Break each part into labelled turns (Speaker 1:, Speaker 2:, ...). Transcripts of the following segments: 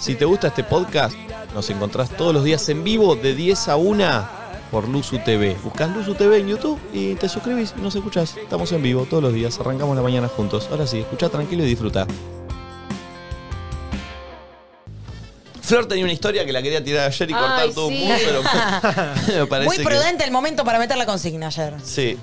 Speaker 1: Si te gusta este podcast, nos encontrás todos los días en vivo de 10 a 1 por Luzu TV. Buscás Luzu TV en YouTube y te suscribís y nos escuchás. Estamos en vivo todos los días, arrancamos la mañana juntos. Ahora sí, escucha tranquilo y disfruta. Flor tenía una historia que la quería tirar ayer y cortar
Speaker 2: Ay,
Speaker 1: todo
Speaker 2: sí.
Speaker 1: un mundo, pero me parece
Speaker 3: Muy
Speaker 1: que-
Speaker 3: prudente el momento para meter la consigna ayer.
Speaker 1: Sí,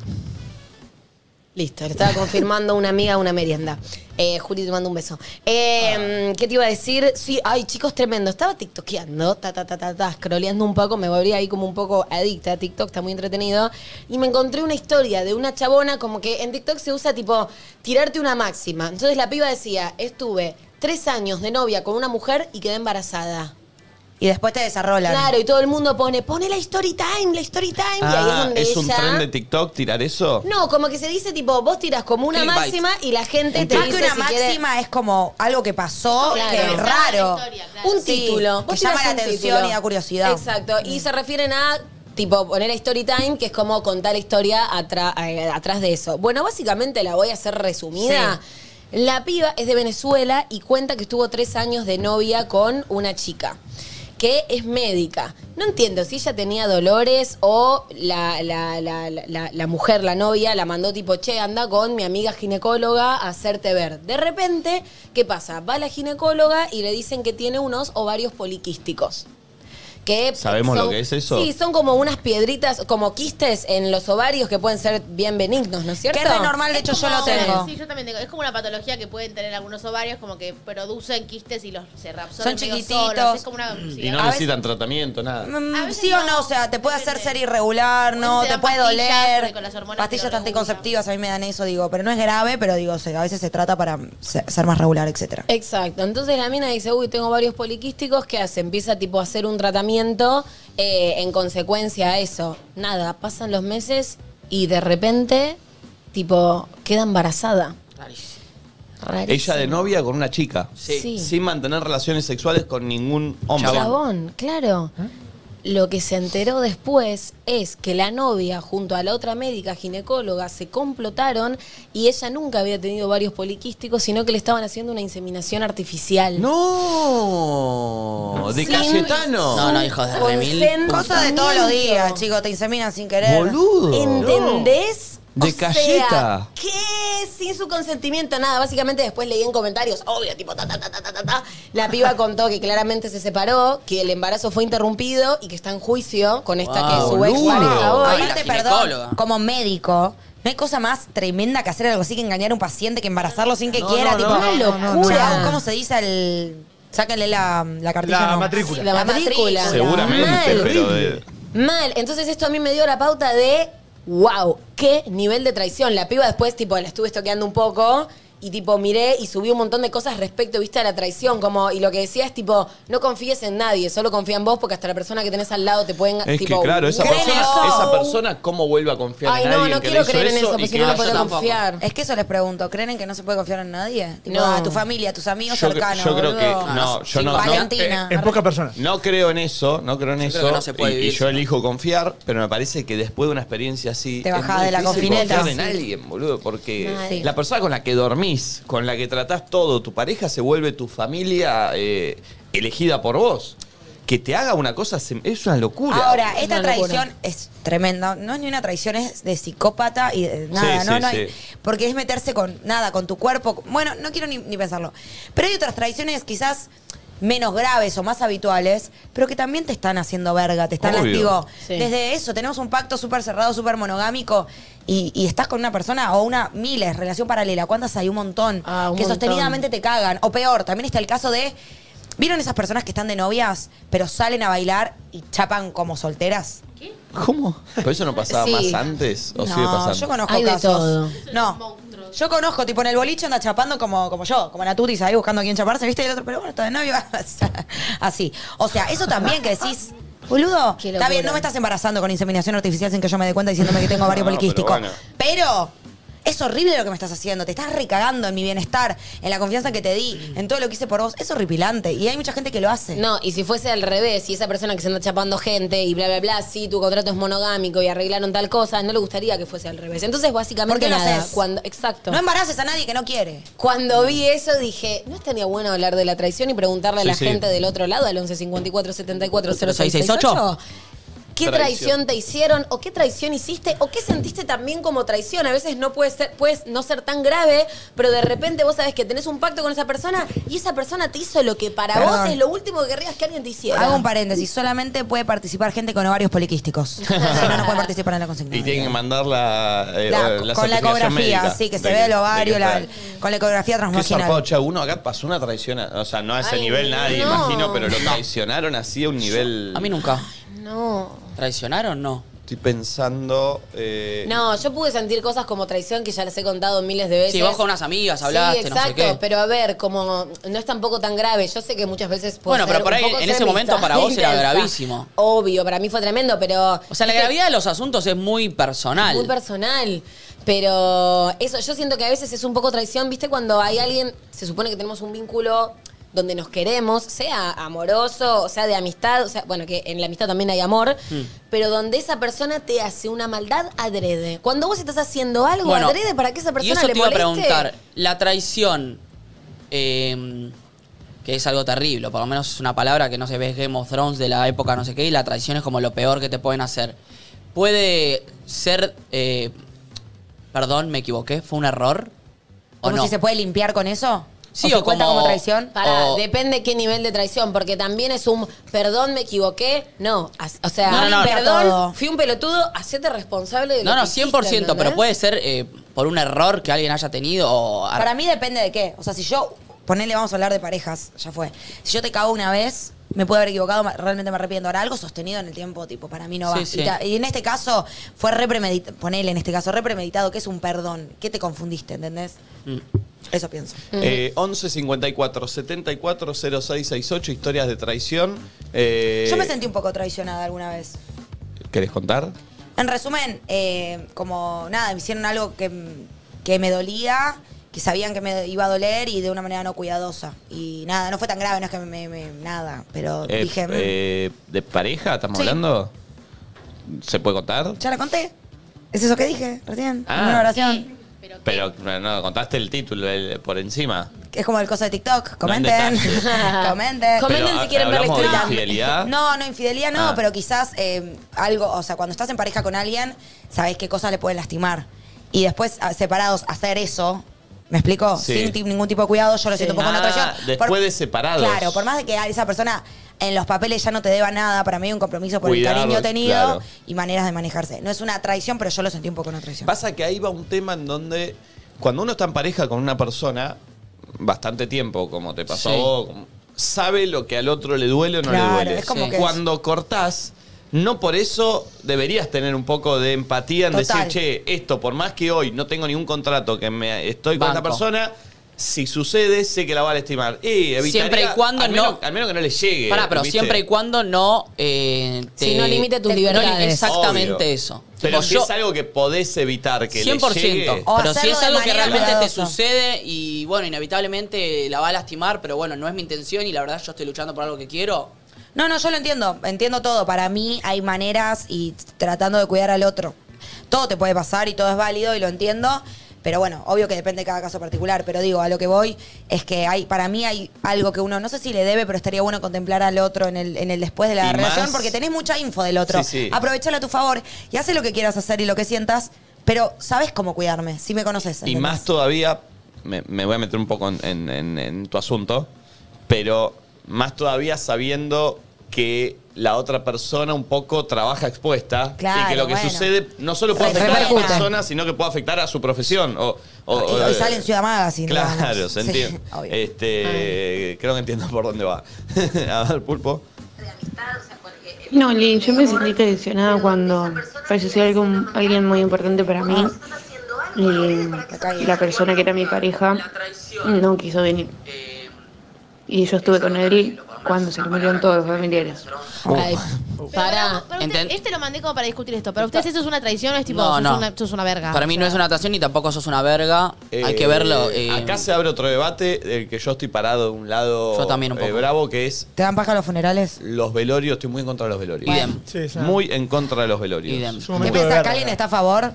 Speaker 2: Listo, le estaba confirmando una amiga una merienda. Eh, Juli, te mando un beso. Eh, ¿Qué te iba a decir? Sí, ay, chicos, tremendo. Estaba tiktokeando, ta, ta, ta, ta, ta, scrolleando un poco. Me volví ahí como un poco adicta a TikTok, está muy entretenido. Y me encontré una historia de una chabona, como que en TikTok se usa tipo tirarte una máxima. Entonces la piba decía, estuve tres años de novia con una mujer y quedé embarazada.
Speaker 3: Y después te desarrollan.
Speaker 2: Claro, y todo el mundo pone, pone la story time, la story time. y ahí es
Speaker 1: Ah,
Speaker 2: donde
Speaker 1: ¿es un
Speaker 2: ella-
Speaker 1: tren de TikTok tirar eso?
Speaker 2: no, como que se dice tipo, vos tiras como una
Speaker 4: Clickbait.
Speaker 2: máxima y la gente te
Speaker 3: Más que
Speaker 2: dice
Speaker 3: una
Speaker 2: si quiere-
Speaker 3: máxima es como algo que pasó,
Speaker 2: Claro.
Speaker 3: que es raro.
Speaker 2: un
Speaker 3: Sí,
Speaker 2: título.
Speaker 3: que
Speaker 2: Vos
Speaker 3: llama
Speaker 2: tirás
Speaker 3: la
Speaker 2: un
Speaker 3: atención
Speaker 2: título.
Speaker 3: y da curiosidad.
Speaker 2: Exacto. Y se refieren a tipo poner story time, que es como contar la historia atra- eh, atrás de eso. Bueno, básicamente la voy a hacer resumida. La piba es de Venezuela y cuenta que estuvo tres años de novia con una chica que es médica. No entiendo si ella tenía dolores o la, la- la- la- la- la mujer, la novia, la mandó tipo, che, anda con mi amiga ginecóloga a hacerte ver. De repente, ¿qué pasa? Va la ginecóloga y le dicen que tiene unos ovarios poliquísticos. Que
Speaker 1: ¿Sabemos lo que es eso?
Speaker 2: Sí, son como unas piedritas, como quistes en los ovarios que pueden ser bien benignos, ¿no es
Speaker 3: Que
Speaker 2: cierto?
Speaker 3: es re normal, de hecho
Speaker 5: Es
Speaker 3: yo lo
Speaker 5: como una-
Speaker 3: tengo.
Speaker 5: Ah, Sí, yo también tengo. Es como una patología que pueden tener algunos ovarios, como que producen quistes y los se reabsorben.
Speaker 3: Son
Speaker 5: medio
Speaker 3: chiquititos.
Speaker 5: solos. Es como una.
Speaker 6: Mm,
Speaker 5: sí, ah,
Speaker 1: Y no
Speaker 5: a veces-
Speaker 1: necesitan tratamiento, nada.
Speaker 3: Mm,
Speaker 5: A veces
Speaker 3: Sí o
Speaker 5: no,
Speaker 3: no, o sea, te puede hacer
Speaker 5: depende.
Speaker 3: ser irregular, no,
Speaker 5: Te
Speaker 3: te
Speaker 5: dan
Speaker 3: puede
Speaker 5: pastillas,
Speaker 3: doler.
Speaker 5: porque con las hormonas te
Speaker 3: Pastillas
Speaker 5: lo regulan.
Speaker 3: anticonceptivas, a mí me dan eso, digo, pero no es grave, pero digo, se- a veces se trata para se- ser más regular, etcétera.
Speaker 2: Exacto. Entonces la mina dice, uy, tengo varios poliquísticos, ¿qué hace? Empieza tipo a hacer un tratamiento eh, en consecuencia a eso. Nada, pasan los meses y de repente, tipo, queda embarazada.
Speaker 4: Rarísimo.
Speaker 2: Rarísimo.
Speaker 1: Ella de novia con una chica.
Speaker 4: Sí.
Speaker 2: Sí.
Speaker 1: Sin mantener relaciones sexuales con ningún hombre.
Speaker 2: Chabón, claro.
Speaker 1: ¿Eh?
Speaker 2: Lo que se enteró después es que la novia junto a la otra médica ginecóloga se complotaron y ella nunca había tenido varios poliquísticos, sino que le estaban haciendo una inseminación artificial.
Speaker 1: ¡No! ¡De
Speaker 2: Sin
Speaker 1: Cayetano!
Speaker 4: No, no, hijos de remil.
Speaker 2: consentimiento.
Speaker 3: Cosa de todos los días, chicos, te inseminan sin querer.
Speaker 1: ¡Boludo!
Speaker 2: ¿Entendés?
Speaker 1: No.
Speaker 2: O
Speaker 1: De
Speaker 2: sea,
Speaker 1: calleta.
Speaker 2: ¿Qué? Sin su consentimiento, nada. Básicamente después leí en comentarios, obvio, tipo, ta, ta, ta, ta, ta, ta. La piba contó que claramente se separó, que el embarazo fue interrumpido y que está en juicio con esta que es su ex
Speaker 1: boludo.
Speaker 2: pareja hoy.
Speaker 4: Ay, la
Speaker 3: Aparte,
Speaker 4: ginecóloga.
Speaker 3: perdón, como médico, no hay cosa más tremenda que hacer algo así que engañar a un paciente, que embarazarlo sin que
Speaker 1: No,
Speaker 3: quiera.
Speaker 1: no,
Speaker 3: tipo,
Speaker 1: no,
Speaker 3: una
Speaker 2: no, no, no.
Speaker 3: locura. ¿Cómo se dice el...? Sáquenle la, la cartilla.
Speaker 7: La
Speaker 3: no.
Speaker 7: matrícula.
Speaker 2: La matrícula.
Speaker 1: Seguramente,
Speaker 2: Mal.
Speaker 1: pero de-
Speaker 2: Mal. Entonces esto a mí me dio la pauta de, wow, qué nivel de traición. La piba después, tipo, la estuve estoqueando un poco y tipo miré y subí un montón de cosas respecto, viste, a la traición. Como, y lo que decía es tipo, no confíes en nadie, solo confía en vos porque hasta la persona que tenés al lado te pueden...
Speaker 1: Es
Speaker 2: tipo,
Speaker 1: que claro, esa
Speaker 2: wow.
Speaker 1: persona, esa persona, ¿cómo vuelve a confiar
Speaker 2: Ay,
Speaker 1: en
Speaker 2: no,
Speaker 1: alguien
Speaker 2: no
Speaker 1: que
Speaker 2: quiero
Speaker 1: le hizo
Speaker 2: creer en
Speaker 1: eso
Speaker 2: eso,
Speaker 1: y
Speaker 2: porque si
Speaker 1: que
Speaker 2: no
Speaker 1: la-
Speaker 2: la puedo
Speaker 4: yo tampoco.
Speaker 2: confiar.
Speaker 3: Es que eso les pregunto. ¿Creen en que no se puede confiar en nadie? Tipo,
Speaker 2: No.
Speaker 3: A tu familia, a tus amigos
Speaker 1: Yo cre-
Speaker 3: cercanos.
Speaker 1: yo creo
Speaker 3: boludo.
Speaker 1: que- no, yo
Speaker 3: Sí,
Speaker 1: no- no.
Speaker 3: Valentina.
Speaker 7: En pocas personas.
Speaker 1: No creo en eso, no creo en
Speaker 4: Yo
Speaker 1: eso.
Speaker 4: creo que no se puede
Speaker 1: y- y,
Speaker 4: vivir
Speaker 1: yo
Speaker 4: sin-
Speaker 1: elijo confiar, pero me parece que después de una experiencia así.
Speaker 3: Te
Speaker 1: es
Speaker 3: bajás
Speaker 1: muy
Speaker 3: de la
Speaker 1: difícil
Speaker 3: cofineta.
Speaker 1: confiar en
Speaker 3: Sí.
Speaker 1: alguien, boludo, porque
Speaker 2: Mal.
Speaker 3: Sí.
Speaker 1: la persona con la que dormís, con la que tratás todo, tu pareja se vuelve tu familia eh, elegida por vos. Que te haga una cosa se- es una locura.
Speaker 3: Ahora,
Speaker 2: Es
Speaker 3: esta
Speaker 2: una locura.
Speaker 3: traición es tremenda. No es ni una traición, es de psicópata y de nada,
Speaker 1: Sí,
Speaker 3: ¿no?
Speaker 1: sí,
Speaker 3: no hay-
Speaker 1: sí.
Speaker 3: Porque es meterse con nada, con tu cuerpo. con- Bueno, no quiero ni, ni pensarlo. Pero hay otras traiciones quizás menos graves o más habituales, pero que también te están haciendo verga, te están
Speaker 1: Obvio.
Speaker 3: digo,
Speaker 2: Sí.
Speaker 3: Desde eso, tenemos un pacto súper cerrado, súper monogámico, y, y estás con una persona o una miles, relación paralela. ¿Cuántas hay? Un montón.
Speaker 2: Ah, un
Speaker 3: que
Speaker 2: montón.
Speaker 3: sostenidamente te cagan. O peor, también está el caso de. ¿Vieron esas personas que están de novias, pero salen a bailar y chapan como solteras?
Speaker 1: ¿Cómo? ¿Pero eso no pasaba
Speaker 2: Sí.
Speaker 1: más antes? ¿O
Speaker 3: no,
Speaker 1: sigue pasando?
Speaker 3: yo conozco
Speaker 2: Hay de
Speaker 3: casos.
Speaker 2: todo.
Speaker 3: No. Yo conozco, tipo, en el boliche anda chapando como, como yo, como la tutis ahí buscando a quién chaparse, ¿viste? Y el otro, pero bueno, está de novio. Así. O sea, eso también que decís. Boludo,
Speaker 2: Qué
Speaker 3: está bien,
Speaker 2: locura.
Speaker 3: no me estás embarazando con inseminación artificial sin que yo me dé cuenta diciéndome que tengo ovario
Speaker 1: No,
Speaker 3: poliquístico.
Speaker 1: pero
Speaker 3: Pero,
Speaker 1: bueno.
Speaker 3: es horrible lo que me estás haciendo, te estás recagando en mi bienestar, en la confianza que te di, en todo lo que hice por vos. Es horripilante y hay mucha gente que lo hace.
Speaker 2: No, y si fuese al revés, y esa persona que se anda chapando gente y bla, bla, bla, sí, tu contrato es monogámico y arreglaron tal cosa, no le gustaría que fuese al revés. Entonces, básicamente,
Speaker 3: ¿Por qué lo
Speaker 2: nada.
Speaker 3: haces?
Speaker 2: Cuando, exacto.
Speaker 3: No embaraces a nadie que no quiere.
Speaker 2: Cuando vi eso dije, no estaría bueno hablar de la traición y preguntarle
Speaker 1: Sí,
Speaker 2: a la
Speaker 1: sí.
Speaker 2: gente del otro lado, al 11 54 74
Speaker 4: 0668.
Speaker 2: 0668, ¿Qué traición te hicieron? ¿O qué traición hiciste? ¿O qué sentiste también como traición? A veces no puede ser, puedes no ser tan grave, pero de repente vos sabés que tenés un pacto con esa persona y esa persona te hizo lo que para
Speaker 3: Perdón.
Speaker 2: vos es lo último que querrías que alguien te hiciera.
Speaker 3: Hago un paréntesis, solamente puede participar gente con ovarios poliquísticos. Si no, no puede participar en la consigna.
Speaker 1: Y tienen que mandar la, eh,
Speaker 3: La-
Speaker 1: la
Speaker 3: con la
Speaker 1: certificación
Speaker 3: ecografía,
Speaker 1: médica
Speaker 3: sí, que se
Speaker 1: de
Speaker 3: ve el
Speaker 1: de
Speaker 3: ovario,
Speaker 1: que
Speaker 3: la-
Speaker 1: está.
Speaker 3: con la ecografía
Speaker 1: Qué zarpado,
Speaker 3: transvaginal.
Speaker 1: che, uno acá pasó una traición, o sea, no a ese
Speaker 2: Ay,
Speaker 1: nivel nadie,
Speaker 2: no.
Speaker 1: imagino, pero lo traicionaron así a un nivel...
Speaker 4: A mí nunca.
Speaker 2: No.
Speaker 4: ¿Traicionaron? No.
Speaker 1: Estoy pensando... eh,
Speaker 2: No, yo pude sentir cosas como traición que ya les he contado miles de veces.
Speaker 4: Sí, vos con unas amigas hablaste,
Speaker 2: sí,
Speaker 4: no sé
Speaker 2: exacto,
Speaker 4: qué.
Speaker 2: pero a ver, como no es tampoco tan grave. Yo sé que muchas veces puedo
Speaker 4: Bueno, pero
Speaker 2: ser
Speaker 4: por
Speaker 2: un
Speaker 4: ahí,
Speaker 2: poco
Speaker 4: en ese momento,
Speaker 2: extremista,
Speaker 4: para vos era
Speaker 2: intensa.
Speaker 4: gravísimo.
Speaker 2: Obvio, para mí fue tremendo, pero
Speaker 4: O sea, la gravedad de los asuntos es muy personal.
Speaker 2: muy personal. Pero eso, yo siento que a veces es un poco traición, ¿viste? Cuando hay alguien, se supone que tenemos un vínculo donde nos queremos, sea amoroso, o sea de amistad, o sea, bueno, que en la amistad también hay amor,
Speaker 4: Mm.
Speaker 2: pero donde esa persona te hace una maldad adrede. Cuando vos estás haciendo algo
Speaker 4: Bueno,
Speaker 2: adrede para que esa persona
Speaker 4: Y eso
Speaker 2: le
Speaker 4: te iba a
Speaker 2: moleste,
Speaker 4: preguntar. La traición, eh, que es algo terrible, o por lo menos es una palabra que no se ve Game of Thrones de la época no sé qué, y la traición es como lo peor que te pueden hacer. Puede ser. eh, perdón, me equivoqué, fue un error. ¿O
Speaker 3: ¿Cómo
Speaker 4: no?
Speaker 3: si se puede limpiar con eso?
Speaker 4: Sí,
Speaker 3: se
Speaker 4: o
Speaker 3: cuenta como
Speaker 4: como-
Speaker 3: traición?
Speaker 2: Pará,
Speaker 4: O-
Speaker 2: depende qué nivel de traición, porque también es un perdón, me equivoqué. No, as- o sea,
Speaker 4: No, no, no.
Speaker 2: perdón,
Speaker 3: Todo.
Speaker 2: fui un pelotudo, hacete responsable de lo
Speaker 4: No, no,
Speaker 2: que hiciste,
Speaker 4: 100%, pero
Speaker 2: ¿entendés?
Speaker 4: puede ser eh, por un error que alguien haya tenido o...
Speaker 3: Para mí depende de qué. O sea, si yo, ponele, vamos a hablar de parejas, ya fue. Si yo te cago una vez, me puedo haber equivocado, ma- realmente me arrepiento. Ahora, algo sostenido en el tiempo, tipo, para mí no va.
Speaker 4: Sí, sí.
Speaker 3: Y, ta- y en este caso, fue repremeditado, ponele en este caso, repremeditado, que es un perdón. ¿Qué te confundiste, entendés?
Speaker 1: Mm.
Speaker 3: Eso pienso.
Speaker 1: Eh, 11 54 74 06 68, historias de traición. Eh,
Speaker 3: Yo me sentí un poco traicionada alguna vez.
Speaker 1: ¿Querés contar?
Speaker 3: En resumen, eh, como nada, me hicieron algo que, m- que me dolía, que sabían que me iba a doler y de una manera no cuidadosa. Y nada, no fue tan grave, no es que me, me- nada, pero
Speaker 1: Eh,
Speaker 3: dije, mm,
Speaker 1: eh, ¿De pareja estamos
Speaker 3: Sí.
Speaker 1: hablando? ¿Se puede contar?
Speaker 3: ya la conté. Es eso que dije recién,
Speaker 1: Ah.
Speaker 3: en una oración.
Speaker 8: Pero, ¿qué?
Speaker 1: Pero no, no, contaste el título el- por encima.
Speaker 3: Que es como el coso de TikTok,
Speaker 1: No en
Speaker 3: comenten,
Speaker 1: detalle.
Speaker 2: Comenten
Speaker 3: comenten.
Speaker 1: Pero,
Speaker 2: si
Speaker 1: ah,
Speaker 2: quieren ver la
Speaker 1: ¿hablamos de
Speaker 2: historia.
Speaker 1: infidelidad?
Speaker 3: No, no, infidelidad no,
Speaker 1: Ah.
Speaker 3: pero quizás eh, algo, o sea, cuando estás en pareja con alguien, sabés qué cosas le pueden lastimar. Y después, a- separados, hacer eso, ¿me explico?
Speaker 1: Sí.
Speaker 3: Sin ti- ningún tipo de cuidado, yo lo siento un poco
Speaker 1: Ah,
Speaker 3: no traición.
Speaker 1: después de separados.
Speaker 3: Claro, por más de que a esa persona en los papeles ya no te deba nada, para mí hay un compromiso por
Speaker 1: Cuidar,
Speaker 3: el cariño tenido
Speaker 1: claro.
Speaker 3: y maneras de manejarse. No es una traición, pero yo lo sentí un poco una traición.
Speaker 1: Pasa que ahí va un tema en donde cuando uno está en pareja con una persona, bastante tiempo, como te pasó a
Speaker 4: Sí.
Speaker 1: vos, como- sabe lo que al otro le duele o no
Speaker 3: Claro,
Speaker 1: le duele.
Speaker 3: es como
Speaker 4: Sí.
Speaker 3: que es-
Speaker 1: cuando cortás, no por eso deberías tener un poco de empatía en
Speaker 3: Total.
Speaker 1: decir, che, esto, por más que hoy no tengo ningún contrato, que me estoy con esta
Speaker 4: Banco.
Speaker 1: persona. Si sucede, sé que la va a estimar. Y evitaría-
Speaker 4: Siempre y cuando
Speaker 1: al menos,
Speaker 4: no-
Speaker 1: Al menos que no le llegue.
Speaker 4: Pará, pero
Speaker 1: ¿viste?
Speaker 4: siempre y cuando no... eh,
Speaker 2: Si no limite tus
Speaker 4: no li-
Speaker 2: libertades.
Speaker 4: exactamente
Speaker 1: Obvio.
Speaker 4: eso.
Speaker 1: Pero
Speaker 4: Tipo,
Speaker 1: si
Speaker 4: yo-
Speaker 1: es algo que podés evitar que le
Speaker 4: 100%.
Speaker 1: llegue.
Speaker 3: O
Speaker 4: Pero si
Speaker 3: hacerlo
Speaker 4: es
Speaker 3: de
Speaker 4: algo que
Speaker 3: manera
Speaker 4: realmente te
Speaker 3: cuidadosa.
Speaker 4: sucede y, bueno, inevitablemente la va a lastimar, pero bueno, no es mi intención y la verdad yo estoy luchando por algo que quiero.
Speaker 3: No, no, yo lo entiendo, entiendo todo. Para mí hay maneras y tratando de cuidar al otro. Todo te puede pasar y todo es válido y lo entiendo. Pero bueno, obvio que depende de cada caso particular, pero digo, a lo que voy es que hay, para mí hay algo que uno, no sé si le debe, pero estaría bueno contemplar al otro en el, en el después de la
Speaker 1: Y
Speaker 3: relación,
Speaker 1: más-
Speaker 3: porque tenés mucha info del otro.
Speaker 1: Sí, sí.
Speaker 3: Aprovechala a tu favor y hace lo que quieras hacer y lo que sientas, pero sabes cómo cuidarme, si me conoces.
Speaker 1: Y
Speaker 3: ¿entendés?
Speaker 1: más todavía, me, me voy a meter un poco en, en- en- en tu asunto, pero más todavía sabiendo que la otra persona un poco trabaja expuesta
Speaker 3: Claro,
Speaker 1: y que lo que
Speaker 3: bueno.
Speaker 1: sucede no solo puede afectar a
Speaker 3: Repercute. Ah,
Speaker 1: la persona, sino que puede afectar a su profesión. O, o-
Speaker 3: Hoy-
Speaker 1: o-
Speaker 3: hoy sale en Ciudad Magazine,
Speaker 1: eh, Claro,
Speaker 3: digamos.
Speaker 1: se
Speaker 3: Sí,
Speaker 1: entiende. Eh,
Speaker 3: obvio.
Speaker 1: este, creo que entiendo por dónde va. a ver, pulpo.
Speaker 5: No, Lin, yo me sentí traicionada cuando falleció algún- alguien muy importante para mí. Y la
Speaker 9: Ah. Mm.
Speaker 5: persona que era mi pareja no quiso venir. Y yo estuve con él
Speaker 10: cuando se le murieron todos los familiares.
Speaker 2: Ay, pará.
Speaker 5: Pero, pero usted-
Speaker 4: Enten-
Speaker 5: este lo mandé como para discutir esto. Para ustedes eso es una traición o es tipo,
Speaker 4: No,
Speaker 5: sos,
Speaker 4: no.
Speaker 5: Una, sos una verga.
Speaker 4: Para mí no es una atracción ni tampoco sos una verga. Hay que verlo. eh,
Speaker 1: acá se abre otro debate del que yo estoy parado de un lado
Speaker 4: Yo también un
Speaker 1: eh,
Speaker 4: poco.
Speaker 1: bravo, que es
Speaker 3: ¿Te dan paja los funerales?
Speaker 1: los velorios. Estoy muy en contra de los velorios.
Speaker 4: Idem.
Speaker 11: Sí, es una-
Speaker 1: Muy en contra de los velorios.
Speaker 4: Idem.
Speaker 11: es un
Speaker 3: ¿Qué
Speaker 11: momento de
Speaker 3: pensás?
Speaker 11: guerra.
Speaker 3: ¿Que alguien está a favor?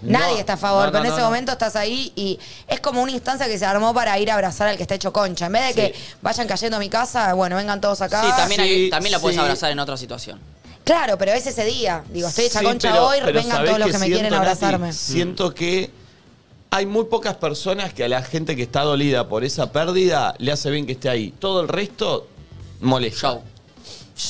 Speaker 1: No,
Speaker 3: Nadie está a favor,
Speaker 1: no,
Speaker 3: pero
Speaker 1: no,
Speaker 3: en ese
Speaker 1: no, no.
Speaker 3: momento estás ahí y es como una instancia que se armó para ir a abrazar al que está hecho concha. En vez de que vayan cayendo a mi casa, bueno, vengan todos acá.
Speaker 4: Sí, también, hay-
Speaker 1: sí,
Speaker 4: también la puedes
Speaker 1: sí.
Speaker 4: abrazar en otra situación.
Speaker 3: Claro, pero es ese día. Digo, estoy hecha
Speaker 1: Sí,
Speaker 3: concha
Speaker 1: pero-
Speaker 3: hoy,
Speaker 1: pero
Speaker 3: vengan
Speaker 1: ¿sabés
Speaker 3: todos los
Speaker 1: qué
Speaker 3: que me quieren
Speaker 1: siento, Nati?
Speaker 3: abrazarme.
Speaker 1: Siento que hay muy pocas personas que a la gente que está dolida por esa pérdida le hace bien que esté ahí. Todo el resto molesta.
Speaker 4: Show.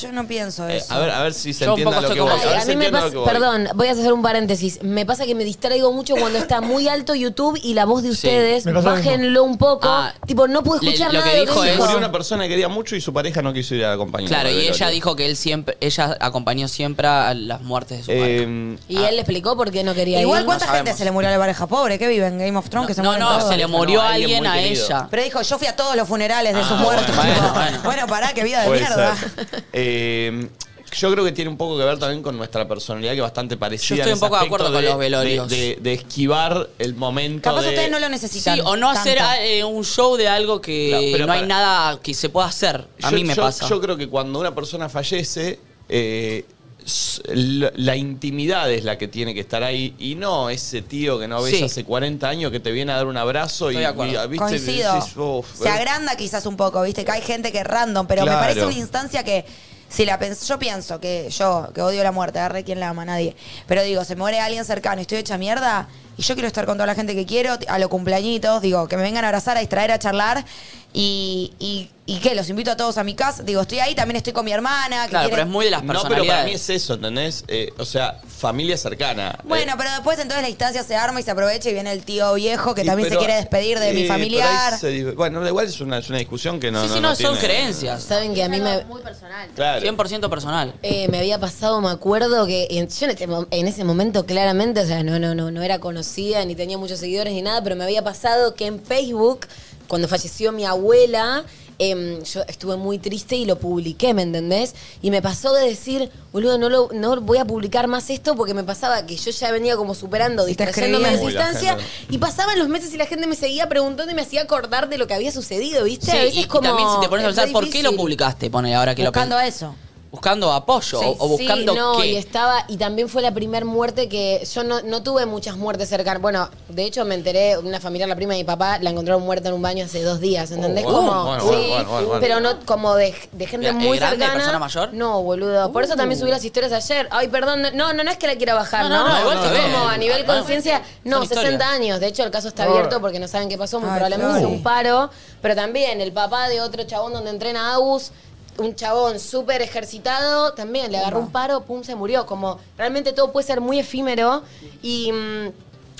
Speaker 3: Yo no pienso
Speaker 1: Eh,
Speaker 3: eso.
Speaker 1: a ver, a ver si se
Speaker 4: Yo un
Speaker 1: entiende
Speaker 4: poco
Speaker 1: a lo
Speaker 4: estoy
Speaker 1: que voy.
Speaker 4: como
Speaker 1: A
Speaker 4: vos.
Speaker 1: ver
Speaker 2: Ay, a
Speaker 1: si
Speaker 2: mí me
Speaker 1: entienden
Speaker 2: pasa,
Speaker 1: a lo que voy.
Speaker 2: perdón, voy a hacer un paréntesis. Me pasa que me distraigo mucho cuando está muy alto YouTube y la voz de ustedes,
Speaker 11: me pasa lo mismo.
Speaker 2: bájenlo un poco.
Speaker 4: Ah,
Speaker 2: tipo, no pude
Speaker 4: le-
Speaker 2: escuchar
Speaker 4: lo
Speaker 2: nada
Speaker 4: que
Speaker 2: de lo
Speaker 4: dijo
Speaker 2: que
Speaker 4: es-
Speaker 2: dijo.
Speaker 1: Murió una persona que quería mucho y su pareja no quiso ir a acompañar.
Speaker 4: Claro,
Speaker 1: al
Speaker 4: y ella
Speaker 1: velorio.
Speaker 4: dijo que él siempre, ella acompañó siempre a las muertes de su pareja.
Speaker 1: Eh,
Speaker 2: Y él le explicó por qué no quería
Speaker 3: Igual,
Speaker 2: ir.
Speaker 3: ¿cuánta
Speaker 4: no
Speaker 3: gente
Speaker 4: sabemos.
Speaker 3: se le murió a la pareja pobre? ¿Qué vive en Game of Thrones? que se
Speaker 4: No,
Speaker 3: mueren
Speaker 4: no,
Speaker 3: todos?
Speaker 4: se le murió
Speaker 1: Ah, No,
Speaker 4: a
Speaker 1: alguien
Speaker 4: alguien
Speaker 1: muy
Speaker 4: a
Speaker 1: querido.
Speaker 4: ella.
Speaker 3: Pero dijo, yo fui a todos los funerales de
Speaker 4: Ah,
Speaker 3: sus muertos.
Speaker 4: bueno,
Speaker 3: tipo.
Speaker 4: bueno,
Speaker 3: Bueno, pará, que vida de
Speaker 1: puede
Speaker 3: mierda.
Speaker 1: ser. Eh, yo creo que tiene un poco que ver también con nuestra personalidad, que es bastante parecida.
Speaker 4: Yo estoy
Speaker 1: en
Speaker 4: un
Speaker 1: ese
Speaker 4: poco de acuerdo
Speaker 1: aspecto
Speaker 4: con los velorios.
Speaker 1: De, de- de esquivar el momento.
Speaker 3: Capaz
Speaker 1: de-
Speaker 3: ustedes no lo necesitan.
Speaker 4: Sí, o no hacer
Speaker 3: tanto.
Speaker 4: ah, eh, un show de algo
Speaker 1: Claro,
Speaker 4: que
Speaker 1: pero
Speaker 4: no hay
Speaker 1: para-
Speaker 4: nada que se pueda hacer. A
Speaker 1: Yo-
Speaker 4: mí me
Speaker 1: yo-
Speaker 4: pasa.
Speaker 1: Yo creo que cuando una persona fallece, eh, s- la la intimidad es la que tiene que estar ahí y no ese tío que no ves
Speaker 4: Sí.
Speaker 1: hace 40 años que te viene a dar un abrazo y,
Speaker 4: Estoy de acuerdo.
Speaker 1: y, viste,
Speaker 3: Coincido.
Speaker 1: decís, "Uf,
Speaker 3: se
Speaker 1: eh".
Speaker 3: agranda quizás un poco, viste, que hay gente que es random, pero
Speaker 1: Claro.
Speaker 3: me parece una instancia que si la pens- yo pienso que yo, que odio la muerte, agarre quien la ama, nadie. Pero digo, se muere alguien cercano y estoy hecha mierda y yo quiero estar con toda la gente que quiero, a los cumpleañitos, digo, que me vengan a abrazar, a distraer, a charlar y, y, y que los invito a todos a mi casa. Digo, estoy ahí, también estoy con mi hermana. Que
Speaker 4: Claro, pero
Speaker 3: quiere-
Speaker 4: es muy de las
Speaker 1: No, pero eh. para mí
Speaker 4: personalidades.
Speaker 1: es eso, ¿entendés? Eh, o sea, familia cercana.
Speaker 3: Bueno,
Speaker 1: Eh,
Speaker 3: pero después entonces la instancia se arma y se aprovecha y viene el tío viejo que
Speaker 1: y
Speaker 3: también
Speaker 1: pero-
Speaker 3: se quiere despedir de
Speaker 1: eh,
Speaker 3: mi
Speaker 1: pero ahí
Speaker 3: familiar.
Speaker 1: se dis- bueno, igual es una, es una discusión que no.
Speaker 4: sí, sí, no, son
Speaker 1: tiene-
Speaker 4: creencias.
Speaker 2: Saben que a mí me,
Speaker 5: Muy personal.
Speaker 1: Claro.
Speaker 4: 100% personal.
Speaker 2: eh, me había pasado, me acuerdo que en, yo en, este mom- en ese momento claramente, o sea, no, no, no, no era conocida, ni tenía muchos seguidores ni nada, pero me había pasado que en Facebook, cuando falleció mi abuela, em, yo estuve muy triste y lo publiqué, ¿me entendés? Y me pasó de decir, boludo, no, lo, no voy a publicar más esto porque me pasaba que yo ya venía como superando,
Speaker 3: Y te
Speaker 2: distrayéndome de esa
Speaker 1: escribían. Uy, la
Speaker 2: instancia,
Speaker 1: gente.
Speaker 2: y pasaban los meses y la gente me seguía preguntando y me hacía acordar de lo que había sucedido, ¿viste?
Speaker 4: Sí,
Speaker 2: a veces
Speaker 4: y, y
Speaker 2: como.
Speaker 4: también si te pones a
Speaker 2: es re
Speaker 4: pensar, ¿por qué lo
Speaker 2: difícil.
Speaker 4: publicaste? Pone ahora que
Speaker 3: Buscando
Speaker 4: lo pen-
Speaker 3: eso.
Speaker 4: Buscando apoyo o, o buscando
Speaker 2: sí, no,
Speaker 4: que.
Speaker 2: y estaba y también fue la primer muerte que yo no, no tuve muchas muertes cercanas bueno de hecho me enteré una familiar la prima de mi papá la encontraron muerta en un baño hace dos días ¿entendés?
Speaker 1: Oh, bueno,
Speaker 2: como
Speaker 1: bueno,
Speaker 2: sí,
Speaker 1: bueno, bueno, bueno, bueno.
Speaker 2: pero no como de, de gente
Speaker 4: Mira, ¿eh,
Speaker 2: muy
Speaker 4: grande,
Speaker 2: cercana
Speaker 4: persona mayor? Uh.
Speaker 2: no boludo por eso también subí las historias ayer ay perdón no no no es que la quiera bajar
Speaker 4: No,
Speaker 2: no,
Speaker 4: no, no, igual
Speaker 2: Es
Speaker 4: se ve.
Speaker 2: como a nivel
Speaker 4: No,
Speaker 2: conciencia no
Speaker 4: son
Speaker 2: 60
Speaker 4: historias.
Speaker 2: años de hecho el caso está abierto porque no saben qué pasó muy
Speaker 3: Ay,
Speaker 2: probablemente
Speaker 3: Flori.
Speaker 2: sea un paro, pero también el papá de otro chabón donde entrena Agus, un chabón súper ejercitado, también le agarró un paro, pum, se murió. Como realmente todo puede ser muy efímero y... mm,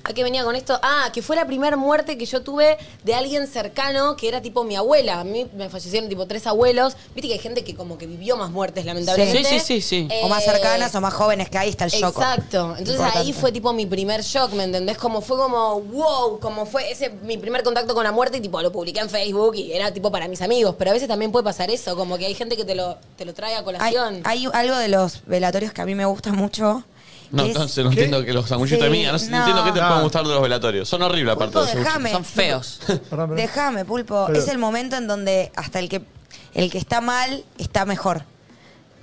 Speaker 2: ¿A qué venía con esto? Ah, que fue la primera muerte que yo tuve de alguien cercano que era tipo mi abuela. A mí me fallecieron tipo tres abuelos. Viste que hay gente que como que vivió más muertes, lamentablemente.
Speaker 4: Sí, sí, sí, sí.
Speaker 3: O más
Speaker 2: Eh,
Speaker 3: cercanas o más jóvenes, que ahí está el shock.
Speaker 2: Exacto. Entonces ahí
Speaker 3: Importante.
Speaker 2: fue tipo mi primer shock, ¿me entendés? Como fue como, wow, como fue ese mi primer contacto con la muerte y tipo lo publiqué en Facebook y era tipo para mis amigos. Pero a veces también puede pasar eso, como que hay gente que te lo, te lo trae a
Speaker 3: Hay,
Speaker 2: colación.
Speaker 3: hay algo de los velatorios que a mí me gusta mucho.
Speaker 1: No,
Speaker 3: que es
Speaker 1: entonces no entiendo que los sanguchitos de
Speaker 3: Sí,
Speaker 1: mía, no,
Speaker 3: no.
Speaker 1: entiendo qué te
Speaker 11: No.
Speaker 1: pueden gustar de los velatorios. Son horribles aparte
Speaker 3: Pulpo,
Speaker 1: de los sanguchitos.
Speaker 3: déjame.
Speaker 4: Son feos.
Speaker 11: Perdón, perdón.
Speaker 3: Déjame, Pulpo.
Speaker 11: Pero-
Speaker 3: Es el momento en donde hasta el que, el que está mal está mejor.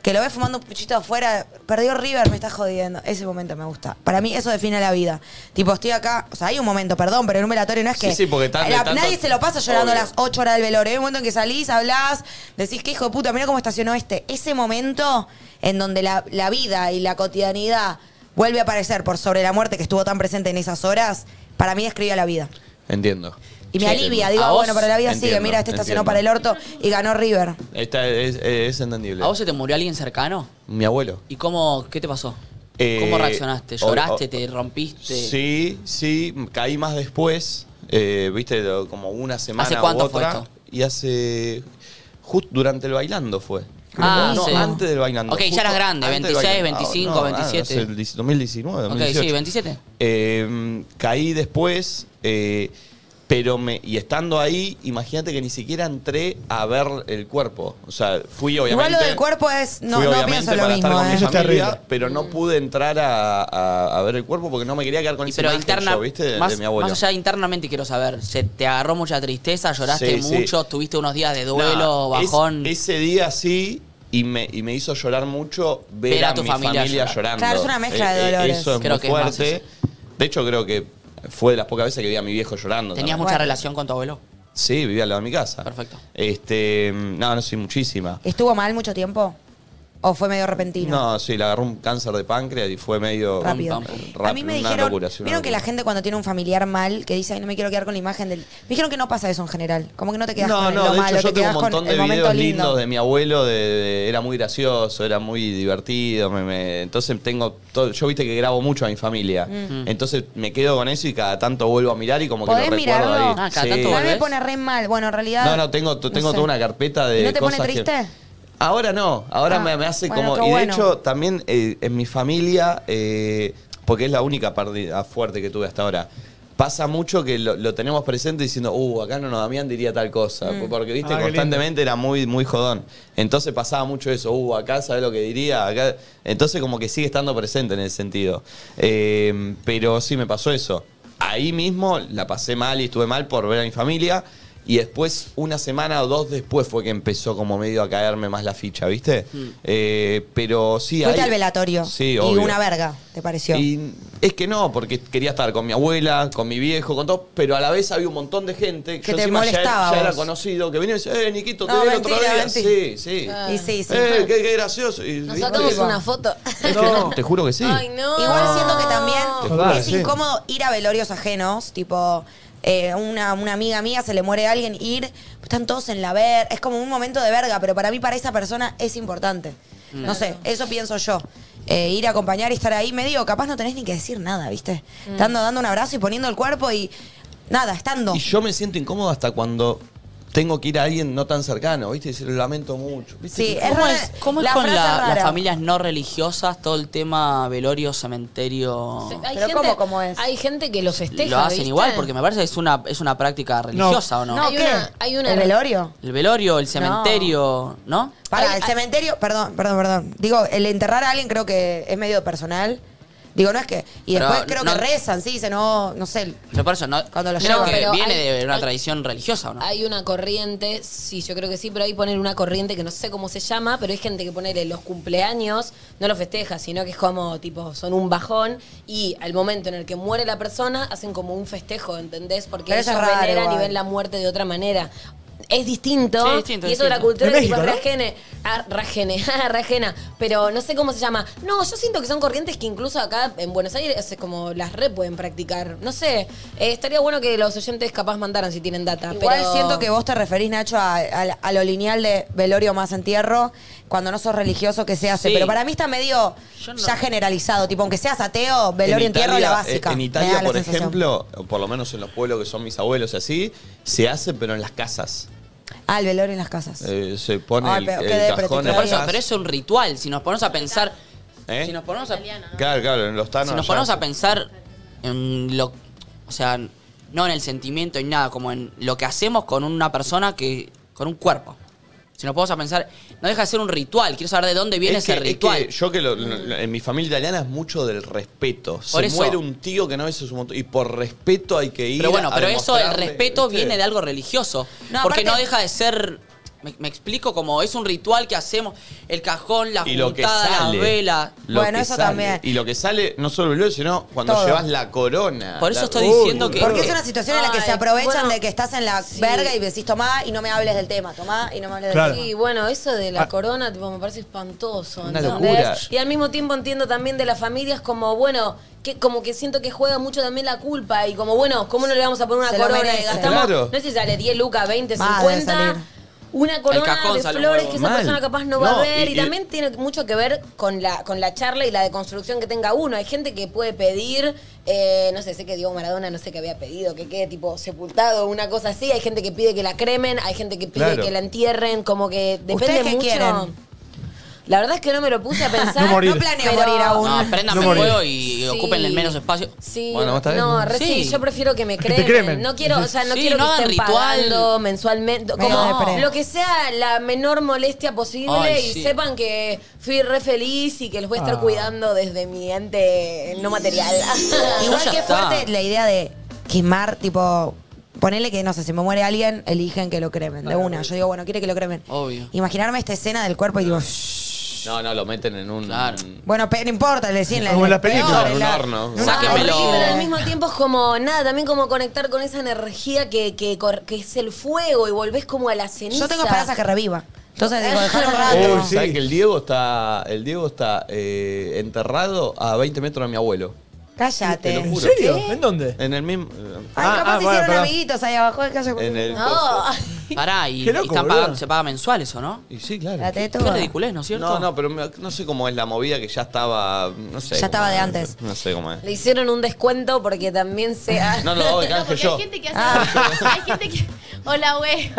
Speaker 3: Que lo ve fumando un puchito afuera, perdió River, me está jodiendo. Ese momento me gusta. Para mí eso define la vida. Tipo, estoy acá, o sea, hay un momento, perdón, pero en un velatorio no es
Speaker 1: Sí,
Speaker 3: que...
Speaker 1: sí, porque tan- de
Speaker 3: la-
Speaker 1: tanto-
Speaker 3: Nadie se lo pasa llorando
Speaker 1: Obvio.
Speaker 3: a las 8 horas del velorio. Hay un momento en que salís, hablás, decís, qué hijo de puta, mira cómo estacionó este. Ese momento en donde la, la vida y la cotidianidad vuelve a aparecer por sobre la muerte que estuvo tan presente en esas horas, para mí describe a la vida.
Speaker 1: Entiendo.
Speaker 3: Y me
Speaker 4: Sí.
Speaker 3: alivia,
Speaker 4: ¿A
Speaker 3: digo, ah,
Speaker 4: vos?
Speaker 3: bueno, pero la vida sigue,
Speaker 1: Entiendo,
Speaker 3: mira, este estacionó
Speaker 1: entiendo.
Speaker 3: para el orto y ganó River.
Speaker 1: Esta es, es entendible.
Speaker 4: ¿A vos se te murió alguien cercano?
Speaker 1: Mi abuelo.
Speaker 4: ¿Y cómo, qué te pasó?
Speaker 1: Eh,
Speaker 4: ¿Cómo reaccionaste?
Speaker 1: o-
Speaker 4: ¿Lloraste?
Speaker 1: o-
Speaker 4: ¿Te rompiste?
Speaker 1: Sí, sí, caí más después, eh, viste, lo- como una semana
Speaker 4: ¿Hace cuánto
Speaker 1: u otra,
Speaker 4: fue esto?
Speaker 1: Y hace, justo durante el bailando fue.
Speaker 4: Ah,
Speaker 1: no,
Speaker 4: sí.
Speaker 1: antes del bailando.
Speaker 4: Ok, ya
Speaker 1: justo
Speaker 4: eras grande,
Speaker 1: antes del
Speaker 4: 26,
Speaker 1: bailando.
Speaker 4: 25,
Speaker 1: Ah,
Speaker 4: 27.
Speaker 1: hace el 10 2019,
Speaker 4: Ok,
Speaker 1: 2018.
Speaker 4: sí, 27.
Speaker 1: Em, Eh, caí después, eh, Pero me, y estando ahí, imagínate que ni siquiera entré a ver el cuerpo. O sea, fui obviamente.
Speaker 3: Igual lo del cuerpo es. No,
Speaker 1: fui
Speaker 3: no
Speaker 1: obviamente
Speaker 3: pienso lo
Speaker 1: para estar
Speaker 3: mismo,
Speaker 1: con
Speaker 3: ¿eh?
Speaker 1: mi
Speaker 7: Eso está
Speaker 1: familia,
Speaker 7: horrible.
Speaker 1: pero no pude entrar a, a- a ver el cuerpo porque no me quería quedar con
Speaker 4: Y
Speaker 1: esa
Speaker 4: pero
Speaker 1: imagen
Speaker 4: interna,
Speaker 1: yo, ¿viste? De,
Speaker 4: más,
Speaker 1: de mi abuelo.
Speaker 4: más allá internamente quiero saber, ¿se ¿te agarró mucha tristeza? ¿Lloraste
Speaker 1: Sí, sí.
Speaker 4: mucho? ¿Tuviste unos días de
Speaker 1: Nada,
Speaker 4: duelo,
Speaker 1: es-
Speaker 4: bajón?
Speaker 1: ese día sí, y me, y me hizo llorar mucho ver,
Speaker 4: Ver
Speaker 1: a,
Speaker 4: a tu
Speaker 1: mi familia,
Speaker 4: familia llorar.
Speaker 1: llorando. Eh,
Speaker 3: Claro, es una mezcla de dolores.
Speaker 1: Eso es
Speaker 4: Creo
Speaker 1: muy
Speaker 4: que es más
Speaker 1: fuerte.
Speaker 4: eso.
Speaker 1: de hecho, creo que fue de las pocas veces que vi a mi viejo llorando.
Speaker 4: ¿Tenías
Speaker 1: también.
Speaker 4: mucha
Speaker 3: Bueno.
Speaker 4: relación con tu abuelo?
Speaker 1: Sí, vivía al lado de mi casa.
Speaker 4: Perfecto.
Speaker 1: Este, no, no soy muchísima.
Speaker 3: ¿Estuvo mal mucho tiempo? ¿O fue medio repentino?
Speaker 1: No, sí, le agarró un cáncer de páncreas y fue medio
Speaker 3: Rápido.
Speaker 4: Pam, pam, pam.
Speaker 1: rápido,
Speaker 3: a mí me
Speaker 1: una
Speaker 3: dijeron,
Speaker 1: locura, sí, una
Speaker 3: vieron que
Speaker 1: locura.
Speaker 3: la gente cuando tiene un familiar mal, que dice, ay, no me quiero quedar con la imagen del... Me dijeron que no pasa eso en general, como que no te quedas
Speaker 1: No,
Speaker 3: con
Speaker 1: no,
Speaker 3: lo
Speaker 1: de
Speaker 3: malo,
Speaker 1: hecho yo
Speaker 3: te
Speaker 1: tengo un
Speaker 3: quedas
Speaker 1: montón
Speaker 3: con
Speaker 1: de
Speaker 3: el momento
Speaker 1: videos
Speaker 3: lindo.
Speaker 1: lindos de mi abuelo, de, de- era muy gracioso, era muy divertido, me- me- entonces tengo todo, yo viste que grabo mucho a mi familia, entonces me quedo con eso y cada tanto vuelvo a mirar y como que lo
Speaker 3: Mm. ¿Podés
Speaker 1: recuerdo
Speaker 3: mirarlo?
Speaker 1: ahí.
Speaker 4: Ah, cada tanto
Speaker 3: A
Speaker 4: volvés.
Speaker 3: mí me pone re mal, bueno, en realidad...
Speaker 1: No, no, tengo, tengo
Speaker 3: sé.
Speaker 1: toda una carpeta de
Speaker 3: ¿No te pone
Speaker 1: cosas que-
Speaker 3: triste?
Speaker 1: Ahora no, ahora
Speaker 3: Ah,
Speaker 1: me, me hace
Speaker 3: bueno,
Speaker 1: como...
Speaker 3: qué
Speaker 1: Y de
Speaker 3: bueno.
Speaker 1: hecho, también eh, en mi familia, eh, porque es la única pérdida fuerte que tuve hasta ahora, pasa mucho que lo, lo tenemos presente diciendo, uh, acá no nos Damián diría tal cosa,
Speaker 3: Mm.
Speaker 1: porque, viste,
Speaker 7: Ah, qué
Speaker 1: constantemente era muy, muy jodón. Entonces pasaba mucho eso, uh, acá sabe lo que diría, acá... Entonces como que sigue estando presente en ese sentido. Eh, pero sí me pasó eso. Ahí mismo la pasé mal y estuve mal por ver a mi familia. Y después, una semana o dos después, fue que empezó como medio a caerme más la ficha, ¿viste? Eh, pero sí,
Speaker 3: Mm. Fuiste
Speaker 1: ahí-
Speaker 3: al velatorio
Speaker 1: Sí,
Speaker 3: y
Speaker 1: obvio.
Speaker 3: una verga, ¿te pareció?
Speaker 1: Y es que no, porque quería estar con mi abuela, con mi viejo, con todo, pero a la vez había un montón de gente
Speaker 3: Que
Speaker 1: yo
Speaker 3: te
Speaker 1: encima ya era-
Speaker 3: molestaba
Speaker 1: Ya, era
Speaker 3: vos.
Speaker 1: conocido, que venía y decía, eh, Niquito, te
Speaker 3: No,
Speaker 1: vi el otro
Speaker 3: mentira,
Speaker 1: día.
Speaker 3: mentira.
Speaker 1: Sí, sí.
Speaker 3: Y sí, sí.
Speaker 1: eh, qué, qué gracioso. Y,
Speaker 2: Ah. Nos
Speaker 1: ¿viste?
Speaker 2: sacamos una foto.
Speaker 1: Es que no, te juro que sí.
Speaker 2: Ay, no.
Speaker 3: Igual siento que también
Speaker 7: Total,
Speaker 3: es
Speaker 7: sí.
Speaker 3: incómodo ir a velorios ajenos, tipo, eh, una, una amiga mía se le muere a alguien, ir, están todos en la ver, es como un momento de verga, pero para mí, para esa persona, es importante. No
Speaker 4: Mm.
Speaker 3: sé, eso pienso yo. Eh, ir a acompañar y estar ahí, me digo, capaz no tenés ni que decir nada, ¿viste? Estando dando un abrazo y poniendo el cuerpo y nada, estando.
Speaker 1: Y yo me siento incómodo hasta cuando tengo que ir a alguien no tan cercano, ¿viste? Y se lo lamento mucho. ¿viste?
Speaker 3: Sí, es
Speaker 4: ¿Cómo
Speaker 3: rara-
Speaker 4: es, cómo es
Speaker 3: la
Speaker 4: con
Speaker 3: frase
Speaker 4: la-
Speaker 3: rara.
Speaker 4: las familias no religiosas, todo el tema velorio, cementerio?
Speaker 2: Sí, hay
Speaker 3: Pero
Speaker 2: gente-
Speaker 3: ¿cómo- cómo es?
Speaker 2: Hay gente que lo festeja.
Speaker 4: ¿Lo hacen
Speaker 2: ¿viste?
Speaker 4: igual? Porque me parece que es una, es una práctica religiosa, ¿o no?
Speaker 3: No,
Speaker 2: Hay
Speaker 3: ¿qué?
Speaker 2: una- hay una-
Speaker 3: ¿El velorio?
Speaker 4: El velorio, el cementerio, ¿no?
Speaker 3: Para,
Speaker 2: Hay-
Speaker 3: el
Speaker 2: hay-
Speaker 3: cementerio, perdón, perdón, perdón. Digo, el enterrar a alguien creo que es medio personal. Digo, no es que. Y
Speaker 4: Pero
Speaker 3: después creo
Speaker 4: no-
Speaker 3: que rezan, sí, dicen, no, no sé.
Speaker 4: Pero por eso no,
Speaker 3: Cuando lo
Speaker 4: creo
Speaker 3: llevan.
Speaker 4: que
Speaker 2: Pero
Speaker 4: viene
Speaker 2: hay-
Speaker 4: de una
Speaker 2: hay-
Speaker 4: tradición religiosa, ¿o no?
Speaker 2: Hay una corriente, sí, yo creo que sí, pero hay poner una corriente que no sé cómo se llama, pero hay gente que pone los cumpleaños, no lo festeja, sino que es como, tipo, son un bajón y al momento en el que muere la persona hacen como un festejo, ¿entendés? Porque
Speaker 3: Pero
Speaker 2: ellos
Speaker 3: eso es raro
Speaker 2: veneran y
Speaker 3: igual.
Speaker 2: ven la muerte de otra manera. Es distinto,
Speaker 4: Sí, es distinto,
Speaker 2: y eso de la
Speaker 4: distinto.
Speaker 2: cultura
Speaker 7: En
Speaker 2: que tipo,
Speaker 7: México, ¿no?
Speaker 2: rajene, ah, rajene, ah, rajena, pero no sé cómo se llama. No, yo siento que son corrientes que incluso acá en Buenos Aires es como las re pueden practicar. No sé, eh, estaría bueno que los oyentes capaz mandaran si tienen data.
Speaker 3: Igual
Speaker 2: pero-
Speaker 3: siento que vos te referís, Nacho, a, a- a lo lineal de velorio más entierro, cuando no sos religioso que se hace.
Speaker 4: Sí.
Speaker 3: Pero para mí está medio
Speaker 4: Yo no-
Speaker 3: ya generalizado. Tipo, aunque seas ateo, velorio
Speaker 1: En
Speaker 3: entierro es la
Speaker 1: Italia,
Speaker 3: básica.
Speaker 1: eh, En
Speaker 3: me
Speaker 1: Italia,
Speaker 3: da la
Speaker 1: por
Speaker 3: sensación.
Speaker 1: ejemplo, o por lo menos en los pueblos que son mis abuelos y así, se hace, pero en las casas.
Speaker 3: Ah, el velorio en las casas.
Speaker 1: Eh, se pone
Speaker 3: Ay,
Speaker 1: el,
Speaker 3: pero
Speaker 1: el
Speaker 3: qué depre, te
Speaker 1: cajón en
Speaker 4: Pero, por
Speaker 1: las
Speaker 3: creo.
Speaker 4: eso,
Speaker 1: casas.
Speaker 4: pero es un ritual. Si nos ponemos a pensar.
Speaker 1: ¿Eh? Ah,
Speaker 4: Si nos ponemos a,
Speaker 12: Italiano, ¿no?
Speaker 1: Claro, claro, en los tanos.
Speaker 4: si nos
Speaker 1: allá.
Speaker 4: ponemos a pensar en lo. O sea, no en el sentimiento y nada, como en lo que hacemos con una persona que. con un cuerpo. Si nos ponemos a pensar, no deja de ser un ritual. Quiero saber de dónde viene
Speaker 1: Es que-
Speaker 4: ese
Speaker 1: es
Speaker 4: ritual.
Speaker 1: que yo que lo- lo- en mi familia italiana es mucho del respeto.
Speaker 4: Por
Speaker 1: se
Speaker 4: eso.
Speaker 1: muere un tío que no es un montón. Y por respeto hay que ir.
Speaker 4: Pero bueno,
Speaker 1: a
Speaker 4: pero eso, el
Speaker 1: demostrarle,
Speaker 4: respeto
Speaker 1: ¿viste?
Speaker 4: viene de algo religioso.
Speaker 3: No,
Speaker 4: porque
Speaker 3: aparte-
Speaker 4: no deja de ser. Me, me explico como es un ritual que hacemos. El cajón, la
Speaker 1: Y lo que
Speaker 4: juntada,
Speaker 1: sale.
Speaker 4: la vela.
Speaker 1: lo
Speaker 3: Bueno,
Speaker 1: que
Speaker 3: eso
Speaker 1: sale.
Speaker 3: también.
Speaker 1: Y lo que sale, no solo el video, sino cuando
Speaker 3: Todo.
Speaker 1: llevas la corona.
Speaker 4: Por eso
Speaker 1: La-
Speaker 4: estoy
Speaker 1: Uy,
Speaker 4: diciendo que-
Speaker 3: Porque es
Speaker 1: boludo.
Speaker 3: una situación en la que
Speaker 2: Ay,
Speaker 3: se aprovechan
Speaker 2: bueno.
Speaker 3: de que estás en la
Speaker 2: Sí.
Speaker 3: verga y decís tomá y no me hables del tema, tomá y no me hables
Speaker 7: Claro.
Speaker 3: del tema.
Speaker 2: Sí, bueno, eso de la corona tipo, me parece espantoso.
Speaker 1: Una
Speaker 2: ¿entendés?
Speaker 1: locura.
Speaker 2: Y al mismo tiempo entiendo también de las familias como, bueno, que como que siento que juega mucho también la culpa y como, bueno, ¿cómo no le vamos a poner una
Speaker 3: Se lo
Speaker 2: corona?
Speaker 3: merece.
Speaker 2: Y gastamos,
Speaker 1: Claro.
Speaker 2: no sé si sale 10 lucas, 20,
Speaker 3: Va,
Speaker 2: 50.
Speaker 3: debe salir.
Speaker 2: Una corona
Speaker 4: cajón
Speaker 2: de
Speaker 4: sale un
Speaker 2: flores
Speaker 4: huevo.
Speaker 2: que esa
Speaker 1: Mal.
Speaker 2: persona capaz no va
Speaker 1: No,
Speaker 2: a ver.
Speaker 1: y-
Speaker 2: Y,
Speaker 1: y-
Speaker 2: también tiene mucho que ver con la, con la charla y la deconstrucción que tenga uno. Hay gente que puede pedir, eh, no sé, sé que Diego Maradona no sé qué había pedido, que quede tipo sepultado, una cosa así. Hay gente que pide que la cremen, hay gente que pide
Speaker 1: Claro.
Speaker 2: que la entierren, como que Depende
Speaker 3: ¿Ustedes qué
Speaker 2: mucho.
Speaker 3: quieren?
Speaker 2: La verdad es que no me lo puse a pensar.
Speaker 7: No morir.
Speaker 3: No planeo
Speaker 2: Pero-
Speaker 3: morir aún.
Speaker 4: No, prendan
Speaker 7: No
Speaker 4: el
Speaker 7: morí.
Speaker 4: fuego y
Speaker 2: Sí.
Speaker 4: ocupen el menos espacio.
Speaker 2: Sí,
Speaker 6: Bueno, vos también,
Speaker 2: no,
Speaker 6: ¿no?
Speaker 2: re- sí,
Speaker 4: Sí.
Speaker 2: yo prefiero que me
Speaker 7: Que
Speaker 2: cremen.
Speaker 7: te cremen.
Speaker 2: No quiero, o sea, no
Speaker 4: Sí,
Speaker 2: quiero
Speaker 4: no
Speaker 2: que
Speaker 4: hagan
Speaker 2: estén
Speaker 4: ritual.
Speaker 2: pagando mensualmente,
Speaker 3: Me
Speaker 2: como
Speaker 3: depre.
Speaker 2: lo que sea la menor molestia posible
Speaker 4: Ay,
Speaker 2: y
Speaker 4: sí.
Speaker 2: sepan que fui re feliz y que los voy a estar
Speaker 7: Ah.
Speaker 2: cuidando desde mi ente no material.
Speaker 3: Igual
Speaker 4: Ya
Speaker 3: que
Speaker 4: está.
Speaker 3: fuerte la idea de quemar, tipo, ponele que, no sé, si me muere alguien, eligen que lo cremen, de una. Yo digo, bueno, quiere que lo cremen.
Speaker 4: Obvio.
Speaker 3: Imaginarme esta escena del cuerpo y digo, shh.
Speaker 6: No, no, lo meten en un.
Speaker 4: Claro.
Speaker 3: bueno, pe- no importa, le decían
Speaker 7: Como en las películas.
Speaker 6: En un horno.
Speaker 3: en una-
Speaker 4: Sáquenmelo.
Speaker 2: Sí, pero al mismo tiempo es como nada, también como conectar con esa energía que, que, cor- que es el fuego y volvés como a la ceniza.
Speaker 3: Yo tengo esperanza que reviva. Entonces digo, dejalo un rato.
Speaker 1: Oh,
Speaker 7: Uy, sí.
Speaker 6: ¿Sabes que el Diego está, el Diego está eh, enterrado a 20 metros de mi abuelo?
Speaker 3: Cállate.
Speaker 6: Te lo
Speaker 7: ¿En
Speaker 6: juro.
Speaker 7: serio? ¿En dónde?
Speaker 6: En el mismo.
Speaker 3: Ay,
Speaker 7: Ah,
Speaker 3: capaz
Speaker 7: ah,
Speaker 3: hicieron
Speaker 7: bueno, perdón.
Speaker 3: amiguitos ahí abajo del calle.
Speaker 6: En el.
Speaker 2: No.
Speaker 3: Ah.
Speaker 4: Pará, y,
Speaker 7: Qué loco,
Speaker 4: y están
Speaker 7: boludo.
Speaker 4: pagando- se paga mensual eso, ¿no?
Speaker 6: Y sí, claro.
Speaker 3: La teto.
Speaker 4: Qué ridiculez, ¿no es cierto?
Speaker 6: No, no, pero me- no sé cómo es la movida que ya estaba. No sé.
Speaker 3: Ya
Speaker 6: cómo
Speaker 3: estaba de
Speaker 6: es.
Speaker 3: antes.
Speaker 6: No sé cómo es.
Speaker 2: Le hicieron un descuento porque también se ha-
Speaker 6: No, no, oiga,
Speaker 5: No,
Speaker 6: Ángel,
Speaker 5: porque
Speaker 6: yo.
Speaker 5: hay gente que hace.
Speaker 3: Ah.
Speaker 5: Hay gente que. Hola, güey.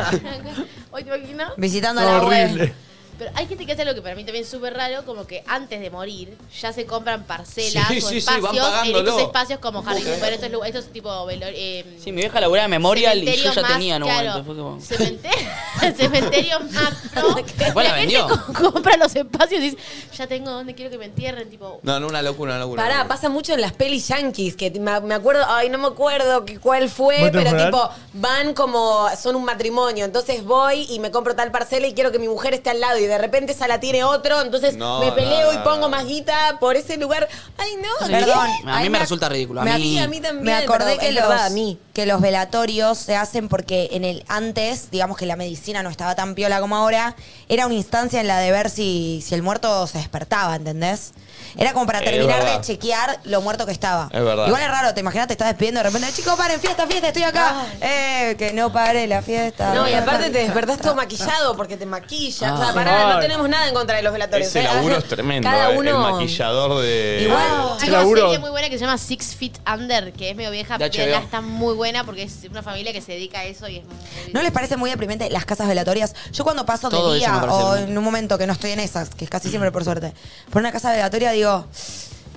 Speaker 5: Hoy te imagino.
Speaker 3: Visitando a la web.
Speaker 7: Horrible.
Speaker 5: Pero hay gente que hace algo que para mí también es súper raro, como que antes de morir ya se compran parcelas
Speaker 6: Sí,
Speaker 5: o
Speaker 6: sí, sí, van
Speaker 5: espacios en
Speaker 6: pagándolo.
Speaker 5: estos espacios como jardín.
Speaker 6: Puta,
Speaker 5: Pero estos, lu- estos tipo velor- eh,
Speaker 4: Sí, mi vieja laburaba de Memorial y yo
Speaker 5: cementerios
Speaker 4: ya
Speaker 5: más,
Speaker 4: tenía en un
Speaker 5: claro,
Speaker 4: momento. Fue como-
Speaker 5: Cementerio, cementerio más pro.
Speaker 4: Después la vendió.
Speaker 5: gente co- compra los espacios y dice, ya tengo donde quiero que me entierren, tipo.
Speaker 6: No, no, una locura, una locura.
Speaker 2: Pará,
Speaker 6: una locura.
Speaker 2: pasa mucho en las pelis yankees, que me me acuerdo, ay, no me acuerdo que- cuál fue,
Speaker 7: ¿Muerte
Speaker 2: pero
Speaker 7: funeral?
Speaker 2: tipo, van como, son un matrimonio, entonces voy y me compro tal parcela y quiero que mi mujer esté al lado y de repente esa la tiene otro, entonces
Speaker 6: No,
Speaker 2: me
Speaker 6: no,
Speaker 2: peleo
Speaker 6: no,
Speaker 2: y
Speaker 6: no.
Speaker 2: pongo más guita por ese lugar. Ay, no,
Speaker 4: Sí.
Speaker 3: Perdón,
Speaker 4: A mí
Speaker 3: ahí
Speaker 4: me
Speaker 3: me ac-
Speaker 4: resulta ridículo. A
Speaker 2: me-
Speaker 4: mí,
Speaker 2: a mí también.
Speaker 3: Me acordé
Speaker 2: pero
Speaker 3: que
Speaker 2: es
Speaker 3: los,
Speaker 2: verdad, a mí.
Speaker 3: que los velatorios se hacen porque en el antes, digamos que la medicina no estaba tan piola como ahora, era una instancia en la de ver si, si el muerto se despertaba, ¿entendés? Era como para
Speaker 6: Es
Speaker 3: terminar de
Speaker 6: verdad.
Speaker 3: chequear lo muerto que estaba.
Speaker 6: Es verdad.
Speaker 3: Igual es raro, te imaginas, te estás despidiendo de repente, chicos, paren, fiesta, fiesta, estoy acá. Eh, que no pare la fiesta.
Speaker 2: No, y aparte te despertás todo maquillado porque te maquillas.
Speaker 4: Ah.
Speaker 2: o sea, pará, no
Speaker 7: Ay.
Speaker 2: tenemos nada en contra de los velatorios.
Speaker 6: Ese
Speaker 2: ¿eh?
Speaker 6: laburo es tremendo.
Speaker 2: Cada
Speaker 6: eh,
Speaker 2: uno.
Speaker 6: El maquillador de.
Speaker 3: Igual,
Speaker 5: Hay una
Speaker 7: Laburo.
Speaker 5: serie muy buena que se llama Six Feet Under, que es medio vieja,
Speaker 4: De
Speaker 5: pero
Speaker 4: HBO.
Speaker 5: está muy buena porque es una familia que se dedica a eso y es muy...
Speaker 3: ¿No les parece muy deprimente las casas velatorias? Yo cuando paso
Speaker 4: Todo
Speaker 3: de
Speaker 4: eso
Speaker 3: día
Speaker 4: me parece
Speaker 3: o
Speaker 4: deprimente.
Speaker 3: en un momento que no estoy en esas, que es casi siempre por suerte, por una casa velatoria digo,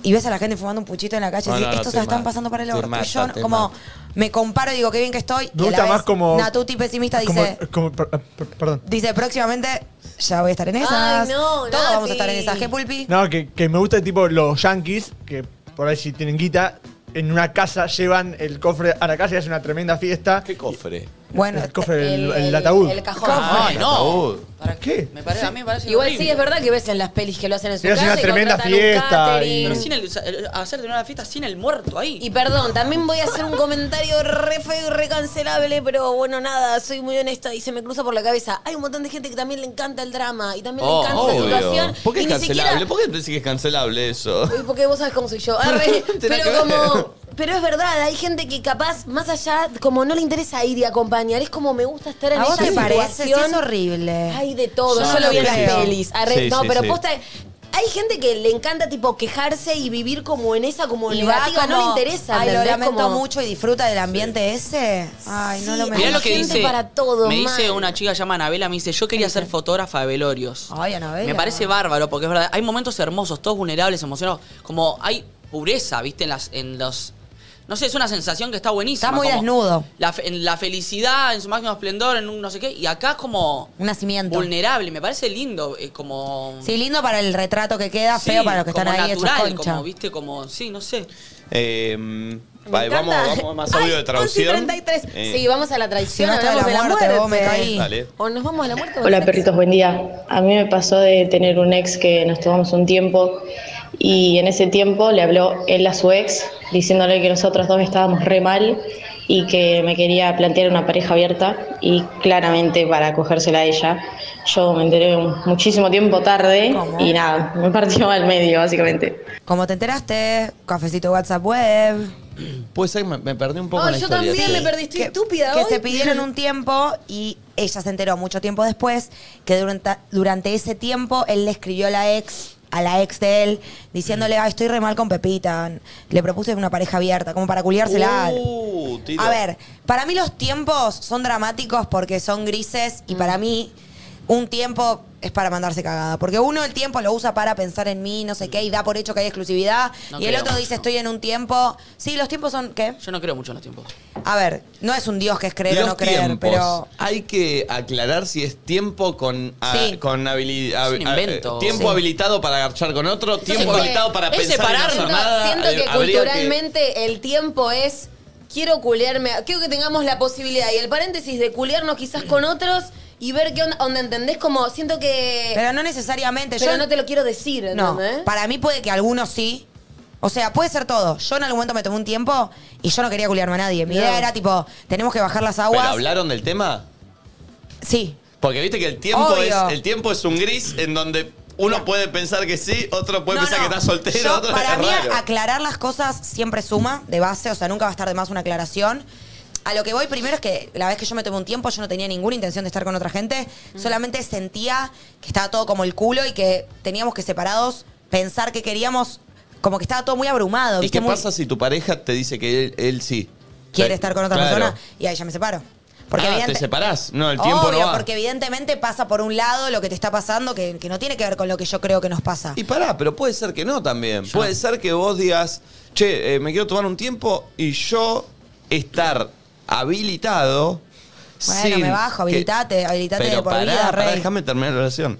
Speaker 3: y ves a la gente fumando un puchito en la calle
Speaker 6: No,
Speaker 3: y decís,
Speaker 6: no, no,
Speaker 3: estos
Speaker 6: te
Speaker 3: la están
Speaker 6: mata,
Speaker 3: pasando para el
Speaker 6: te
Speaker 3: orto.
Speaker 6: mata,
Speaker 3: Y yo
Speaker 6: te
Speaker 3: como
Speaker 6: mata.
Speaker 3: me comparo y digo, qué bien que estoy. y
Speaker 7: Me
Speaker 3: a la
Speaker 7: gusta
Speaker 3: vez
Speaker 7: más como.
Speaker 3: Natuti pesimista
Speaker 7: como-
Speaker 3: dice,
Speaker 7: como- per- ah, per- perdón.
Speaker 3: dice, próximamente ya voy a estar en esas.
Speaker 2: Ay, no,
Speaker 3: Todos
Speaker 2: Nati.
Speaker 3: vamos a estar en esas. ¿Qué pulpi?
Speaker 7: No, que, que me gusta tipo los yankees, que por ahí si tienen guita, en una casa llevan el cofre a la casa y hacen una tremenda fiesta.
Speaker 6: ¿Qué cofre?
Speaker 3: Bueno,
Speaker 7: El cofre, el, el ataúd.
Speaker 2: El cajón.
Speaker 4: Ay, no.
Speaker 6: Ataúd.
Speaker 4: ¿Para
Speaker 7: ¿Qué?
Speaker 4: Me parece, a mí me parece
Speaker 2: Igual
Speaker 4: horrible.
Speaker 2: sí, es verdad que ves en las pelis que lo hacen en su
Speaker 7: Y hacen
Speaker 2: casa.
Speaker 7: una
Speaker 2: y
Speaker 7: tremenda
Speaker 2: contratan un
Speaker 7: fiesta
Speaker 2: catering.
Speaker 4: Pero sin el, el- hacer tener una fiesta sin el muerto ahí.
Speaker 2: Y perdón, también voy a hacer un comentario re feo y re cancelable, pero bueno, nada, soy muy honesta y se me cruza por la cabeza. Hay un montón de gente que también le encanta el drama y también
Speaker 4: Oh,
Speaker 2: le encanta
Speaker 6: Obvio.
Speaker 2: esa situación.
Speaker 6: ¿Por qué
Speaker 2: y
Speaker 6: es
Speaker 2: ni
Speaker 6: cancelable?
Speaker 2: siquiera-
Speaker 6: ¿Por qué decís que es cancelable eso?
Speaker 2: Uy, porque vos sabés cómo soy yo. Arre,
Speaker 6: No tiene
Speaker 2: pero
Speaker 6: nada que ver.
Speaker 2: como. Pero es verdad, hay gente que capaz, más allá, como no le interesa ir y acompañar, es como me gusta estar en
Speaker 3: ¿A vos
Speaker 2: esa
Speaker 3: te parece? Sí,
Speaker 2: situación.
Speaker 3: es horrible.
Speaker 2: Hay de todo.
Speaker 4: Yo
Speaker 2: Yo
Speaker 4: no
Speaker 2: lo vi en las
Speaker 3: creo.
Speaker 2: pelis. Arre-
Speaker 6: Sí,
Speaker 2: no,
Speaker 6: sí,
Speaker 2: pero
Speaker 6: sí.
Speaker 2: posta. Hay gente que le encanta tipo quejarse y vivir como en esa como
Speaker 3: Y va
Speaker 2: negativa, no
Speaker 3: como,
Speaker 2: le interesa.
Speaker 3: Ay, lo
Speaker 2: ¿entendés?
Speaker 3: lamento
Speaker 2: Como-
Speaker 3: mucho y disfruta del ambiente ese. Ay, no
Speaker 2: Sí, Mirá
Speaker 3: lo me
Speaker 4: Mirá
Speaker 2: Hay
Speaker 4: lo que
Speaker 2: gente
Speaker 4: dice.
Speaker 2: para todo,
Speaker 4: me
Speaker 2: mal.
Speaker 4: dice una chica llamada Anabela, me dice, yo quería ser fotógrafa de velorios.
Speaker 3: Ay, Anabela.
Speaker 4: Me parece bárbaro, porque es verdad, hay momentos hermosos, todos vulnerables, emocionados, como hay pureza, viste, en las, en los. No sé, es una sensación que está buenísima.
Speaker 3: Está muy
Speaker 4: como
Speaker 3: desnudo.
Speaker 4: La, fe- en la felicidad, en su máximo esplendor, en un no sé qué. Y acá es como
Speaker 3: Un nacimiento.
Speaker 4: vulnerable, me parece lindo, eh, como.
Speaker 3: Sí, lindo para el retrato que queda,
Speaker 4: Sí,
Speaker 3: feo para los que están
Speaker 4: como
Speaker 3: ahí hechos
Speaker 4: natural,
Speaker 3: concha.
Speaker 4: Como, viste, como, sí, no sé.
Speaker 6: Eh,
Speaker 2: Me
Speaker 6: vale, vamos,
Speaker 2: encanta.
Speaker 6: vamos más
Speaker 2: Ay,
Speaker 6: audio de traducción.
Speaker 2: 11:33.
Speaker 6: Eh,
Speaker 2: Sí, vamos a la
Speaker 3: Si
Speaker 2: traición.
Speaker 3: no está la
Speaker 2: hablamos de
Speaker 3: muerte, vos me caí.
Speaker 6: Dale.
Speaker 2: O nos vamos a la muerte. o al
Speaker 13: Hola
Speaker 2: sexo.
Speaker 13: perritos, buen día. A mí me pasó de tener un ex que nos tomamos un tiempo y en ese tiempo le habló él a su ex diciéndole que nosotros dos estábamos re mal y que me quería plantear una pareja abierta y claramente para cogérsela a ella. Yo me enteré un- muchísimo tiempo tarde
Speaker 3: ¿Cómo?
Speaker 13: y nada, me partió al medio básicamente.
Speaker 3: Como te enteraste, cafecito WhatsApp web.
Speaker 6: Puede ser que me, me perdí un poco en
Speaker 2: Ay,
Speaker 6: la
Speaker 2: yo
Speaker 6: historia.
Speaker 2: también
Speaker 6: sí.
Speaker 2: me perdí, estoy
Speaker 3: que,
Speaker 2: estúpida
Speaker 3: que
Speaker 2: hoy.
Speaker 3: se pidieron un tiempo y ella se enteró mucho tiempo después que durante, durante ese tiempo él le escribió a la ex, a la ex de él, diciéndole, ah, estoy re mal con Pepita. Le propuse una pareja abierta, como para culiársela.
Speaker 6: Uh, tiro.
Speaker 3: A ver, para mí los tiempos son dramáticos porque son grises y para mí un tiempo es para mandarse cagada. Porque uno el tiempo lo usa para pensar en mí, no sé qué, y da por hecho que hay exclusividad.
Speaker 4: No
Speaker 3: y el
Speaker 4: creo
Speaker 3: otro dice,
Speaker 4: mucho.
Speaker 3: estoy en un tiempo. Sí, los tiempos son. ¿Qué?
Speaker 4: Yo no creo mucho en los tiempos.
Speaker 3: A ver, no es un Dios que es creer o
Speaker 1: los
Speaker 3: no creer,
Speaker 1: tiempos.
Speaker 3: pero.
Speaker 1: Hay que aclarar si es tiempo con, a-
Speaker 3: Sí.
Speaker 1: con habilidad.
Speaker 4: Es un invento.
Speaker 1: eh, Tiempo
Speaker 4: Sí.
Speaker 1: habilitado para garchar con otro, tiempo
Speaker 2: que-
Speaker 1: habilitado para
Speaker 4: es
Speaker 1: pensar
Speaker 4: separarnos.
Speaker 1: en
Speaker 2: Siento,
Speaker 1: no hacer nada.
Speaker 2: siento que
Speaker 1: Eh, habría
Speaker 2: culturalmente el tiempo es quiero culearme, quiero que tengamos la posibilidad y el paréntesis de culearnos quizás con otros y ver qué onda, onda, ¿entendés? Como siento que
Speaker 3: Pero no necesariamente.
Speaker 2: pero
Speaker 3: yo
Speaker 2: no te ¿eh? lo quiero decir,
Speaker 3: No,
Speaker 2: ¿entendés?
Speaker 3: para mí puede que algunos sí. O sea, puede ser todo. Yo en algún momento me tomé un tiempo y yo no quería culiarme a nadie. Mi
Speaker 2: No.
Speaker 3: idea era tipo, tenemos que bajar las
Speaker 1: ¿Pero
Speaker 3: aguas.
Speaker 1: hablaron del tema?
Speaker 3: Sí.
Speaker 1: Porque viste que el tiempo, es,
Speaker 3: Obvio.
Speaker 1: el tiempo es un gris en donde uno puede pensar que sí, otro puede
Speaker 3: No,
Speaker 1: pensar
Speaker 3: no.
Speaker 1: que está soltero,
Speaker 3: Yo,
Speaker 1: otro
Speaker 3: Para
Speaker 1: es
Speaker 3: mí,
Speaker 1: raro.
Speaker 3: aclarar las cosas siempre suma de base, o sea, nunca va a estar de más una aclaración. A lo que voy primero es que la vez que yo me tomé un tiempo, yo no tenía ninguna intención de estar con otra gente,
Speaker 1: Mm.
Speaker 3: solamente sentía que estaba todo como el culo y que teníamos que separados pensar que queríamos, como que estaba todo muy abrumado.
Speaker 1: ¿Y
Speaker 3: ¿viste?
Speaker 1: qué
Speaker 3: Muy-
Speaker 1: pasa si tu pareja te dice que él, él sí?
Speaker 3: quiere estar con otra
Speaker 1: Claro.
Speaker 3: persona y ahí ya me separo. Porque
Speaker 1: Ah,
Speaker 3: evidente-
Speaker 1: te separás. No, el tiempo
Speaker 3: Obvio,
Speaker 1: no va.
Speaker 3: porque evidentemente pasa por un lado lo que te está pasando que, que no tiene que ver con lo que yo creo que nos pasa.
Speaker 1: Y pará, pero puede ser que no también. Puede ser que vos digas, che, eh, me quiero tomar un tiempo y yo estar habilitado.
Speaker 3: Bueno,
Speaker 1: sin
Speaker 3: me bajo,
Speaker 1: que-
Speaker 3: habilitate, habilitate
Speaker 1: Pero
Speaker 3: de por
Speaker 1: pará,
Speaker 3: vida,
Speaker 1: pará,
Speaker 3: rey.
Speaker 1: déjame terminar la relación.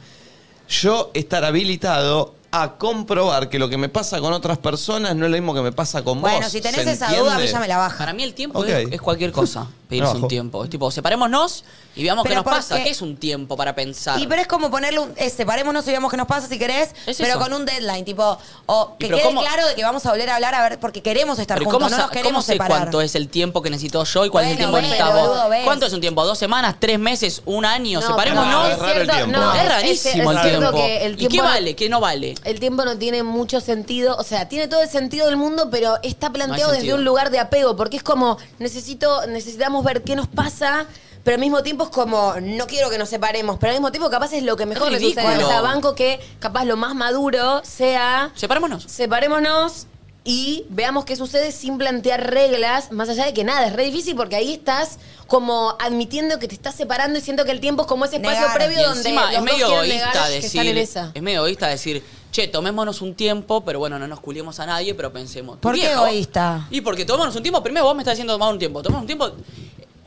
Speaker 1: Yo estar habilitado a comprobar que lo que me pasa con otras personas no es lo mismo que me pasa con vos.
Speaker 3: bueno, si tenés
Speaker 1: ¿se
Speaker 3: esa duda, a mí
Speaker 1: entiende?
Speaker 3: ya me la baja.
Speaker 4: Para mí el tiempo
Speaker 1: Ok.
Speaker 4: es, es cualquier cosa, pedirse
Speaker 1: Abajo.
Speaker 4: un tiempo. Es tipo, separémonos y veamos qué
Speaker 3: Pero
Speaker 4: nos pasa.
Speaker 3: porque-
Speaker 4: ¿Qué es un tiempo para pensar?
Speaker 3: Y pero es como ponerle un. eh, separémonos y veamos qué nos pasa si querés,
Speaker 4: Es
Speaker 3: pero
Speaker 4: eso.
Speaker 3: con un deadline, tipo, o
Speaker 4: Y
Speaker 3: que
Speaker 4: pero
Speaker 3: quede
Speaker 4: cómo-
Speaker 3: claro de que vamos a volver a hablar a ver, porque queremos estar
Speaker 4: Pero ¿y
Speaker 3: juntos,
Speaker 4: ¿cómo,
Speaker 3: no
Speaker 4: sa-
Speaker 3: nos
Speaker 4: cómo
Speaker 3: queremos
Speaker 4: sé
Speaker 3: separar.
Speaker 4: cuánto es el tiempo que necesito yo y cuál es el
Speaker 3: Bueno,
Speaker 4: tiempo que
Speaker 3: ves,
Speaker 4: necesitas vos?
Speaker 3: boludo, ves.
Speaker 4: ¿Cuánto es un tiempo? ¿Dos semanas? ¿Tres meses? ¿Un año?
Speaker 2: No,
Speaker 1: no,
Speaker 4: ¿Separémonos?
Speaker 1: es raro el tiempo.
Speaker 2: no,
Speaker 1: Es
Speaker 2: es- es-
Speaker 4: rarísimo
Speaker 2: es
Speaker 4: el,
Speaker 2: cierto
Speaker 4: tiempo.
Speaker 2: que el
Speaker 4: ¿Y qué
Speaker 2: tiempo-
Speaker 4: vale? ¿Qué no vale?
Speaker 2: El tiempo no tiene mucho sentido, o sea, tiene todo el sentido del mundo, pero está planteado desde
Speaker 4: sentido.
Speaker 2: un lugar de apego, porque es como, necesito, necesitamos ver qué nos pasa, pero al mismo tiempo es como, no quiero que nos separemos, pero al mismo tiempo capaz es lo que mejor les sucede.
Speaker 4: ridículo.
Speaker 2: O sea, banco que capaz lo más maduro sea,
Speaker 4: ¿Separémonos?
Speaker 2: separémonos y veamos qué sucede sin plantear reglas, más allá de que nada, es re difícil porque ahí estás como admitiendo que te estás separando y siento que el tiempo es como ese espacio
Speaker 3: Negar.
Speaker 2: previo
Speaker 4: Y
Speaker 2: donde
Speaker 4: encima
Speaker 2: los
Speaker 4: es
Speaker 2: dos
Speaker 4: medio
Speaker 2: quieren negar
Speaker 4: egoísta
Speaker 2: que están en
Speaker 4: decir,
Speaker 2: esa.
Speaker 4: es medio egoísta decir, che, tomémonos un tiempo, pero bueno, no nos culiemos a nadie, pero pensemos.
Speaker 3: ¿Por qué
Speaker 4: viejo?
Speaker 3: egoísta?
Speaker 4: Y porque tomémonos un tiempo, primero vos me estás diciendo tomar un tiempo, tomar un tiempo.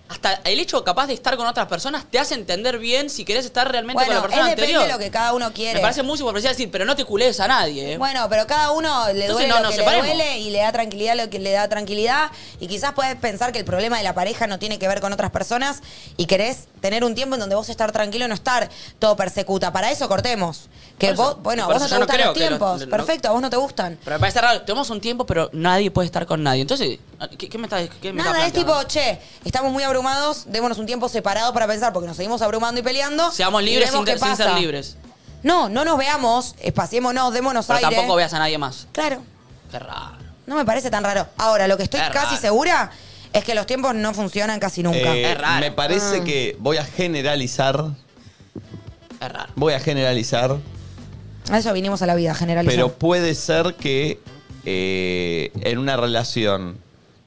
Speaker 4: Hasta el hecho capaz de estar con otras personas te hace entender bien si querés estar realmente
Speaker 3: Bueno,
Speaker 4: con la persona
Speaker 3: es depende
Speaker 4: anterior.
Speaker 3: de lo que cada uno quiere.
Speaker 4: Me parece muy superficial decir, pero no te culees a nadie. ¿eh?
Speaker 3: Bueno, pero cada uno le
Speaker 4: Entonces,
Speaker 3: duele
Speaker 4: no,
Speaker 3: lo
Speaker 4: nos
Speaker 3: que le
Speaker 4: separemos.
Speaker 3: duele y le da tranquilidad lo que le da tranquilidad. Y quizás puedes pensar que el problema de la pareja no tiene que ver con otras personas y querés tener un tiempo en donde vos estar tranquilo y no estar todo persecuta. Para eso cortemos. Que
Speaker 4: Por eso,
Speaker 3: vos, bueno, a
Speaker 4: por
Speaker 3: vos no
Speaker 4: eso
Speaker 3: te
Speaker 4: yo no
Speaker 3: gustan
Speaker 4: creo
Speaker 3: los
Speaker 4: que lo-
Speaker 3: tiempos.
Speaker 4: no-
Speaker 3: Perfecto, a vos no te gustan.
Speaker 4: Pero me parece raro, tomamos un tiempo, pero nadie puede estar con nadie. Entonces, ¿qué, qué me estás qué me
Speaker 3: Nada,
Speaker 4: estás
Speaker 3: es tipo,
Speaker 4: planteando?
Speaker 3: che, estamos muy abrumados, démonos un tiempo separado para pensar, porque nos seguimos abrumando y peleando.
Speaker 4: Seamos
Speaker 3: y
Speaker 4: libres sin,
Speaker 3: vemos qué
Speaker 4: sin ser
Speaker 3: pasa.
Speaker 4: libres.
Speaker 3: No, no nos veamos, espaciémonos, démonos
Speaker 4: Pero
Speaker 3: aire.
Speaker 4: tampoco veas a nadie más.
Speaker 3: Claro,
Speaker 4: Qué raro.
Speaker 3: no me parece tan raro. Ahora, lo que estoy
Speaker 4: Es
Speaker 3: casi
Speaker 4: raro.
Speaker 3: segura es que los tiempos no funcionan casi nunca. Mm.
Speaker 1: Eh,
Speaker 4: Es raro.
Speaker 1: Me parece que voy a generalizar.
Speaker 4: Es raro.
Speaker 1: Voy a generalizar.
Speaker 3: a eso vinimos a la vida, generalizar.
Speaker 1: Pero puede ser que eh, en una relación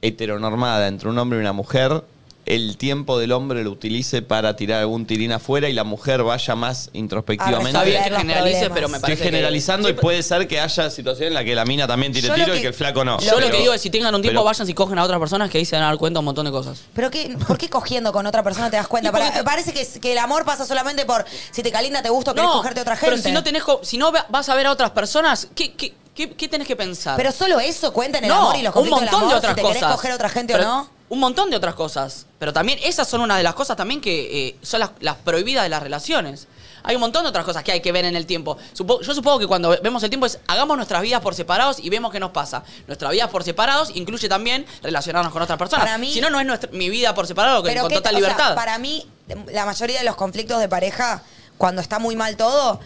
Speaker 1: heteronormada entre un hombre y una mujer, el tiempo del hombre lo utilice para tirar algún tirín afuera y la mujer vaya más
Speaker 4: Está bien
Speaker 1: introspectivamente.
Speaker 3: resolver.
Speaker 4: que
Speaker 3: los
Speaker 4: generalices,
Speaker 3: problemas.
Speaker 4: pero me
Speaker 1: Estoy
Speaker 4: Ah, parece que-
Speaker 1: generalizando
Speaker 4: Sí,
Speaker 1: y puede ser que haya situaciones en la que la mina también tire
Speaker 3: Yo lo
Speaker 1: tiro
Speaker 3: que-
Speaker 1: y que el flaco no.
Speaker 4: Yo lo que digo es si tengan un tiempo,
Speaker 1: pero-
Speaker 4: vayan y cogen a otras personas que ahí se van a dar cuenta un montón de cosas.
Speaker 3: ¿Pero qué, por qué cogiendo con otra persona te das cuenta? Para- parece que, que el amor pasa solamente por si te calinda, te gusta, querés cogerte a otra gente.
Speaker 4: Pero si no tenés co- si no va- vas a ver a otras personas, ¿qué, qué, qué- qué tenés que pensar?
Speaker 3: Pero solo eso cuenta en el
Speaker 4: no,
Speaker 3: amor y los
Speaker 4: un
Speaker 3: conflictos
Speaker 4: montón
Speaker 3: del amor,
Speaker 4: de otras
Speaker 3: si te
Speaker 4: cosas.
Speaker 3: querés coger a otra gente
Speaker 4: Pero
Speaker 3: o no.
Speaker 4: Un montón de otras cosas. Pero también esas son una de las cosas también que eh, son las, las prohibidas de las relaciones. Hay un montón de otras cosas que hay que ver en el tiempo. Supo- yo supongo que cuando vemos el tiempo es hagamos nuestras vidas por separados y vemos qué nos pasa. Nuestras vidas por separados incluye también relacionarnos con otras personas.
Speaker 3: Para mí-
Speaker 4: si no, no es nuestra- mi vida por separado que- con
Speaker 3: qué-
Speaker 4: total
Speaker 3: o sea,
Speaker 4: libertad.
Speaker 3: para mí, la mayoría de los conflictos de pareja, cuando está muy mal todo,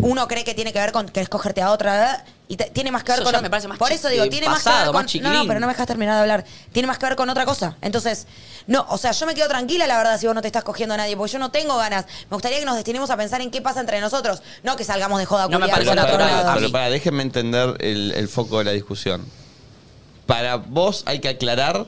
Speaker 3: uno cree que tiene que ver con querés cogerte a otra. ¿eh? Y te- tiene más que ver
Speaker 4: Eso
Speaker 3: con.
Speaker 4: ya
Speaker 3: ot-
Speaker 4: me parece más
Speaker 3: Por
Speaker 4: chi-
Speaker 3: eso digo,
Speaker 4: eh,
Speaker 3: tiene más que ver
Speaker 4: pasado,
Speaker 3: con.
Speaker 4: más
Speaker 3: no, no,
Speaker 4: chiquilín.
Speaker 3: pero no me dejas terminar de hablar. Tiene más que ver con otra cosa. Entonces, no, o sea, yo me quedo tranquila, la verdad, si vos no te estás cogiendo a nadie, porque yo no tengo ganas. Me gustaría que nos destinemos a pensar en qué pasa entre nosotros, no que salgamos de joda
Speaker 4: No me
Speaker 3: culiar
Speaker 4: parece
Speaker 3: por otro
Speaker 4: natural.
Speaker 3: lado.
Speaker 4: a
Speaker 1: Pero
Speaker 4: mí.
Speaker 1: para, déjenme entender el, el foco de la discusión. Para vos hay que aclarar,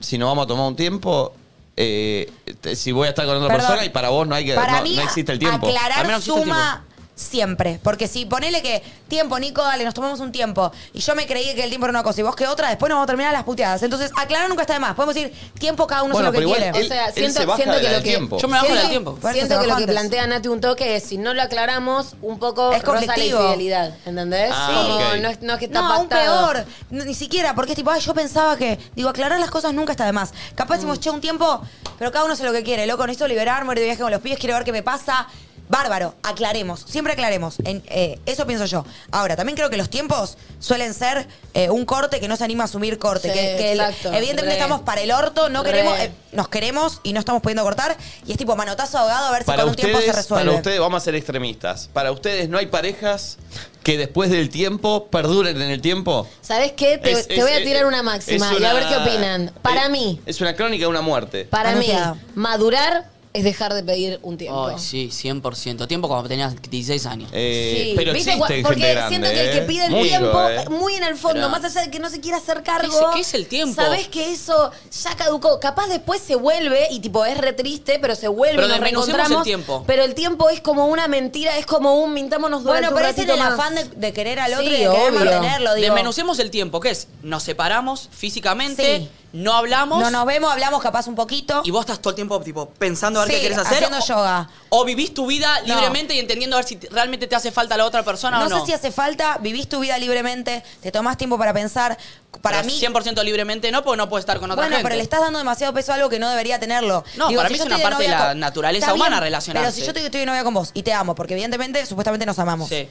Speaker 1: si nos vamos a tomar un tiempo, eh, te- si voy a estar con otra
Speaker 3: Perdón.
Speaker 1: persona y para vos no hay que
Speaker 3: Para
Speaker 1: no,
Speaker 3: mí,
Speaker 1: no existe el tiempo.
Speaker 3: aclarar
Speaker 1: Al menos existe el
Speaker 3: suma siempre. Porque si ponele que, tiempo, Nico, dale, nos tomamos un tiempo. Y yo me creí que el tiempo era una cosa y vos que otra, después nos vamos a terminar las puteadas. Entonces, aclarar nunca está de más. Podemos decir, tiempo cada uno
Speaker 1: Bueno,
Speaker 3: hace lo
Speaker 1: pero
Speaker 3: que
Speaker 1: igual
Speaker 3: quiere.
Speaker 1: él- se baja de la del tiempo. Yo
Speaker 4: me bajo de la
Speaker 2: siento-
Speaker 4: del tiempo.
Speaker 3: Por eso se
Speaker 2: Siento que
Speaker 3: bajó
Speaker 2: lo que
Speaker 3: antes.
Speaker 2: plantea Nati un toque es, si no lo aclaramos, un poco
Speaker 3: Es
Speaker 2: rosa la
Speaker 3: conflictivo.
Speaker 2: infidelidad, ¿entendés?
Speaker 1: Ah,
Speaker 2: Sí.
Speaker 1: ok.
Speaker 2: Como no, es, no es que está
Speaker 3: no, aún
Speaker 2: pactado.
Speaker 3: peor. No, Ni siquiera, porque es tipo, ay, yo pensaba que. Digo, aclarar las cosas nunca está de más. Capaz hemos che, un tiempo, pero cada uno hace lo que quiere. Loco, necesito liberarme, ir de viaje con los pibes, quiero ver qué me pasa. Bárbaro, aclaremos, siempre aclaremos. En- eh, eso pienso yo. Ahora, también creo que los tiempos suelen ser eh, un corte que no se anima a asumir corte.
Speaker 2: Sí,
Speaker 3: que, que el-
Speaker 2: exacto.
Speaker 3: evidentemente
Speaker 2: Re.
Speaker 3: estamos para el orto, no
Speaker 2: Re.
Speaker 3: queremos, eh, nos queremos y no estamos pudiendo cortar. Y es tipo manotazo ahogado a ver si
Speaker 1: Para
Speaker 3: con un tiempo se
Speaker 1: ustedes,
Speaker 3: resuelve.
Speaker 1: para ustedes, vamos a ser extremistas. Para ustedes no hay parejas que después del tiempo perduren en el tiempo.
Speaker 2: ¿Sabes qué? Te,
Speaker 1: Es-
Speaker 2: te
Speaker 1: es-
Speaker 2: voy a tirar
Speaker 1: es-
Speaker 2: una máxima
Speaker 1: es
Speaker 2: y a ver
Speaker 1: una- eh,
Speaker 2: qué opinan. Para
Speaker 1: es-
Speaker 2: mí,
Speaker 1: Es una crónica de una muerte.
Speaker 2: para
Speaker 3: Anunciado.
Speaker 2: mí, madurar es dejar de pedir un tiempo.
Speaker 4: Ay, sí, 100%. Tiempo cuando tenías 16 años.
Speaker 1: Eh,
Speaker 2: Sí,
Speaker 1: Pero
Speaker 2: ¿viste?
Speaker 1: existe
Speaker 2: Porque
Speaker 1: gente grande,
Speaker 2: siento que el que
Speaker 1: ¿eh?
Speaker 2: pide el
Speaker 1: Mucho,
Speaker 2: tiempo,
Speaker 1: ¿eh?
Speaker 2: muy en el fondo,
Speaker 4: Pero-
Speaker 2: más allá de que no se quiera hacer
Speaker 4: ¿Qué
Speaker 2: cargo.
Speaker 4: es- qué es el tiempo?
Speaker 2: Sabes que eso ya caducó. Capaz después se vuelve y tipo es re triste, pero se vuelve.
Speaker 4: Pero
Speaker 2: nos
Speaker 4: desmenucemos
Speaker 2: reencontramos.
Speaker 4: el tiempo.
Speaker 2: Pero el tiempo es como una mentira, es como un mintámonos durante
Speaker 3: Bueno, pero
Speaker 2: un
Speaker 3: es en
Speaker 2: ratito
Speaker 3: el
Speaker 2: más.
Speaker 3: afán de, de querer al
Speaker 2: Sí,
Speaker 3: otro y de querer
Speaker 2: obvio.
Speaker 3: mantenerlo, digo.
Speaker 4: Desmenucemos el tiempo, ¿qué es? Nos separamos físicamente,
Speaker 3: Sí.
Speaker 4: no hablamos.
Speaker 3: No nos vemos, hablamos capaz un poquito.
Speaker 4: Y vos estás todo el tiempo tipo pensando a ver
Speaker 3: Sí,
Speaker 4: qué querés hacer.
Speaker 3: haciendo
Speaker 4: o-
Speaker 3: yoga.
Speaker 4: O vivís tu vida
Speaker 3: No.
Speaker 4: libremente y entendiendo a ver si te- realmente te hace falta la otra persona
Speaker 3: no,
Speaker 4: o no.
Speaker 3: sé si hace falta, vivís tu vida libremente, te tomás tiempo para pensar. Para
Speaker 4: Pero
Speaker 3: mí.
Speaker 4: 100% libremente no, porque no puedo estar con otra
Speaker 3: bueno,
Speaker 4: gente.
Speaker 3: pero le estás dando demasiado peso a algo que no debería tenerlo.
Speaker 4: No, para
Speaker 3: si
Speaker 4: mí
Speaker 3: yo
Speaker 4: es una
Speaker 3: estoy
Speaker 4: parte de
Speaker 3: novia
Speaker 4: la naturaleza
Speaker 3: Está
Speaker 4: humana
Speaker 3: bien,
Speaker 4: relacionarse.
Speaker 3: Pero si yo estoy, estoy de novia con vos y te amo, porque evidentemente, supuestamente nos amamos.
Speaker 4: Sí.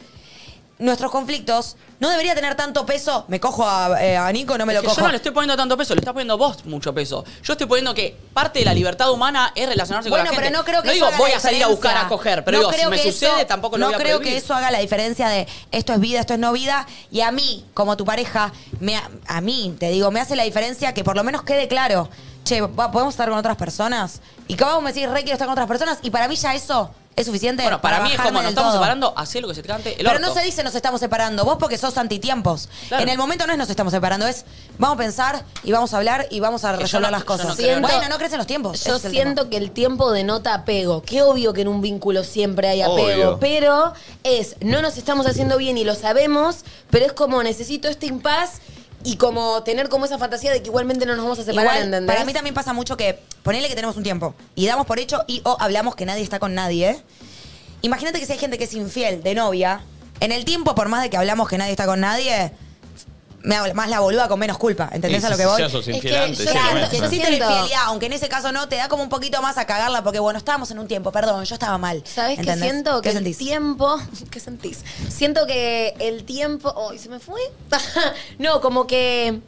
Speaker 3: Nuestros conflictos no debería tener tanto peso. Me cojo a, eh, a Nico, no me
Speaker 4: Es
Speaker 3: lo
Speaker 4: que
Speaker 3: cojo.
Speaker 4: yo no le estoy poniendo tanto peso, le estás poniendo vos mucho peso. Yo estoy poniendo que parte de la libertad humana es relacionarse
Speaker 3: Bueno,
Speaker 4: con la gente.
Speaker 3: pero no creo que
Speaker 4: No
Speaker 3: eso
Speaker 4: digo,
Speaker 3: haga
Speaker 4: voy
Speaker 3: la
Speaker 4: a salir a
Speaker 3: diferencia.
Speaker 4: buscar a coger, pero
Speaker 3: No
Speaker 4: digo, si
Speaker 3: creo
Speaker 4: me
Speaker 3: que
Speaker 4: sucede,
Speaker 3: eso-
Speaker 4: tampoco lo
Speaker 3: No
Speaker 4: voy a
Speaker 3: creo
Speaker 4: prohibir.
Speaker 3: que eso haga la diferencia de esto es vida, esto es no vida. Y a mí, como tu pareja, me, a mí, te digo, me hace la diferencia que por lo menos quede claro. Che, va, ¿podemos estar con otras personas? Y que vos me decís, re, quiero estar con otras personas. Y para mí ya eso es suficiente
Speaker 4: Bueno, para, mí es
Speaker 3: bajarme
Speaker 4: como nos
Speaker 3: del
Speaker 4: estamos
Speaker 3: todo.
Speaker 4: separando, hacé lo que se te cante el
Speaker 3: Pero
Speaker 4: orto.
Speaker 3: no se dice nos estamos separando. Vos porque sos antitiempos.
Speaker 4: Claro.
Speaker 3: En el momento no es nos estamos separando, es vamos a pensar y vamos a hablar y vamos a
Speaker 4: yo
Speaker 3: resolver
Speaker 4: no-
Speaker 3: las
Speaker 4: yo no
Speaker 3: cosas.
Speaker 4: creo en
Speaker 3: bueno,
Speaker 2: eso.
Speaker 3: no crecen los tiempos.
Speaker 2: Yo
Speaker 3: ese es el tema.
Speaker 2: siento que el tiempo denota apego. Qué obvio que en un vínculo siempre hay apego.
Speaker 1: Obvio.
Speaker 2: Pero es, no nos estamos haciendo bien y lo sabemos, pero es como necesito este impas y como tener como esa fantasía de que igualmente no nos vamos a separar,
Speaker 3: Igual,
Speaker 2: ¿entendés?
Speaker 3: para mí también pasa mucho que ponele que tenemos un tiempo y damos por hecho y o hablamos que nadie está con nadie. ¿eh? Imagínate que si hay gente que es infiel de novia, en el tiempo, por más de que hablamos que nadie está con nadie, me hago más la boluda con menos culpa. ¿Entendés
Speaker 1: Y
Speaker 3: a lo
Speaker 1: si
Speaker 3: que voy?
Speaker 1: ya sos
Speaker 2: Es
Speaker 1: infiel
Speaker 2: que
Speaker 1: antes,
Speaker 2: yo
Speaker 1: sí,
Speaker 2: siento-
Speaker 1: bueno.
Speaker 3: Si
Speaker 2: yo
Speaker 3: existe la
Speaker 2: siento-
Speaker 3: infidelidad, aunque en ese caso no, te da como un poquito más a cagarla porque, bueno, estábamos en un tiempo, perdón, yo estaba mal.
Speaker 2: ¿Sabes qué
Speaker 3: ¿entendés?
Speaker 2: siento?
Speaker 3: ¿Qué
Speaker 2: que el
Speaker 3: sentís?
Speaker 2: tiempo. ¿Qué sentís? Siento que el tiempo. ¡Ay, se me fue! no, como que.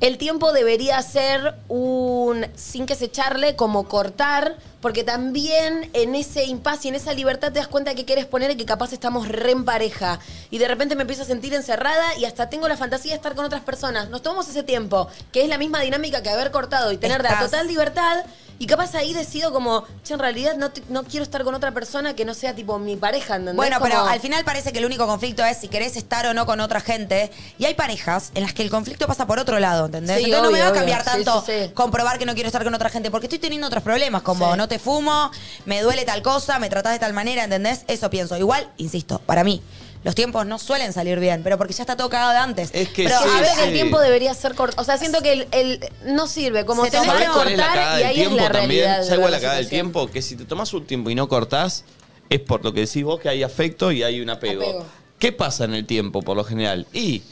Speaker 2: El tiempo debería ser un. sin que se charle, como cortar. Porque también en ese impasse y en esa libertad te das cuenta que quieres poner y que capaz estamos re en pareja. Y de repente me empiezo a sentir encerrada y hasta tengo la fantasía de estar con otras personas. Nos tomamos ese tiempo, que es la misma dinámica que haber cortado y tener la
Speaker 3: Estás-
Speaker 2: total libertad y capaz ahí decido como, che, en realidad no, te- no quiero estar con otra persona que no sea tipo mi pareja, ¿entendés?
Speaker 3: Bueno, pero
Speaker 2: Como-
Speaker 3: al final parece que el único conflicto es si querés estar o no con otra gente. Y hay parejas en las que el conflicto pasa por otro lado, ¿entendés?
Speaker 2: Sí,
Speaker 3: Entonces no me
Speaker 2: obvio,
Speaker 3: va a cambiar
Speaker 2: obvio. Sí,
Speaker 3: tanto
Speaker 2: sí, sí.
Speaker 3: comprobar que no quiero estar con otra gente, porque estoy teniendo otros problemas, como
Speaker 2: Sí.
Speaker 3: no te fumo, me duele tal cosa, me tratás de tal manera, ¿entendés? Eso pienso. Igual, insisto, para mí, los tiempos no suelen salir bien, pero porque ya está todo cagado de antes.
Speaker 1: Es que
Speaker 3: pero
Speaker 1: sí,
Speaker 3: a
Speaker 2: Siento
Speaker 3: ver,
Speaker 2: que el
Speaker 1: sí.
Speaker 2: tiempo debería ser corto. O sea, siento que el, el- no sirve. Como
Speaker 3: Se
Speaker 2: tenés
Speaker 3: toma-
Speaker 2: que
Speaker 1: ¿Sabés cuál
Speaker 2: cortar
Speaker 1: es la cagada
Speaker 2: y
Speaker 1: del
Speaker 2: ahí es
Speaker 1: tiempo
Speaker 2: la
Speaker 1: también?
Speaker 2: realidad.
Speaker 1: ¿Sabés
Speaker 2: de
Speaker 1: cuál es la
Speaker 2: la
Speaker 1: cagada del
Speaker 2: situación.
Speaker 1: tiempo? Que si te tomas un tiempo y no cortás, es por lo que decís vos que hay afecto y hay un apego.
Speaker 2: Apego.
Speaker 1: ¿Qué pasa en el tiempo por lo general? Y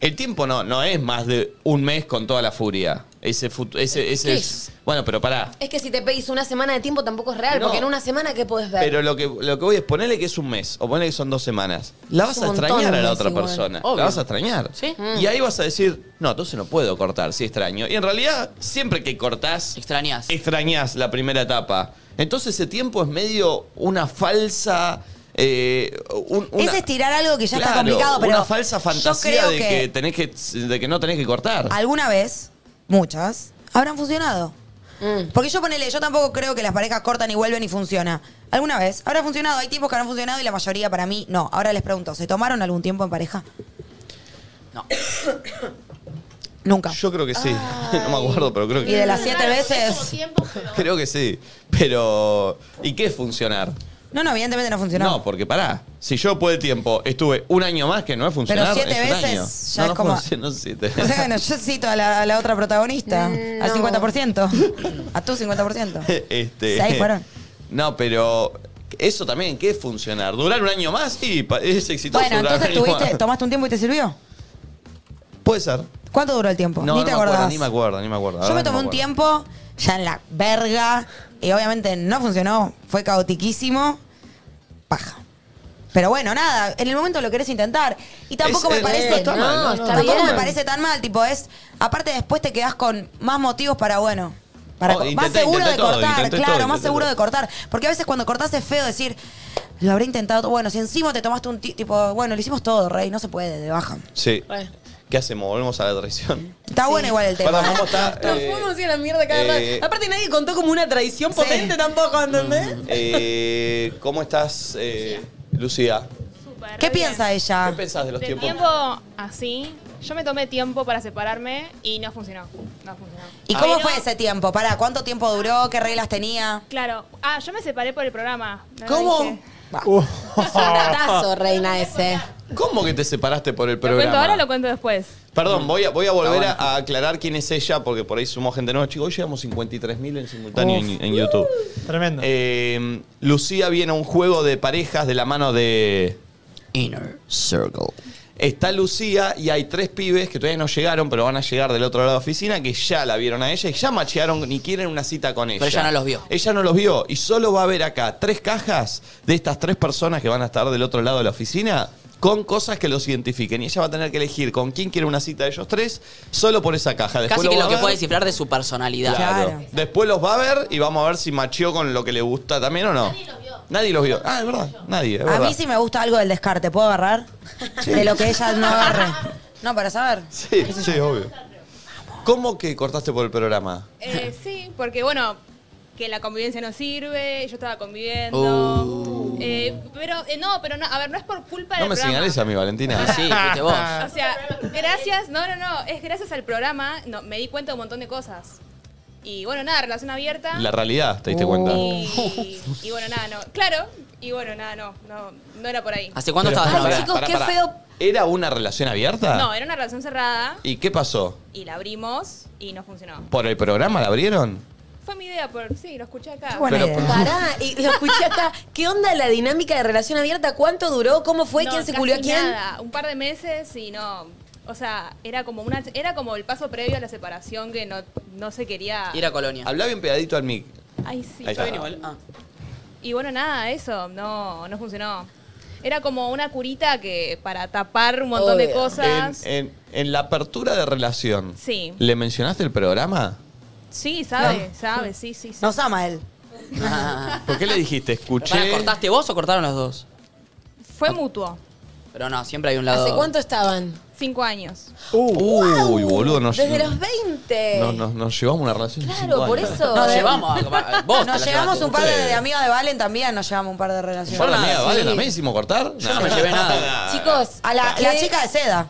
Speaker 1: el tiempo no, no es más de un mes con toda la furia. Ese, fut- ese, ese
Speaker 2: ¿Qué
Speaker 1: es- Bueno, pero pará.
Speaker 2: Es que si te pedís una semana de tiempo tampoco es real,
Speaker 1: No.
Speaker 2: porque en una semana ¿qué podés ver?
Speaker 1: Pero lo que, lo que voy es ponerle que es un mes o ponerle que son dos semanas. La vas
Speaker 2: un
Speaker 1: a
Speaker 2: montón
Speaker 1: extrañar
Speaker 2: un
Speaker 1: a la
Speaker 2: mes
Speaker 1: otra
Speaker 2: igual.
Speaker 1: persona.
Speaker 4: Obvio.
Speaker 1: La vas a extrañar.
Speaker 4: Sí.
Speaker 3: Mm.
Speaker 1: Y ahí vas a decir, no, entonces no puedo cortar, sí extraño. Y en realidad, siempre que cortás,
Speaker 4: Extrañas.
Speaker 1: extrañás la primera etapa. Entonces ese tiempo es medio una falsa... eh, un- una-
Speaker 3: es estirar algo que ya está
Speaker 1: Claro,
Speaker 3: complicado, pero.
Speaker 1: Una falsa
Speaker 3: yo
Speaker 1: fantasía
Speaker 3: creo
Speaker 1: de que, tenés que, de que no tenés que cortar.
Speaker 3: alguna vez, muchas, habrán funcionado. Porque yo ponele, yo tampoco creo que las parejas cortan y vuelven y funciona. Alguna vez, habrá funcionado, hay tiempos que habrán funcionado y la mayoría para mí no. Ahora les pregunto, ¿se tomaron algún tiempo en pareja?
Speaker 4: No.
Speaker 3: Nunca.
Speaker 1: Yo creo que sí. No me acuerdo, pero creo
Speaker 3: Y de
Speaker 1: que,
Speaker 3: las siete veces.
Speaker 1: creo que sí. Pero. ¿Y qué es funcionar?
Speaker 3: No, no, evidentemente no funcionó.
Speaker 1: No, porque pará. Si yo por el tiempo estuve un año más que no es funcionar.
Speaker 3: siete
Speaker 1: es un
Speaker 3: veces
Speaker 1: año.
Speaker 3: ya
Speaker 1: no,
Speaker 3: es
Speaker 1: no
Speaker 3: como-
Speaker 1: funcionó siete.
Speaker 3: O sea, bueno, yo cito a la, a la otra protagonista, al 50%. A tu 50%.
Speaker 1: este,
Speaker 3: Sí, ahí fueron.
Speaker 1: No, pero eso también, ¿qué es funcionar? ¿Durar un año más? Sí, pa- es exitoso.
Speaker 3: Bueno,
Speaker 1: durar
Speaker 3: entonces
Speaker 1: un año
Speaker 3: tuviste,
Speaker 1: más.
Speaker 3: tomaste un tiempo y te sirvió.
Speaker 1: Puede ser.
Speaker 3: ¿Cuánto duró el tiempo?
Speaker 1: No,
Speaker 3: Ni
Speaker 1: no
Speaker 3: te
Speaker 1: me acuerdo,
Speaker 3: acordás.
Speaker 1: ni me acuerdo, ni me acuerdo. La
Speaker 3: Yo me
Speaker 1: verdad
Speaker 3: tomé
Speaker 1: no
Speaker 3: un
Speaker 1: acuerdo.
Speaker 3: tiempo ya en la verga y obviamente no funcionó, fue caotiquísimo, paja. Pero bueno, nada, en el momento lo querés intentar y tampoco
Speaker 1: Es-
Speaker 3: me
Speaker 1: es-
Speaker 3: parece
Speaker 1: no está mal, no, no,
Speaker 2: está
Speaker 1: no,
Speaker 3: tampoco
Speaker 2: bien.
Speaker 3: me parece tan mal, tipo es aparte después te quedás con más motivos para bueno, para
Speaker 1: Oh,
Speaker 3: co- más
Speaker 1: intenté,
Speaker 3: seguro
Speaker 1: intenté
Speaker 3: de
Speaker 1: todo,
Speaker 3: cortar,
Speaker 1: intenté
Speaker 3: claro,
Speaker 1: todo,
Speaker 3: más
Speaker 1: intenté
Speaker 3: seguro
Speaker 1: todo.
Speaker 3: de cortar, porque a veces cuando cortás es feo decir lo habré intentado, todo". bueno, si encima te tomaste un ti- tipo, bueno, lo hicimos todo, rey, no se puede, de baja.
Speaker 1: Sí.
Speaker 2: Re.
Speaker 1: ¿Qué hacemos? ¿Volvemos a la traición?
Speaker 3: Está bueno igual el tema.
Speaker 1: Perdón,
Speaker 3: ¿eh?
Speaker 1: ¿cómo está?
Speaker 2: Nos
Speaker 1: Eh,
Speaker 2: fuimos así a la mierda cada rato.
Speaker 1: eh,
Speaker 2: Aparte nadie contó como una traición
Speaker 3: Sí.
Speaker 2: potente tampoco,
Speaker 4: Mm.
Speaker 2: ¿entendés?
Speaker 1: eh, ¿Cómo estás, eh, Lucía?
Speaker 10: Súper
Speaker 3: ¿Qué
Speaker 10: bien.
Speaker 3: piensa ella?
Speaker 1: ¿Qué pensás de los
Speaker 10: De
Speaker 1: tiempos?
Speaker 10: tiempo así, yo me tomé tiempo para separarme y no funcionó. No funcionó.
Speaker 3: ¿Y cómo
Speaker 10: Pero-
Speaker 3: fue ese tiempo? Pará, ¿cuánto tiempo duró? ¿Qué reglas tenía?
Speaker 10: Claro. Ah, yo me separé por el programa. No lo dije.
Speaker 7: Uh,
Speaker 2: Tratazo, reina ese.
Speaker 1: ¿Cómo que te separaste por el
Speaker 10: ¿Lo cuento ahora o
Speaker 1: programa?
Speaker 10: lo cuento después?
Speaker 1: Perdón, voy a, voy a volver a, a aclarar quién es ella, porque por ahí sumó gente nueva. Chicos, hoy llegamos 53.000 en simultáneo en, en YouTube.
Speaker 7: tremendo.
Speaker 1: Eh, Lucía viene a un juego de parejas de la mano de...
Speaker 4: Inner Circle.
Speaker 1: Está Lucía y hay tres pibes que todavía no llegaron, pero van a llegar del otro lado de la oficina, que ya la vieron a ella y ya machearon ni quieren una cita con ella.
Speaker 4: ella no los vio.
Speaker 1: Ella no los vio y solo va a ver acá tres cajas de estas tres personas que van a estar del otro lado de la oficina con cosas que los identifiquen. Y ella va a tener que elegir con quién quiere una cita de ellos tres, solo por esa caja. Después
Speaker 4: Casi que
Speaker 1: va
Speaker 4: lo
Speaker 1: a
Speaker 4: que
Speaker 1: ver.
Speaker 4: puede descifrar de su personalidad.
Speaker 1: Claro.
Speaker 3: Claro.
Speaker 1: Después los va a ver y vamos a ver si macheó con lo que le gusta también o no. Nadie los vio. Nadie los vio. Ah, es verdad. Nadie. Es
Speaker 3: A
Speaker 1: verdad.
Speaker 3: mí sí me gusta algo del descarte. ¿Puedo agarrar? De lo que ella no agarre. No, para saber.
Speaker 1: Sí, sí, obvio. ¿Cómo que cortaste por el programa?
Speaker 10: Eh, sí, porque bueno, que la convivencia no sirve, yo estaba conviviendo. Eh, pero eh, no, pero no, a ver, no es por culpa
Speaker 1: Oh. No
Speaker 10: del
Speaker 1: me
Speaker 10: programa.
Speaker 1: señales a mí,
Speaker 4: Ah,
Speaker 1: Valentina.
Speaker 4: Sí, fuiste vos.
Speaker 10: O sea, gracias, no, no, no, es gracias al programa, no, me di cuenta de un montón de cosas. Y bueno, nada, relación abierta.
Speaker 1: La realidad, ¿te diste cuenta?
Speaker 5: Uh.
Speaker 10: Y, y bueno, nada, no. Claro, y bueno, nada, no, no, no era por ahí.
Speaker 4: ¿Hace cuánto
Speaker 1: Pero
Speaker 4: estabas de
Speaker 1: pará,
Speaker 4: novia?
Speaker 2: chicos,
Speaker 1: pará,
Speaker 2: qué
Speaker 1: pará.
Speaker 2: feo.
Speaker 1: ¿Era una relación abierta?
Speaker 10: No, era una relación cerrada
Speaker 1: ¿Y qué pasó?
Speaker 10: y la abrimos y no funcionó.
Speaker 1: ¿Por el programa la abrieron?
Speaker 10: Fue mi idea, por sí, lo escuché acá.
Speaker 3: Buena
Speaker 1: Pero-
Speaker 3: idea.
Speaker 2: Pará, y lo escuché acá. ¿Qué onda la dinámica de relación abierta? ¿Cuánto duró? ¿Cómo fue?
Speaker 10: No,
Speaker 2: ¿Quién se
Speaker 10: casi
Speaker 2: culió a quién?
Speaker 10: Nada, un par de meses y no. O sea, era como una era como el paso previo a la separación que no, no se quería.
Speaker 4: Ir a Colonia.
Speaker 1: Hablá bien pegadito al mic.
Speaker 10: Ay, sí.
Speaker 1: Ahí está.
Speaker 4: Está bien igual. Ah.
Speaker 10: Y bueno, nada, Ah, eso, no, no funcionó. Era como una curita que para tapar un montón de
Speaker 2: Obvio.
Speaker 1: En,
Speaker 10: cosas.
Speaker 1: en- en la apertura de relación,
Speaker 10: Sí.
Speaker 1: ¿le mencionaste el programa?
Speaker 10: Sí, sabe, sabe, sí, sí, sí.
Speaker 3: Nos ama él.
Speaker 4: Ah.
Speaker 1: ¿Por qué le dijiste?
Speaker 4: Pero pará,
Speaker 1: Escuché.
Speaker 4: ¿Cortaste vos o cortaron los dos?
Speaker 10: Fue mutuo.
Speaker 4: Pero no, siempre hay un lado.
Speaker 2: ¿Hace cuánto estaban?
Speaker 10: Cinco años.
Speaker 1: Uh, Uy, boludo, nos,
Speaker 2: Desde los 20.
Speaker 1: no, no- nos llevamos una relación de cinco
Speaker 2: Claro, por
Speaker 1: años.
Speaker 2: eso.
Speaker 4: Nos llevamos a comer- Vos te la
Speaker 3: Nos llevamos
Speaker 4: llevaste.
Speaker 3: un par de,
Speaker 1: ustedes.
Speaker 3: de amigos de Valen también, nos llevamos un par de
Speaker 1: Yo
Speaker 3: relaciones.
Speaker 1: la mía,
Speaker 4: Sí.
Speaker 1: ¿vale? ¿La mía hicimos cortar?
Speaker 4: Yo no me llevé nada.
Speaker 2: Chicos,
Speaker 3: A la, la chica de seda.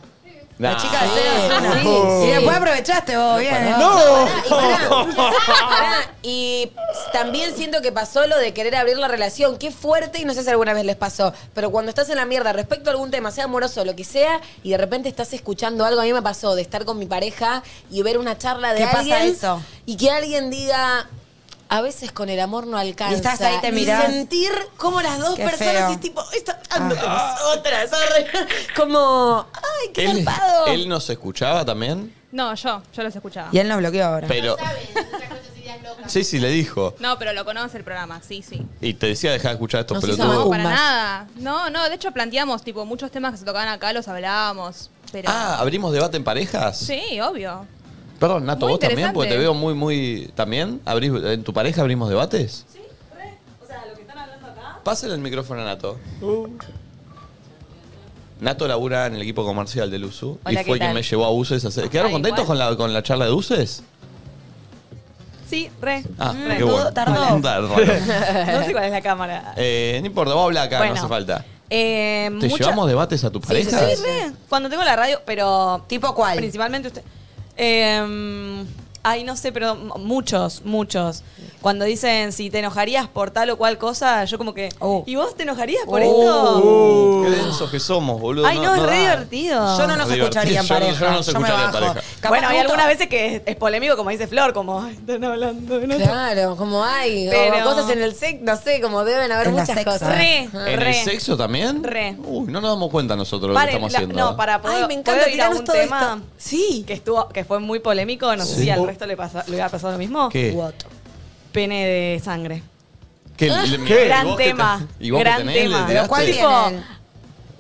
Speaker 1: Nah.
Speaker 3: La chica de seda es una.
Speaker 7: Oh.
Speaker 3: Y después aprovechaste vos, bien. ¿eh?
Speaker 2: Y pará, pará, y también siento que pasó lo de querer abrir la relación. Qué fuerte, y no sé si alguna vez les pasó, pero cuando estás en la mierda respecto a algún tema, sea amoroso o lo que sea, y de repente estás escuchando algo, a mí me pasó de estar con mi pareja y ver una charla de
Speaker 3: ¿Qué pasa
Speaker 2: alguien.
Speaker 3: eso?
Speaker 2: Y que alguien diga. A veces con el amor no alcanza.
Speaker 3: Y estás ahí, te mirás.
Speaker 2: sentir como las dos
Speaker 3: Qué
Speaker 2: personas
Speaker 3: feo. Ah.
Speaker 2: es tipo, está ando con otras, arre". como, ay, qué
Speaker 1: Él,
Speaker 2: zarpado.
Speaker 1: él nos escuchaba también,
Speaker 10: No, yo, yo los escuchaba.
Speaker 3: Y él nos bloqueó ahora.
Speaker 1: pero... Sí, sí, le dijo.
Speaker 10: No, pero lo conoce el programa, sí, sí.
Speaker 1: Y te decía dejar de escuchar estos
Speaker 2: Nos hizo
Speaker 1: pelotudos.
Speaker 10: No,
Speaker 2: Macumbas.
Speaker 10: para nada. No, no, de hecho planteamos, tipo, muchos temas que se tocaban acá, los hablábamos. Pero.
Speaker 1: Ah, ¿abrimos debate en parejas?
Speaker 10: Sí, obvio.
Speaker 1: Perdón, Nato,
Speaker 10: Muy
Speaker 1: vos también,
Speaker 10: interesante.
Speaker 1: porque te veo muy, muy... ¿También? ¿Abrís, ¿En tu pareja abrimos debates? Sí, re. O sea, lo que están hablando acá... Pásale el micrófono a Nato. Nato labura en el equipo comercial del USU
Speaker 14: Hola,
Speaker 1: y fue
Speaker 14: ¿qué tal?
Speaker 1: quien me llevó a UCES. a hacer- ¿Quedaron
Speaker 10: Ah,
Speaker 1: contentos
Speaker 10: igual.
Speaker 1: con la, con la charla de UCES?
Speaker 14: Sí, re.
Speaker 1: Ah,
Speaker 14: Mm,
Speaker 1: qué bueno.
Speaker 3: tardó.
Speaker 1: Tardó.
Speaker 14: No sé cuál es la cámara.
Speaker 1: Eh, no importa, vos habla acá,
Speaker 14: Bueno.
Speaker 1: no hace falta.
Speaker 14: Eh,
Speaker 1: ¿Te
Speaker 14: mucha-
Speaker 1: llevamos debates a tu
Speaker 14: Sí,
Speaker 1: pareja?
Speaker 14: sí, re. Cuando tengo la radio, pero
Speaker 3: ¿Tipo cuál?
Speaker 14: principalmente usted. Em, ay, no sé, pero m- muchos, muchos. Cuando dicen si te enojarías por tal o cual cosa, yo como que. ¿Y vos te enojarías por esto?
Speaker 1: Oh. Uh, qué densos que somos, boludo.
Speaker 14: Ay, no, es re
Speaker 1: da.
Speaker 14: divertido. Yo no los
Speaker 1: Divertido.
Speaker 14: escucharía en
Speaker 1: Yo no- Yo
Speaker 14: pareja.
Speaker 1: no los
Speaker 14: Yo me
Speaker 1: escucharía en
Speaker 14: bajo.
Speaker 1: pareja.
Speaker 14: bueno, hay
Speaker 2: justo-
Speaker 14: algunas veces que es, es polémico, como dice Flor, como, ay, están hablando de nosotros.
Speaker 2: Claro, como hay,
Speaker 14: Pero-
Speaker 2: o cosas en el sexo, no sé, como deben haber
Speaker 14: En la
Speaker 2: muchas
Speaker 14: sexa.
Speaker 2: cosas.
Speaker 14: Re,
Speaker 1: ¿En el sexo también?
Speaker 14: Re.
Speaker 1: Uy, no nos damos cuenta nosotros lo que
Speaker 14: Paren,
Speaker 1: estamos
Speaker 14: la-
Speaker 1: haciendo. ¿eh?
Speaker 14: No, para poder,
Speaker 2: Ay, me encanta,
Speaker 14: ¿puedo ir a
Speaker 2: tiranos
Speaker 14: un
Speaker 2: todo
Speaker 14: tema sí. que estuvo, que fue muy polémico, no sé
Speaker 1: Sí.
Speaker 14: si al resto le, pasa, le hubiera pasado lo mismo.
Speaker 1: ¿Qué?
Speaker 14: Pene de sangre.
Speaker 1: ¿Qué?
Speaker 14: Gran
Speaker 1: ¿Vos que
Speaker 14: tema.
Speaker 1: te- ¿Y vos que
Speaker 14: gran
Speaker 1: tenés? ¿Le
Speaker 14: tema.
Speaker 1: tiraste?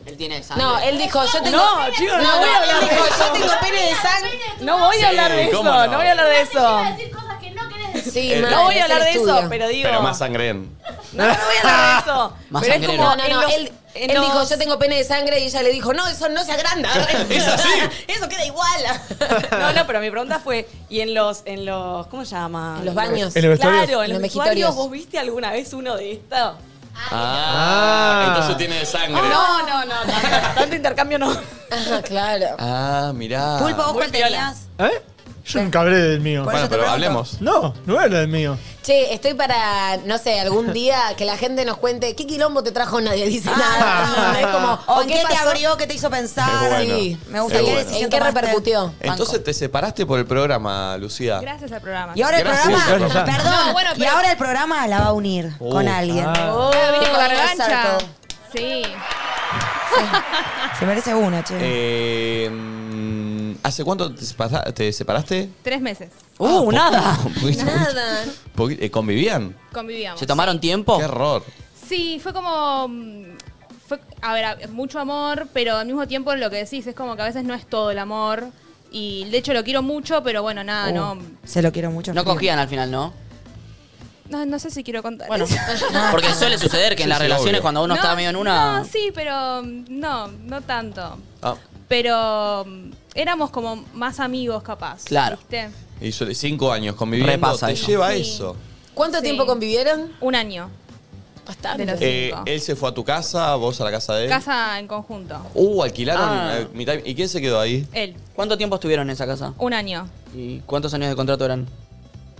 Speaker 4: Él tiene sangre.
Speaker 2: No, él dijo, yo tengo.
Speaker 14: No, chicos, no voy a
Speaker 2: él
Speaker 14: hablar de
Speaker 2: dijo,
Speaker 14: eso.
Speaker 2: Yo tengo pene de sangre.
Speaker 14: No voy a hablar de
Speaker 1: Sí,
Speaker 14: eso,
Speaker 1: ¿cómo
Speaker 14: no?
Speaker 1: no?
Speaker 14: voy a hablar de eso.
Speaker 2: Sí,
Speaker 1: Eh,
Speaker 2: mal,
Speaker 14: no voy
Speaker 2: es
Speaker 14: a hablar
Speaker 2: el
Speaker 14: de eso,
Speaker 2: estudio.
Speaker 14: pero digo.
Speaker 1: Pero más sangren.
Speaker 14: No, no voy a hablar de eso.
Speaker 1: Más
Speaker 14: pero es
Speaker 1: sangrero.
Speaker 2: No,
Speaker 14: como.
Speaker 2: no,
Speaker 14: en
Speaker 2: no.
Speaker 14: los-
Speaker 2: él
Speaker 14: en
Speaker 2: él dijo,
Speaker 14: los-
Speaker 2: yo tengo pene de sangre y ella le dijo, no, eso no se agranda.
Speaker 1: Es así.
Speaker 2: eso queda igual.
Speaker 14: No, no, pero mi pregunta fue, ¿y en los, en los, ¿cómo se llama?
Speaker 2: En los baños.
Speaker 14: En los
Speaker 2: Claro,
Speaker 14: Claro,
Speaker 2: en
Speaker 14: en
Speaker 2: los
Speaker 14: los
Speaker 2: mejitorios.
Speaker 14: vestuarios, ¿vos viste alguna vez uno de estos?
Speaker 1: Ah, entonces tiene de sangre.
Speaker 14: No, no, no, tanto, tanto intercambio no.
Speaker 2: Ah, claro.
Speaker 1: Ah, mirá.
Speaker 3: Pulpo, ¿vos
Speaker 14: Muy
Speaker 3: cuál
Speaker 14: piola.
Speaker 3: tenías?
Speaker 7: ¿Eh? Yo nunca hablé del mío.
Speaker 1: Bueno, pero hablemos.
Speaker 7: No, no era del mío.
Speaker 2: Che, estoy para, no sé, algún día que la gente nos cuente qué quilombo te trajo nadie dice
Speaker 3: Ah,
Speaker 2: nada. Es como,
Speaker 3: ¿O
Speaker 2: ¿o
Speaker 3: en qué, te
Speaker 2: pasó?
Speaker 3: abrió? ¿Qué te hizo pensar?
Speaker 1: Es bueno.
Speaker 2: Sí.
Speaker 3: Me gusta
Speaker 1: Es
Speaker 3: qué
Speaker 1: bueno.
Speaker 3: decisión
Speaker 2: ¿En qué
Speaker 3: tomaste?
Speaker 2: repercutió?
Speaker 1: Entonces te separaste por el programa, Lucía.
Speaker 10: Gracias al programa.
Speaker 3: Y ahora el
Speaker 1: Gracias,
Speaker 3: programa,
Speaker 1: Susana.
Speaker 3: perdón,
Speaker 10: No, bueno,
Speaker 3: y
Speaker 10: pero-
Speaker 3: ahora el programa la va a unir
Speaker 1: Uh.
Speaker 3: con alguien.
Speaker 7: Ah.
Speaker 10: Ya viene con la
Speaker 3: Podría ser
Speaker 10: revancha.
Speaker 3: todo.
Speaker 10: Sí.
Speaker 3: Se merece una, che.
Speaker 1: Eh, mm, ¿Hace cuánto te separa- te separaste?
Speaker 10: Tres meses.
Speaker 14: Uh, nada.
Speaker 1: Un Ah, poquito-
Speaker 2: Nada.
Speaker 1: un poquito- eh, ¿Convivían?
Speaker 10: Convivíamos.
Speaker 4: ¿Se tomaron tiempo?
Speaker 1: Qué error.
Speaker 10: Sí, fue como. mm, Fue, a ver, a- mucho amor, pero al mismo tiempo lo que decís es como que a veces no es todo el amor. Y de hecho lo quiero mucho, pero bueno,
Speaker 14: Uh.
Speaker 10: nada, Ah, no,
Speaker 3: Uh, Se lo quiero mucho.
Speaker 4: No
Speaker 3: Felipe.
Speaker 4: cogían al final, ¿no?
Speaker 10: no. No sé si quiero contar.
Speaker 4: Bueno.
Speaker 10: eso.
Speaker 4: Porque suele suceder que en
Speaker 1: Sí,
Speaker 4: las
Speaker 1: sí,
Speaker 4: relaciones
Speaker 1: obvio.
Speaker 4: cuando uno
Speaker 10: No,
Speaker 4: está medio en una...
Speaker 10: No, sí, pero mm, no, no tanto.
Speaker 1: Ah,
Speaker 10: Pero mm, éramos como más amigos, capaz.
Speaker 4: Claro.
Speaker 10: ¿viste?
Speaker 1: y yo de cinco años conviviendo
Speaker 4: Repasa
Speaker 1: te
Speaker 4: eso.
Speaker 1: lleva
Speaker 10: Sí.
Speaker 1: eso.
Speaker 2: ¿Cuánto
Speaker 10: Sí.
Speaker 2: tiempo convivieron?
Speaker 10: Un año.
Speaker 2: Bastante.
Speaker 10: De los-
Speaker 1: Eh,
Speaker 10: Cinco.
Speaker 1: él se fue a tu casa, vos a la casa de
Speaker 15: eh.
Speaker 1: él.
Speaker 10: Casa en conjunto.
Speaker 1: Uh, alquilaron
Speaker 4: Ah.
Speaker 1: eh, mitad. ¿Y quién se quedó ahí?
Speaker 10: Él.
Speaker 4: ¿Cuánto tiempo estuvieron en esa casa?
Speaker 10: Un año.
Speaker 4: ¿Y cuántos años de contrato eran?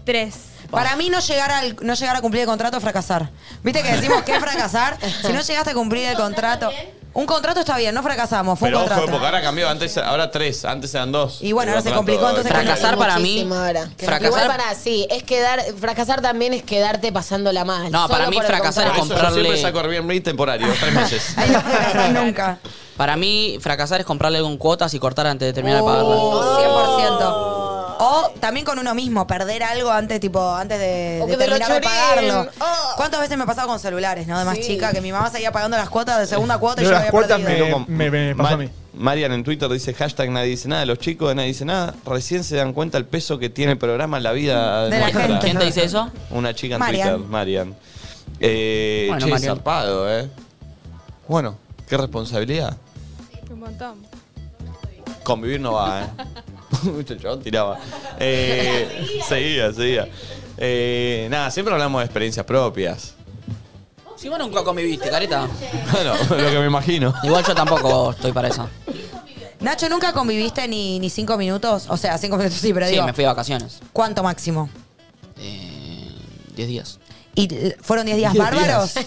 Speaker 10: Tres.
Speaker 3: Para mí no llegar, al, no llegar a cumplir el contrato es fracasar. ¿Viste que decimos que es fracasar? Si no llegaste a cumplir el contrato... Un contrato está bien, no fracasamos, fue
Speaker 1: Pero
Speaker 3: un
Speaker 1: ojo,
Speaker 3: contrato.
Speaker 1: porque ahora cambió, antes, ahora tres, antes eran dos.
Speaker 3: Y bueno,
Speaker 1: El
Speaker 3: ahora se
Speaker 1: contrato-
Speaker 3: complicó, entonces
Speaker 1: Claro.
Speaker 4: Fracasar
Speaker 2: Es
Speaker 4: para mí-
Speaker 2: muchísimo Ahora.
Speaker 4: fracasar-
Speaker 2: Igual para sí, es quedar, fracasar también es quedarte pasándola mal.
Speaker 4: No, para
Speaker 2: solo
Speaker 4: mí
Speaker 2: por el
Speaker 4: fracasar es
Speaker 2: contrato.
Speaker 1: Por eso yo
Speaker 4: comprarle-
Speaker 1: siempre saco Airbnb temporario, tres meses.
Speaker 3: Ahí
Speaker 7: Eh,
Speaker 3: no fracasás nunca.
Speaker 4: Para mí, fracasar es comprarle algo en cuotas y cortar antes de terminar
Speaker 3: Oh.
Speaker 4: de pagarla.
Speaker 2: Oh.
Speaker 3: 100%. O también con uno mismo, perder algo antes, tipo, antes de,
Speaker 2: O
Speaker 3: de
Speaker 2: que te lo
Speaker 3: terminar de
Speaker 2: choreen.
Speaker 3: pagarlo.
Speaker 2: Oh.
Speaker 3: ¿Cuántas veces me ha pasado con celulares, no? De más
Speaker 2: Sí.
Speaker 3: chica, que mi mamá seguía pagando las cuotas de segunda cuota y
Speaker 7: Yo
Speaker 3: yo lo
Speaker 7: las
Speaker 3: había
Speaker 7: cuotas
Speaker 3: perdido.
Speaker 7: me- me- me pasó a mí.
Speaker 1: Marian en Twitter dice hashtag nadie dice nada, los chicos nadie dice nada, recién se dan cuenta el peso que tiene el programa en la vida
Speaker 3: De la
Speaker 1: nuestra.
Speaker 3: gente.
Speaker 4: ¿Quién te dice eso?
Speaker 1: Una chica en
Speaker 3: Marian.
Speaker 1: Twitter, Marian. Eh,
Speaker 4: Bueno,
Speaker 1: che,
Speaker 4: Marian.
Speaker 1: zarpado, ¿eh? Bueno, qué responsabilidad.
Speaker 10: Un montón.
Speaker 1: Convivir no va, ¿eh? Viste, el chabón tiraba. Eh, seguía, seguía. Eh, nada, siempre hablamos de experiencias propias.
Speaker 4: Si vos nunca conviviste, careta.
Speaker 1: Bueno, lo que me imagino.
Speaker 4: Igual yo tampoco estoy para eso.
Speaker 3: Nacho, ¿nunca conviviste ni, ni cinco minutos? O sea, cinco minutos sí, pero
Speaker 4: sí,
Speaker 3: digo,
Speaker 4: me fui de vacaciones.
Speaker 3: ¿cuánto máximo?
Speaker 4: Eh, Diez días.
Speaker 3: ¿Y eh, fueron 10 días
Speaker 1: Diez
Speaker 3: bárbaros?
Speaker 1: días.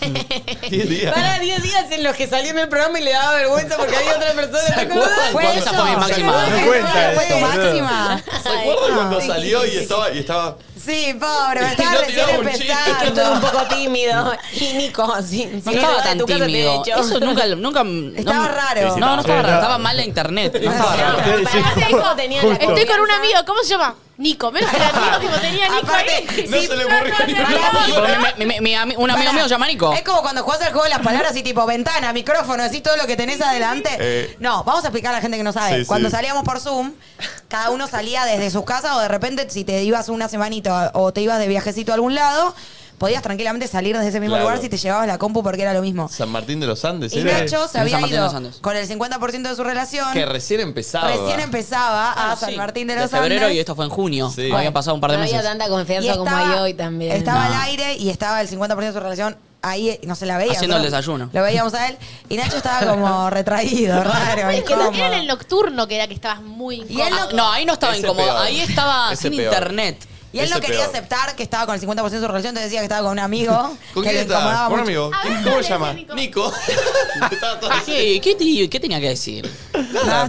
Speaker 1: Diez días.
Speaker 2: Para 10 días en los que salí en el programa y le daba vergüenza porque había otra persona.
Speaker 4: ¿Se acuerdan
Speaker 3: ¿Fue
Speaker 4: cuándo
Speaker 3: eso?
Speaker 4: fue mi
Speaker 7: No
Speaker 4: máxima?
Speaker 7: cuenta
Speaker 3: ¿Fue
Speaker 7: eso,
Speaker 3: tu
Speaker 7: boludo.
Speaker 3: máxima?
Speaker 1: ¿Se acuerdan cuando salió y estaba, y estaba
Speaker 3: Sí, pobre, me
Speaker 1: Y
Speaker 3: estaba
Speaker 1: no
Speaker 3: recién
Speaker 1: tiraba un chiste.
Speaker 2: Estuve un
Speaker 3: empezando.
Speaker 2: poco tímido. Y Nico, sí.
Speaker 4: No estaba tan tímido. Eso nunca... nunca no me-
Speaker 3: Estaba raro.
Speaker 4: No, no estaba
Speaker 7: Era-
Speaker 4: raro. Estaba mal la internet. No estaba raro.
Speaker 7: Sí, sí. Justo.
Speaker 5: Estoy con un amigo, ¿cómo se llama? Nico, menos que el amigo que lo tenía Nico
Speaker 3: Aparte,
Speaker 5: ahí.
Speaker 1: No se le ocurrió ni una
Speaker 4: Y
Speaker 1: palabra.
Speaker 4: porque mi- mi- mi ami- un amigo
Speaker 3: Pará.
Speaker 4: mío se llama Nico.
Speaker 3: Es como cuando jugás al juego de las palabras y tipo ventana, micrófono, así todo lo que tenés adelante.
Speaker 1: Eh.
Speaker 3: No, vamos a explicar a la gente que no sabe.
Speaker 1: Sí, sí.
Speaker 3: cuando salíamos por Zoom, cada uno salía desde sus casas o de repente si te ibas una semanita o te ibas de viajecito a algún lado, podías tranquilamente salir desde ese mismo
Speaker 1: Claro.
Speaker 3: lugar si te llevabas la compu porque era lo mismo.
Speaker 1: San Martín de los Andes,
Speaker 3: Y
Speaker 1: ¿era?
Speaker 3: Nacho se
Speaker 4: En San
Speaker 3: había
Speaker 4: Martín de los
Speaker 3: ido
Speaker 4: Andes.
Speaker 3: con el 50% de su relación.
Speaker 1: Que recién empezaba.
Speaker 3: Recién empezaba a
Speaker 4: Ah,
Speaker 3: San
Speaker 4: sí.
Speaker 3: Martín de los
Speaker 4: febrero
Speaker 3: Andes.
Speaker 4: y esto fue en junio.
Speaker 1: Sí.
Speaker 4: Habían pasado un par de
Speaker 2: No
Speaker 4: meses.
Speaker 2: había tanta
Speaker 3: Y
Speaker 2: confianza como hay hoy también.
Speaker 3: Estaba
Speaker 4: No.
Speaker 3: al aire y estaba el 50% de su relación ahí no se la veía.
Speaker 4: Haciendo el
Speaker 3: nosotros
Speaker 4: desayuno.
Speaker 3: Lo veíamos a él y Nacho estaba como retraído, raro.
Speaker 5: Es que
Speaker 3: incómodo.
Speaker 5: era en el nocturno que era que estabas muy incómodo.
Speaker 4: Ah, no, ahí no estaba
Speaker 3: Ese
Speaker 4: incómodo.
Speaker 3: peor.
Speaker 4: Ahí estaba
Speaker 3: Ese
Speaker 4: sin
Speaker 3: peor.
Speaker 4: internet.
Speaker 3: Y él no quería aceptar que estaba con el 50% de su relación, entonces decía que estaba con un amigo.
Speaker 1: ¿Con
Speaker 3: que
Speaker 1: quién
Speaker 3: le incomodaba
Speaker 1: estaba? ¿Con un
Speaker 3: mucho.
Speaker 1: amigo? ¿Quién- ¿Cómo se llama? Nico.
Speaker 4: Ah, ¿Qué, qué, te- qué tenía que decir?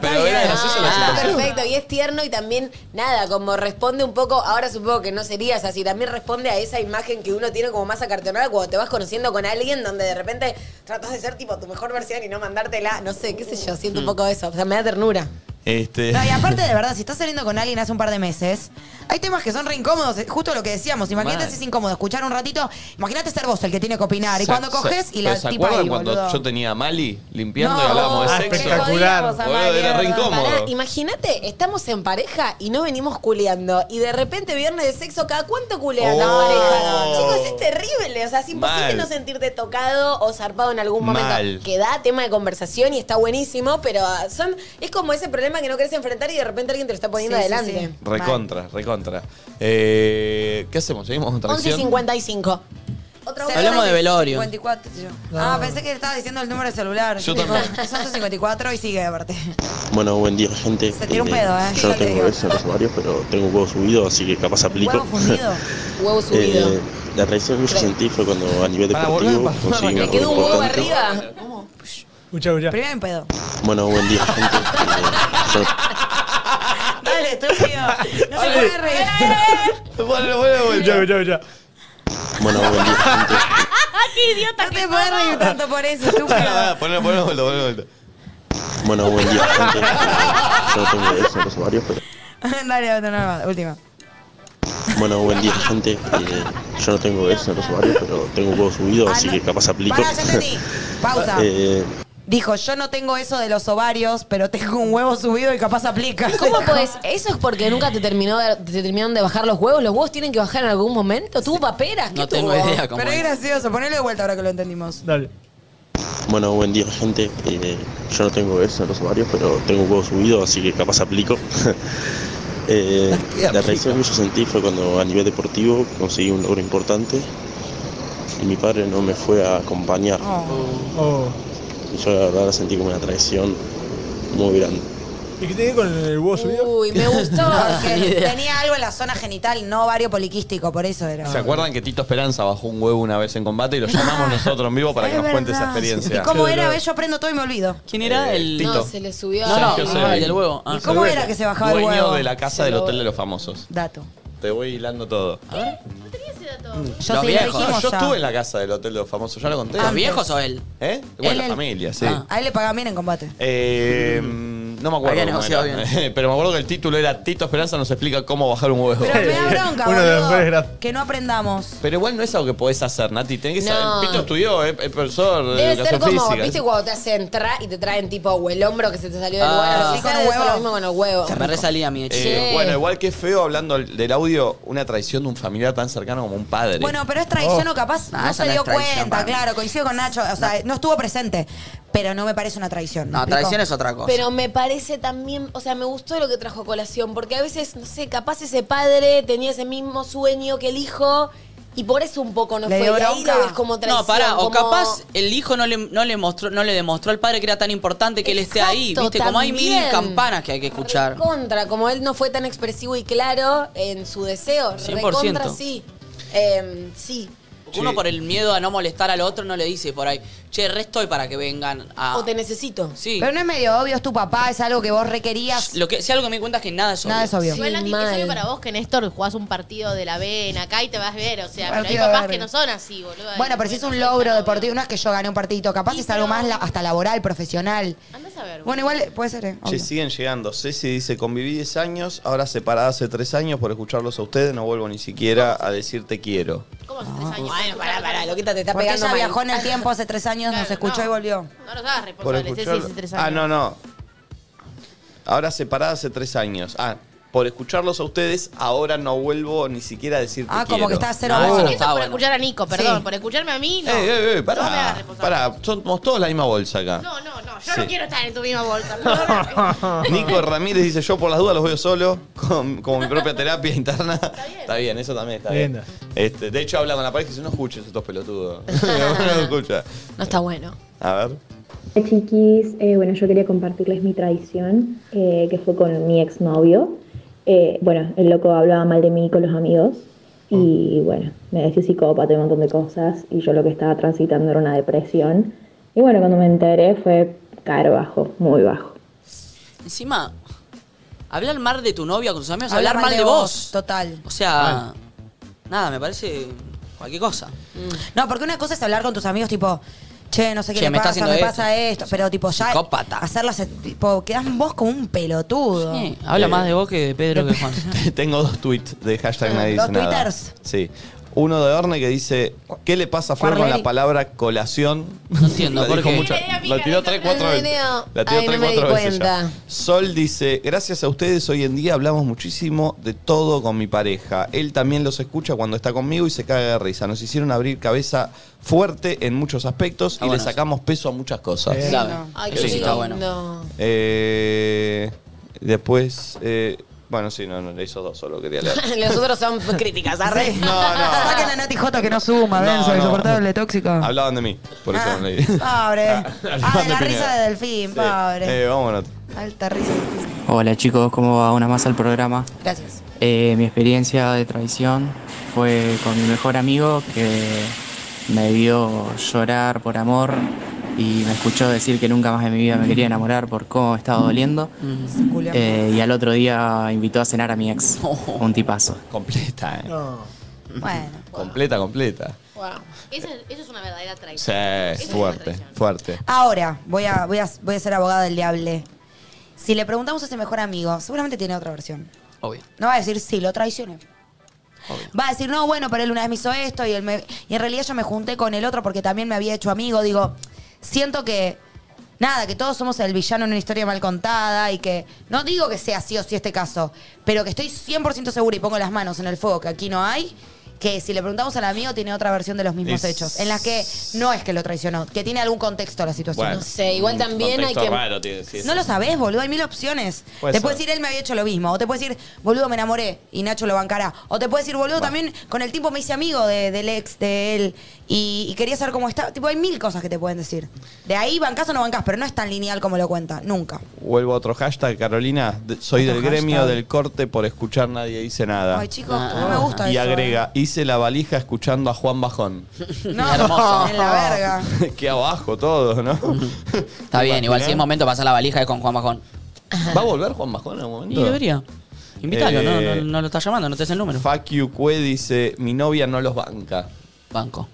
Speaker 1: pero era gracioso la
Speaker 2: Está
Speaker 1: situación.
Speaker 2: Ah, perfecto, y es tierno y también, nada, como responde un poco, ahora supongo que no serías así, también responde a esa imagen que uno tiene como más acartonada cuando te vas conociendo con alguien donde de repente tratas de ser tipo tu mejor versión y no mandártela, no sé, qué sé yo,
Speaker 1: Hmm.
Speaker 2: siento un poco eso, o sea, me da ternura.
Speaker 1: Este.
Speaker 3: No, y aparte, de verdad, si estás saliendo con alguien hace un par de meses, hay temas que son re incómodos, eh, justo lo que decíamos. Imagínate
Speaker 1: Mal.
Speaker 3: si es incómodo escuchar un ratito. Imagínate ser vos el que tiene que opinar. Y cuando
Speaker 1: Se- se-
Speaker 3: coges y
Speaker 1: ¿pero
Speaker 3: la
Speaker 1: ¿Se
Speaker 3: tipa
Speaker 1: acuerdan
Speaker 3: ahí,
Speaker 1: cuando
Speaker 3: boludo.
Speaker 1: yo tenía a Mali limpiando y
Speaker 3: No,
Speaker 1: hablábamos de
Speaker 3: ah,
Speaker 1: sexo?
Speaker 7: espectacular.
Speaker 1: Boludo, era re incómodo.
Speaker 2: Pará, Imagínate, estamos en pareja y no venimos culeando. Y de repente viernes de sexo, ¿cada cuánto culean las
Speaker 1: Oh.
Speaker 2: parejas? Chicos, es terrible. O sea, es imposible
Speaker 1: Mal.
Speaker 2: no sentirte tocado o zarpado en algún momento.
Speaker 1: Mal.
Speaker 2: Que da tema de conversación y está buenísimo, pero ah, son, es como ese problema que no querés enfrentar y de repente alguien te lo está poniendo
Speaker 3: Sí, sí,
Speaker 2: adelante.
Speaker 3: sí.
Speaker 1: Recontra, recontra. Eh, ¿Qué hacemos? ¿Seguimos con
Speaker 2: 11 y
Speaker 1: traición?
Speaker 2: 55. Otra
Speaker 3: Cero
Speaker 1: Hablamos de
Speaker 3: seis
Speaker 1: velorio.
Speaker 3: 54, yo. Ah, pensé que estabas diciendo el número de celular.
Speaker 15: Yo
Speaker 3: Digo,
Speaker 15: también.
Speaker 3: Son sus 54 y sigue, aparte.
Speaker 15: Bueno, buen día, gente.
Speaker 3: Se tira un pedo, ¿eh?
Speaker 15: Yo
Speaker 3: Ya
Speaker 15: no
Speaker 3: te
Speaker 15: tengo
Speaker 3: digo.
Speaker 15: eso en los usuarios, pero tengo un huevo subido, así que capaz aplico.
Speaker 3: Huevo fundido. Huevo
Speaker 15: Eh, la traición que yo sentí fue cuando a nivel
Speaker 7: Para,
Speaker 15: deportivo
Speaker 7: volvé a pasar.
Speaker 15: conseguí un
Speaker 7: Le
Speaker 15: error
Speaker 7: quedó un huevo
Speaker 15: importante.
Speaker 2: arriba.
Speaker 7: Escucha, escucha.
Speaker 3: Primero en pedo.
Speaker 15: Bueno, buen día, gente. Eh,
Speaker 3: Dale, estúpido. No se
Speaker 7: Dale.
Speaker 3: puede reír.
Speaker 1: Bueno, bueno, bueno.
Speaker 7: Escucha, escucha, escucha.
Speaker 15: yo- bueno, buen día, gente.
Speaker 3: ¡Qué idiota! No te puedes reír tanto por eso, estúpido.
Speaker 1: Ah, ponelo, ponelo de vuelta, ponelo de vuelta.
Speaker 15: Bueno, buen día, gente. Yo no tengo eso en los usuarios, pero
Speaker 3: Dale, otra nada más. Última.
Speaker 15: bueno, buen día, gente. Eh, yo no tengo eso en los usuarios, pero tengo un huevo subido,
Speaker 3: Ah,
Speaker 15: así que capaz aplico.
Speaker 3: Pará, ya entendí. Pausa.
Speaker 15: Eh,
Speaker 3: Dijo, yo no tengo eso de los ovarios, pero tengo un huevo subido y capaz aplica.
Speaker 2: ¿Cómo puedes? Eso es porque nunca te terminó de- te terminaron de bajar los huevos. ¿Los huevos tienen que bajar en algún momento? ¿Tuvo paperas? ¿Qué
Speaker 15: No tengo
Speaker 2: tuvo?
Speaker 15: idea cómo
Speaker 3: Pero es gracioso, ponelo de vuelta ahora que lo entendimos.
Speaker 7: Dale.
Speaker 15: bueno, buen día, gente. Eh, yo no tengo eso en los usuarios, pero tengo un huevo subido, así que capaz aplico. Eh, la reacción que yo sentí fue cuando a nivel deportivo conseguí un logro importante y mi padre no me fue a acompañar.
Speaker 7: Oh.
Speaker 15: Y yo la verdad la sentí como una traición muy grande.
Speaker 7: ¿Y qué tiene con el huevo subido?
Speaker 2: Uy, me gustó.
Speaker 3: Porque
Speaker 1: ni idea.
Speaker 3: tenía algo en la zona genital, no ovario poliquístico, por eso era.
Speaker 1: ¿Se acuerdan que Tito Esperanza bajó un huevo una vez en combate y lo llamamos nosotros en vivo para que
Speaker 3: Es
Speaker 1: nos cuente esa
Speaker 3: verdad.
Speaker 1: experiencia?
Speaker 3: ¿Y cómo era? ¿Ves? Yo aprendo todo y me olvido.
Speaker 4: ¿Quién
Speaker 1: era? Eh, El- Tito. No,
Speaker 2: se le subió.
Speaker 4: No, no,
Speaker 1: Sergio
Speaker 4: no,
Speaker 1: Sebel.
Speaker 4: el del huevo. Ah.
Speaker 3: ¿Y cómo era que se bajaba el
Speaker 1: Dueño
Speaker 3: huevo?
Speaker 1: de la casa del Hotel de los Famosos.
Speaker 3: Dato.
Speaker 1: Te voy hilando todo.
Speaker 3: Yo
Speaker 1: los
Speaker 3: sí,
Speaker 1: viejos.
Speaker 3: dijimos
Speaker 1: yo
Speaker 3: ya.
Speaker 1: estuve en la casa del Hotel de los Famosos, ya lo conté.
Speaker 3: ¿Los Antes. viejos o
Speaker 4: Ah, él?
Speaker 1: ¿Eh? Bueno,
Speaker 3: Él, Ah.
Speaker 1: la
Speaker 3: él.
Speaker 1: familia, sí.
Speaker 3: A él le pagan bien en combate.
Speaker 1: Eh, mm, no me acuerdo.
Speaker 4: Había
Speaker 1: cómo
Speaker 4: negociado
Speaker 1: era. Pero me acuerdo que el título era Tito Esperanza nos explica cómo bajar un huevo.
Speaker 3: Pero me da bronca,
Speaker 1: Uno de los
Speaker 3: boludo,
Speaker 1: mejores graf-
Speaker 3: que no aprendamos.
Speaker 1: Pero igual no es algo que podés hacer, Nati. Tenés que
Speaker 2: No.
Speaker 1: saber. Pito estudió, eh, es profesor de
Speaker 2: Debe ser
Speaker 1: educación
Speaker 2: como,
Speaker 1: física. Eh,
Speaker 2: viste, cuando te hacen tra y te traen tipo o el hombro que se te salió del
Speaker 4: Ah.
Speaker 2: lugar. o lo que
Speaker 4: Sí,
Speaker 2: sea,
Speaker 4: con un
Speaker 2: debe ser
Speaker 4: huevo.
Speaker 2: lo mismo con el huevo.
Speaker 4: Se me resalía a mí.
Speaker 1: Eh, Bueno, igual que feo hablando del audio, una traición de un familiar tan cercano como un padre.
Speaker 3: Bueno, pero es
Speaker 1: Oh.
Speaker 3: traición o capaz
Speaker 1: Nah,
Speaker 3: no
Speaker 1: esa
Speaker 3: se
Speaker 1: no
Speaker 3: dio
Speaker 1: es traición
Speaker 3: cuenta,
Speaker 1: para mí.
Speaker 3: claro, coincido con Nacho, o sea, no, estuvo presente, pero no me parece una traición. ¿me
Speaker 4: No,
Speaker 3: explico?
Speaker 4: traición es otra cosa.
Speaker 2: Pero me parece también, o sea, me gustó lo que trajo a colación, porque a veces, no sé, capaz ese padre tenía ese mismo sueño que el hijo y por eso un poco no
Speaker 3: Le
Speaker 2: fue.
Speaker 3: dio
Speaker 2: Y ahí
Speaker 3: bronca.
Speaker 2: lo ves como traición.
Speaker 4: no, pará,
Speaker 2: como-
Speaker 4: o capaz el hijo no le, no le mostró, no le demostró al padre que era tan importante que él esté ahí. Viste,
Speaker 2: Exacto,
Speaker 4: como hay mil
Speaker 2: también.
Speaker 4: campanas que hay que escuchar.
Speaker 2: Contra, como él no fue tan expresivo y claro en su deseo.
Speaker 4: 100%.
Speaker 2: Recontra sí. Em, sí.
Speaker 4: Uno por el miedo a no molestar al otro no le dice por ahí, che, re estoy para que vengan a.
Speaker 2: O te necesito.
Speaker 4: Ah. Sí.
Speaker 3: Pero no es medio obvio, es tu papá, es algo que vos requerías.
Speaker 4: Lo que, si algo que me di cuenta es que nada es obvio.
Speaker 3: Nada es obvio.
Speaker 5: Igual Nati,
Speaker 3: mal.
Speaker 5: es obvio para vos que Néstor jugás un partido de la B en acá y te vas a ver, o sea, pero hay
Speaker 3: Partido de
Speaker 5: papás
Speaker 3: verga.
Speaker 5: que no son así, boludo.
Speaker 3: Bueno, pero si es un logro deportivo, no es que yo gané un partidito, capaz es algo más la- hasta laboral, profesional. Bueno, igual puede ser, ¿eh?
Speaker 1: Che, siguen llegando. Ceci dice, conviví 10 años, ahora separada hace 3 años por escucharlos a ustedes, no vuelvo ni siquiera a decir te quiero.
Speaker 2: Bueno, pará, pará, loquita, te está
Speaker 3: Porque
Speaker 2: pegando
Speaker 3: ella
Speaker 2: mal.
Speaker 3: viajó en el tiempo hace tres años, nos escuchó y volvió.
Speaker 5: No nos hagas
Speaker 1: Por
Speaker 5: responsable, Pues Ceci,
Speaker 1: escucharlo-
Speaker 5: hace tres
Speaker 1: Ah,
Speaker 5: años.
Speaker 1: no, no. Ahora separada hace 3 años. Ah, por escucharlos a ustedes, ahora no vuelvo ni siquiera a decir te
Speaker 5: Ah,
Speaker 1: quiero.
Speaker 5: como que está
Speaker 3: cero
Speaker 1: No,
Speaker 5: Eso
Speaker 1: eso no
Speaker 5: por
Speaker 1: está bueno.
Speaker 5: escuchar a Nico, perdón,
Speaker 1: Sí.
Speaker 5: por escucharme a mí, no.
Speaker 1: Ey, ey, ey,
Speaker 5: No me hagas
Speaker 1: Eh, pará,
Speaker 5: responsable.
Speaker 1: pará, somos todos la misma bolsa acá.
Speaker 5: No, no, no, Yo
Speaker 1: Sí.
Speaker 5: no quiero estar en tu misma bolsa. perdóname.
Speaker 1: Nico Ramírez dice, yo por las dudas los veo solo, con, con mi propia terapia interna. Está bien. eso también está bien.
Speaker 7: Linda.
Speaker 1: Este, de hecho, habla con la pareja y dice, no escuches estos pelotudos. no escucha.
Speaker 2: No está bueno.
Speaker 1: A ver.
Speaker 16: Hola, Chiquis, Eh, bueno, yo quería compartirles mi tradición, eh, que fue con mi exnovio. Eh, bueno, el loco hablaba mal de mí con los amigos
Speaker 17: Ah.
Speaker 16: y bueno, me decía psicópata y un montón de cosas y yo lo que estaba transitando era una depresión. Y bueno, cuando me enteré fue caro bajo, muy bajo.
Speaker 4: Encima, hablar mal de tu novia con tus amigos, hablar, mal de vos.
Speaker 3: Total.
Speaker 4: O sea, nada, me parece cualquier cosa.
Speaker 3: No, porque una cosa es hablar con tus amigos, tipo, che, no sé qué
Speaker 4: Che,
Speaker 3: le
Speaker 4: me está
Speaker 3: pasa,
Speaker 4: haciendo
Speaker 3: me
Speaker 4: esto.
Speaker 3: pasa esto. Pero, tipo, ya. Hacerlas, eh, tipo, quedás vos como un pelotudo.
Speaker 4: Sí, Eh, habla más de vos que de Pedro que de Juan.
Speaker 1: Tengo dos tweets de hashtag nadie
Speaker 3: ¿Dos
Speaker 1: dice nada.
Speaker 3: twitters?
Speaker 1: Sí. Uno de Orne que dice, ¿qué le pasa a Flor con la
Speaker 2: Guarneri.
Speaker 1: palabra colación? No entiendo,
Speaker 4: ¿por qué?
Speaker 1: La tiró tres, cuatro
Speaker 2: Eh, No, no,
Speaker 1: veces.
Speaker 2: no.
Speaker 1: La tiró
Speaker 2: Ay,
Speaker 1: tres,
Speaker 2: no me di
Speaker 1: cuatro veces
Speaker 2: cuenta.
Speaker 1: ya. Sol dice, gracias a ustedes hoy en día hablamos muchísimo de todo con mi pareja. Él también los escucha cuando está conmigo y se caga de risa. Nos hicieron abrir cabeza fuerte en muchos aspectos y
Speaker 4: bueno Eh,
Speaker 1: le sacamos peso a muchas cosas.
Speaker 4: Qué Claro. lindo. Ay, qué
Speaker 1: está
Speaker 4: lindo.
Speaker 1: Eh, después, eh, bueno, sí, no, no, le hizo dos, solo quería leer.
Speaker 2: Los otros son críticas, arre.
Speaker 1: No, no.
Speaker 3: Saquen a Nati Jota que no suma,
Speaker 1: No,
Speaker 3: denso,
Speaker 1: no.
Speaker 3: insoportable, tóxica.
Speaker 1: Hablaban de mí, por
Speaker 3: Ah.
Speaker 1: eso no leí.
Speaker 3: Pobre. Ah, de la
Speaker 1: Pineda.
Speaker 3: risa de Delfín, pobre.
Speaker 1: Eh, vámonos.
Speaker 3: Alta risa. de Delfín.
Speaker 12: Hola chicos, ¿cómo va? Una más al programa.
Speaker 3: Gracias.
Speaker 12: Eh, mi experiencia de traición fue con mi mejor amigo que me vio llorar por amor y me escuchó decir que nunca más en mi vida me quería enamorar por cómo me estaba doliendo. Eh, y al otro día invitó a cenar a mi ex. Un tipazo.
Speaker 1: Completa, eh.
Speaker 3: Bueno.
Speaker 1: Completa, completa.
Speaker 5: Wow. Eso, eso es una verdadera traición.
Speaker 1: Sí, fuerte, fuerte.
Speaker 3: Ahora, voy a, voy, a, voy a ser abogada del diable. Si le preguntamos a ese mejor amigo, seguramente tiene otra versión.
Speaker 4: Obvio.
Speaker 3: No va a decir, sí, lo traicioné. Va a decir, no, bueno, pero él una vez me hizo esto y, él me- y en realidad yo me junté con el otro porque también me había hecho amigo. Digo, siento que, nada, que todos somos el villano en una historia mal contada y que, no digo que sea sí o sí este caso, pero que estoy 100% segura y pongo las manos en el fuego que aquí no hay, que si le preguntamos al amigo tiene otra versión de los mismos
Speaker 2: Es-
Speaker 3: hechos, en las que no es que lo traicionó, que tiene algún contexto la situación.
Speaker 1: Bueno.
Speaker 2: No sé, igual también hay que.
Speaker 3: No lo sabés, boludo, hay mil opciones.
Speaker 2: Puede
Speaker 3: te
Speaker 2: ser.
Speaker 3: puede decir, él me había hecho lo mismo. O te puede decir, boludo, me enamoré y Nacho lo bancará. O te puede decir, boludo, también con el tipo me hice amigo de- del ex, de él, y, y quería saber cómo está. Tipo, hay mil cosas que te pueden decir. De ahí bancás o no bancás, pero no es tan lineal como lo cuenta, nunca.
Speaker 1: Vuelvo a otro hashtag, Carolina. de- soy
Speaker 3: Otro
Speaker 1: del gremio
Speaker 3: hashtag.
Speaker 1: del corte por escuchar nadie dice nada.
Speaker 3: Ay, chicos, no me gusta
Speaker 1: Ah. y
Speaker 3: eso, ¿eh?
Speaker 1: agrega, hice la valija escuchando a Juan Bajón.
Speaker 3: No, en la verga.
Speaker 1: que abajo todo, ¿no?
Speaker 4: Está bien, igual si es momento de pasar la valija es con Juan Bajón.
Speaker 1: ¿Va a volver Juan Bajón en algún momento?
Speaker 4: Y debería. Invítalo, no, no,
Speaker 1: lo estás llamando, no te es el número. Fuck you, Cue dice, mi novia no los banca. Eh,
Speaker 4: Banco.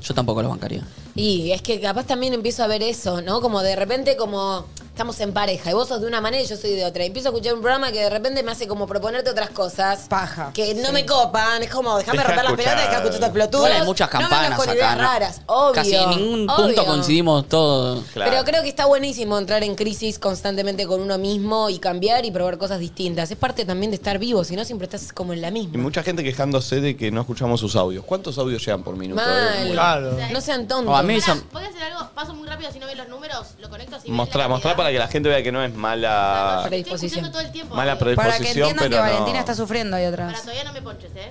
Speaker 1: Yo
Speaker 4: tampoco los bancaría.
Speaker 2: Y es que capaz también empiezo a ver eso, ¿no? Como de repente, como estamos en pareja y vos sos de una manera y yo soy de otra. Y empiezo a escuchar un programa que de repente me hace como proponerte otras cosas.
Speaker 3: Paja.
Speaker 2: Que no me copan. Es como, déjame
Speaker 4: Dejá
Speaker 2: romper las
Speaker 4: escuchar.
Speaker 2: pelotas, deja escuchar estos pelotudos.
Speaker 4: Igual hay muchas
Speaker 2: No me vengas
Speaker 4: campanas
Speaker 2: con
Speaker 4: acá,
Speaker 2: ideas
Speaker 4: ¿no?
Speaker 2: raras, obvio.
Speaker 4: Casi en ningún punto
Speaker 2: obvio.
Speaker 4: coincidimos todos.
Speaker 2: Pero creo que está buenísimo entrar en crisis constantemente con uno mismo y cambiar y probar cosas distintas. Es parte también de estar vivo, si no siempre estás como en la
Speaker 1: Y
Speaker 2: misma.
Speaker 1: mucha gente quejándose de que no escuchamos sus audios. ¿Cuántos audios llegan por minuto?
Speaker 2: Mal.
Speaker 1: Claro.
Speaker 2: No sean tontos.
Speaker 1: O a mí son-
Speaker 5: Voy a hacer algo, paso muy rápido si no ven los números, lo conecto así.
Speaker 1: Mostrar, mostrar para que la gente vea que no es mala
Speaker 5: Escuchando todo el tiempo.
Speaker 1: mala
Speaker 3: Para que
Speaker 1: predisposición,
Speaker 3: entiendan que
Speaker 1: pero
Speaker 3: Valentina
Speaker 1: no.
Speaker 3: está sufriendo ahí atrás.
Speaker 5: Para todavía no me ponches, ¿eh?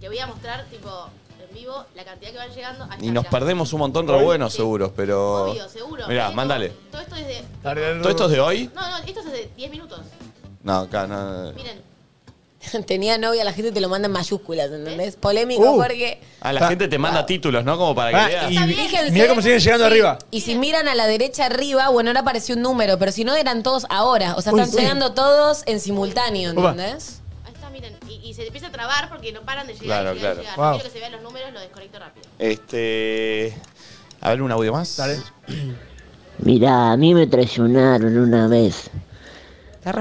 Speaker 5: Te voy a mostrar, tipo, en vivo, la cantidad que van llegando. Ahí
Speaker 1: Y
Speaker 5: está,
Speaker 1: nos
Speaker 5: mirá.
Speaker 1: perdemos un montón re buenos seguros, pero
Speaker 5: Obvio, seguro.
Speaker 1: Mirá,
Speaker 5: Esto-
Speaker 1: mándale.
Speaker 5: Todo esto es de...
Speaker 1: ¿Todo esto es de hoy?
Speaker 5: No, no, esto es de 10 minutos.
Speaker 1: No, acá no.
Speaker 5: Miren.
Speaker 2: Tenía novia, la gente te lo manda en mayúsculas, ¿entendés? Polémico
Speaker 1: Uh.
Speaker 2: porque.
Speaker 1: Ah, la gente te manda títulos, ¿no? Como para
Speaker 7: Ah,
Speaker 1: que
Speaker 7: y-
Speaker 1: veas.
Speaker 2: Fíjense.
Speaker 7: Mirá cómo siguen llegando
Speaker 2: Sí.
Speaker 7: arriba.
Speaker 2: Y si miran a la derecha arriba, bueno, ahora apareció un número, pero si no eran todos ahora. O sea,
Speaker 7: Uy,
Speaker 2: están
Speaker 7: uy.
Speaker 2: llegando todos en simultáneo,
Speaker 7: Opa.
Speaker 2: ¿entendés?
Speaker 5: Ahí está, miren. Y, y se empieza a trabar porque no paran de llegar.
Speaker 1: Claro,
Speaker 5: y llegar, y
Speaker 1: claro.
Speaker 5: llegar.
Speaker 1: Wow.
Speaker 5: No quiero que se vean los números, lo desconecto rápido.
Speaker 1: Este. A ver, un audio más.
Speaker 18: Mirá, a mí me traicionaron una vez.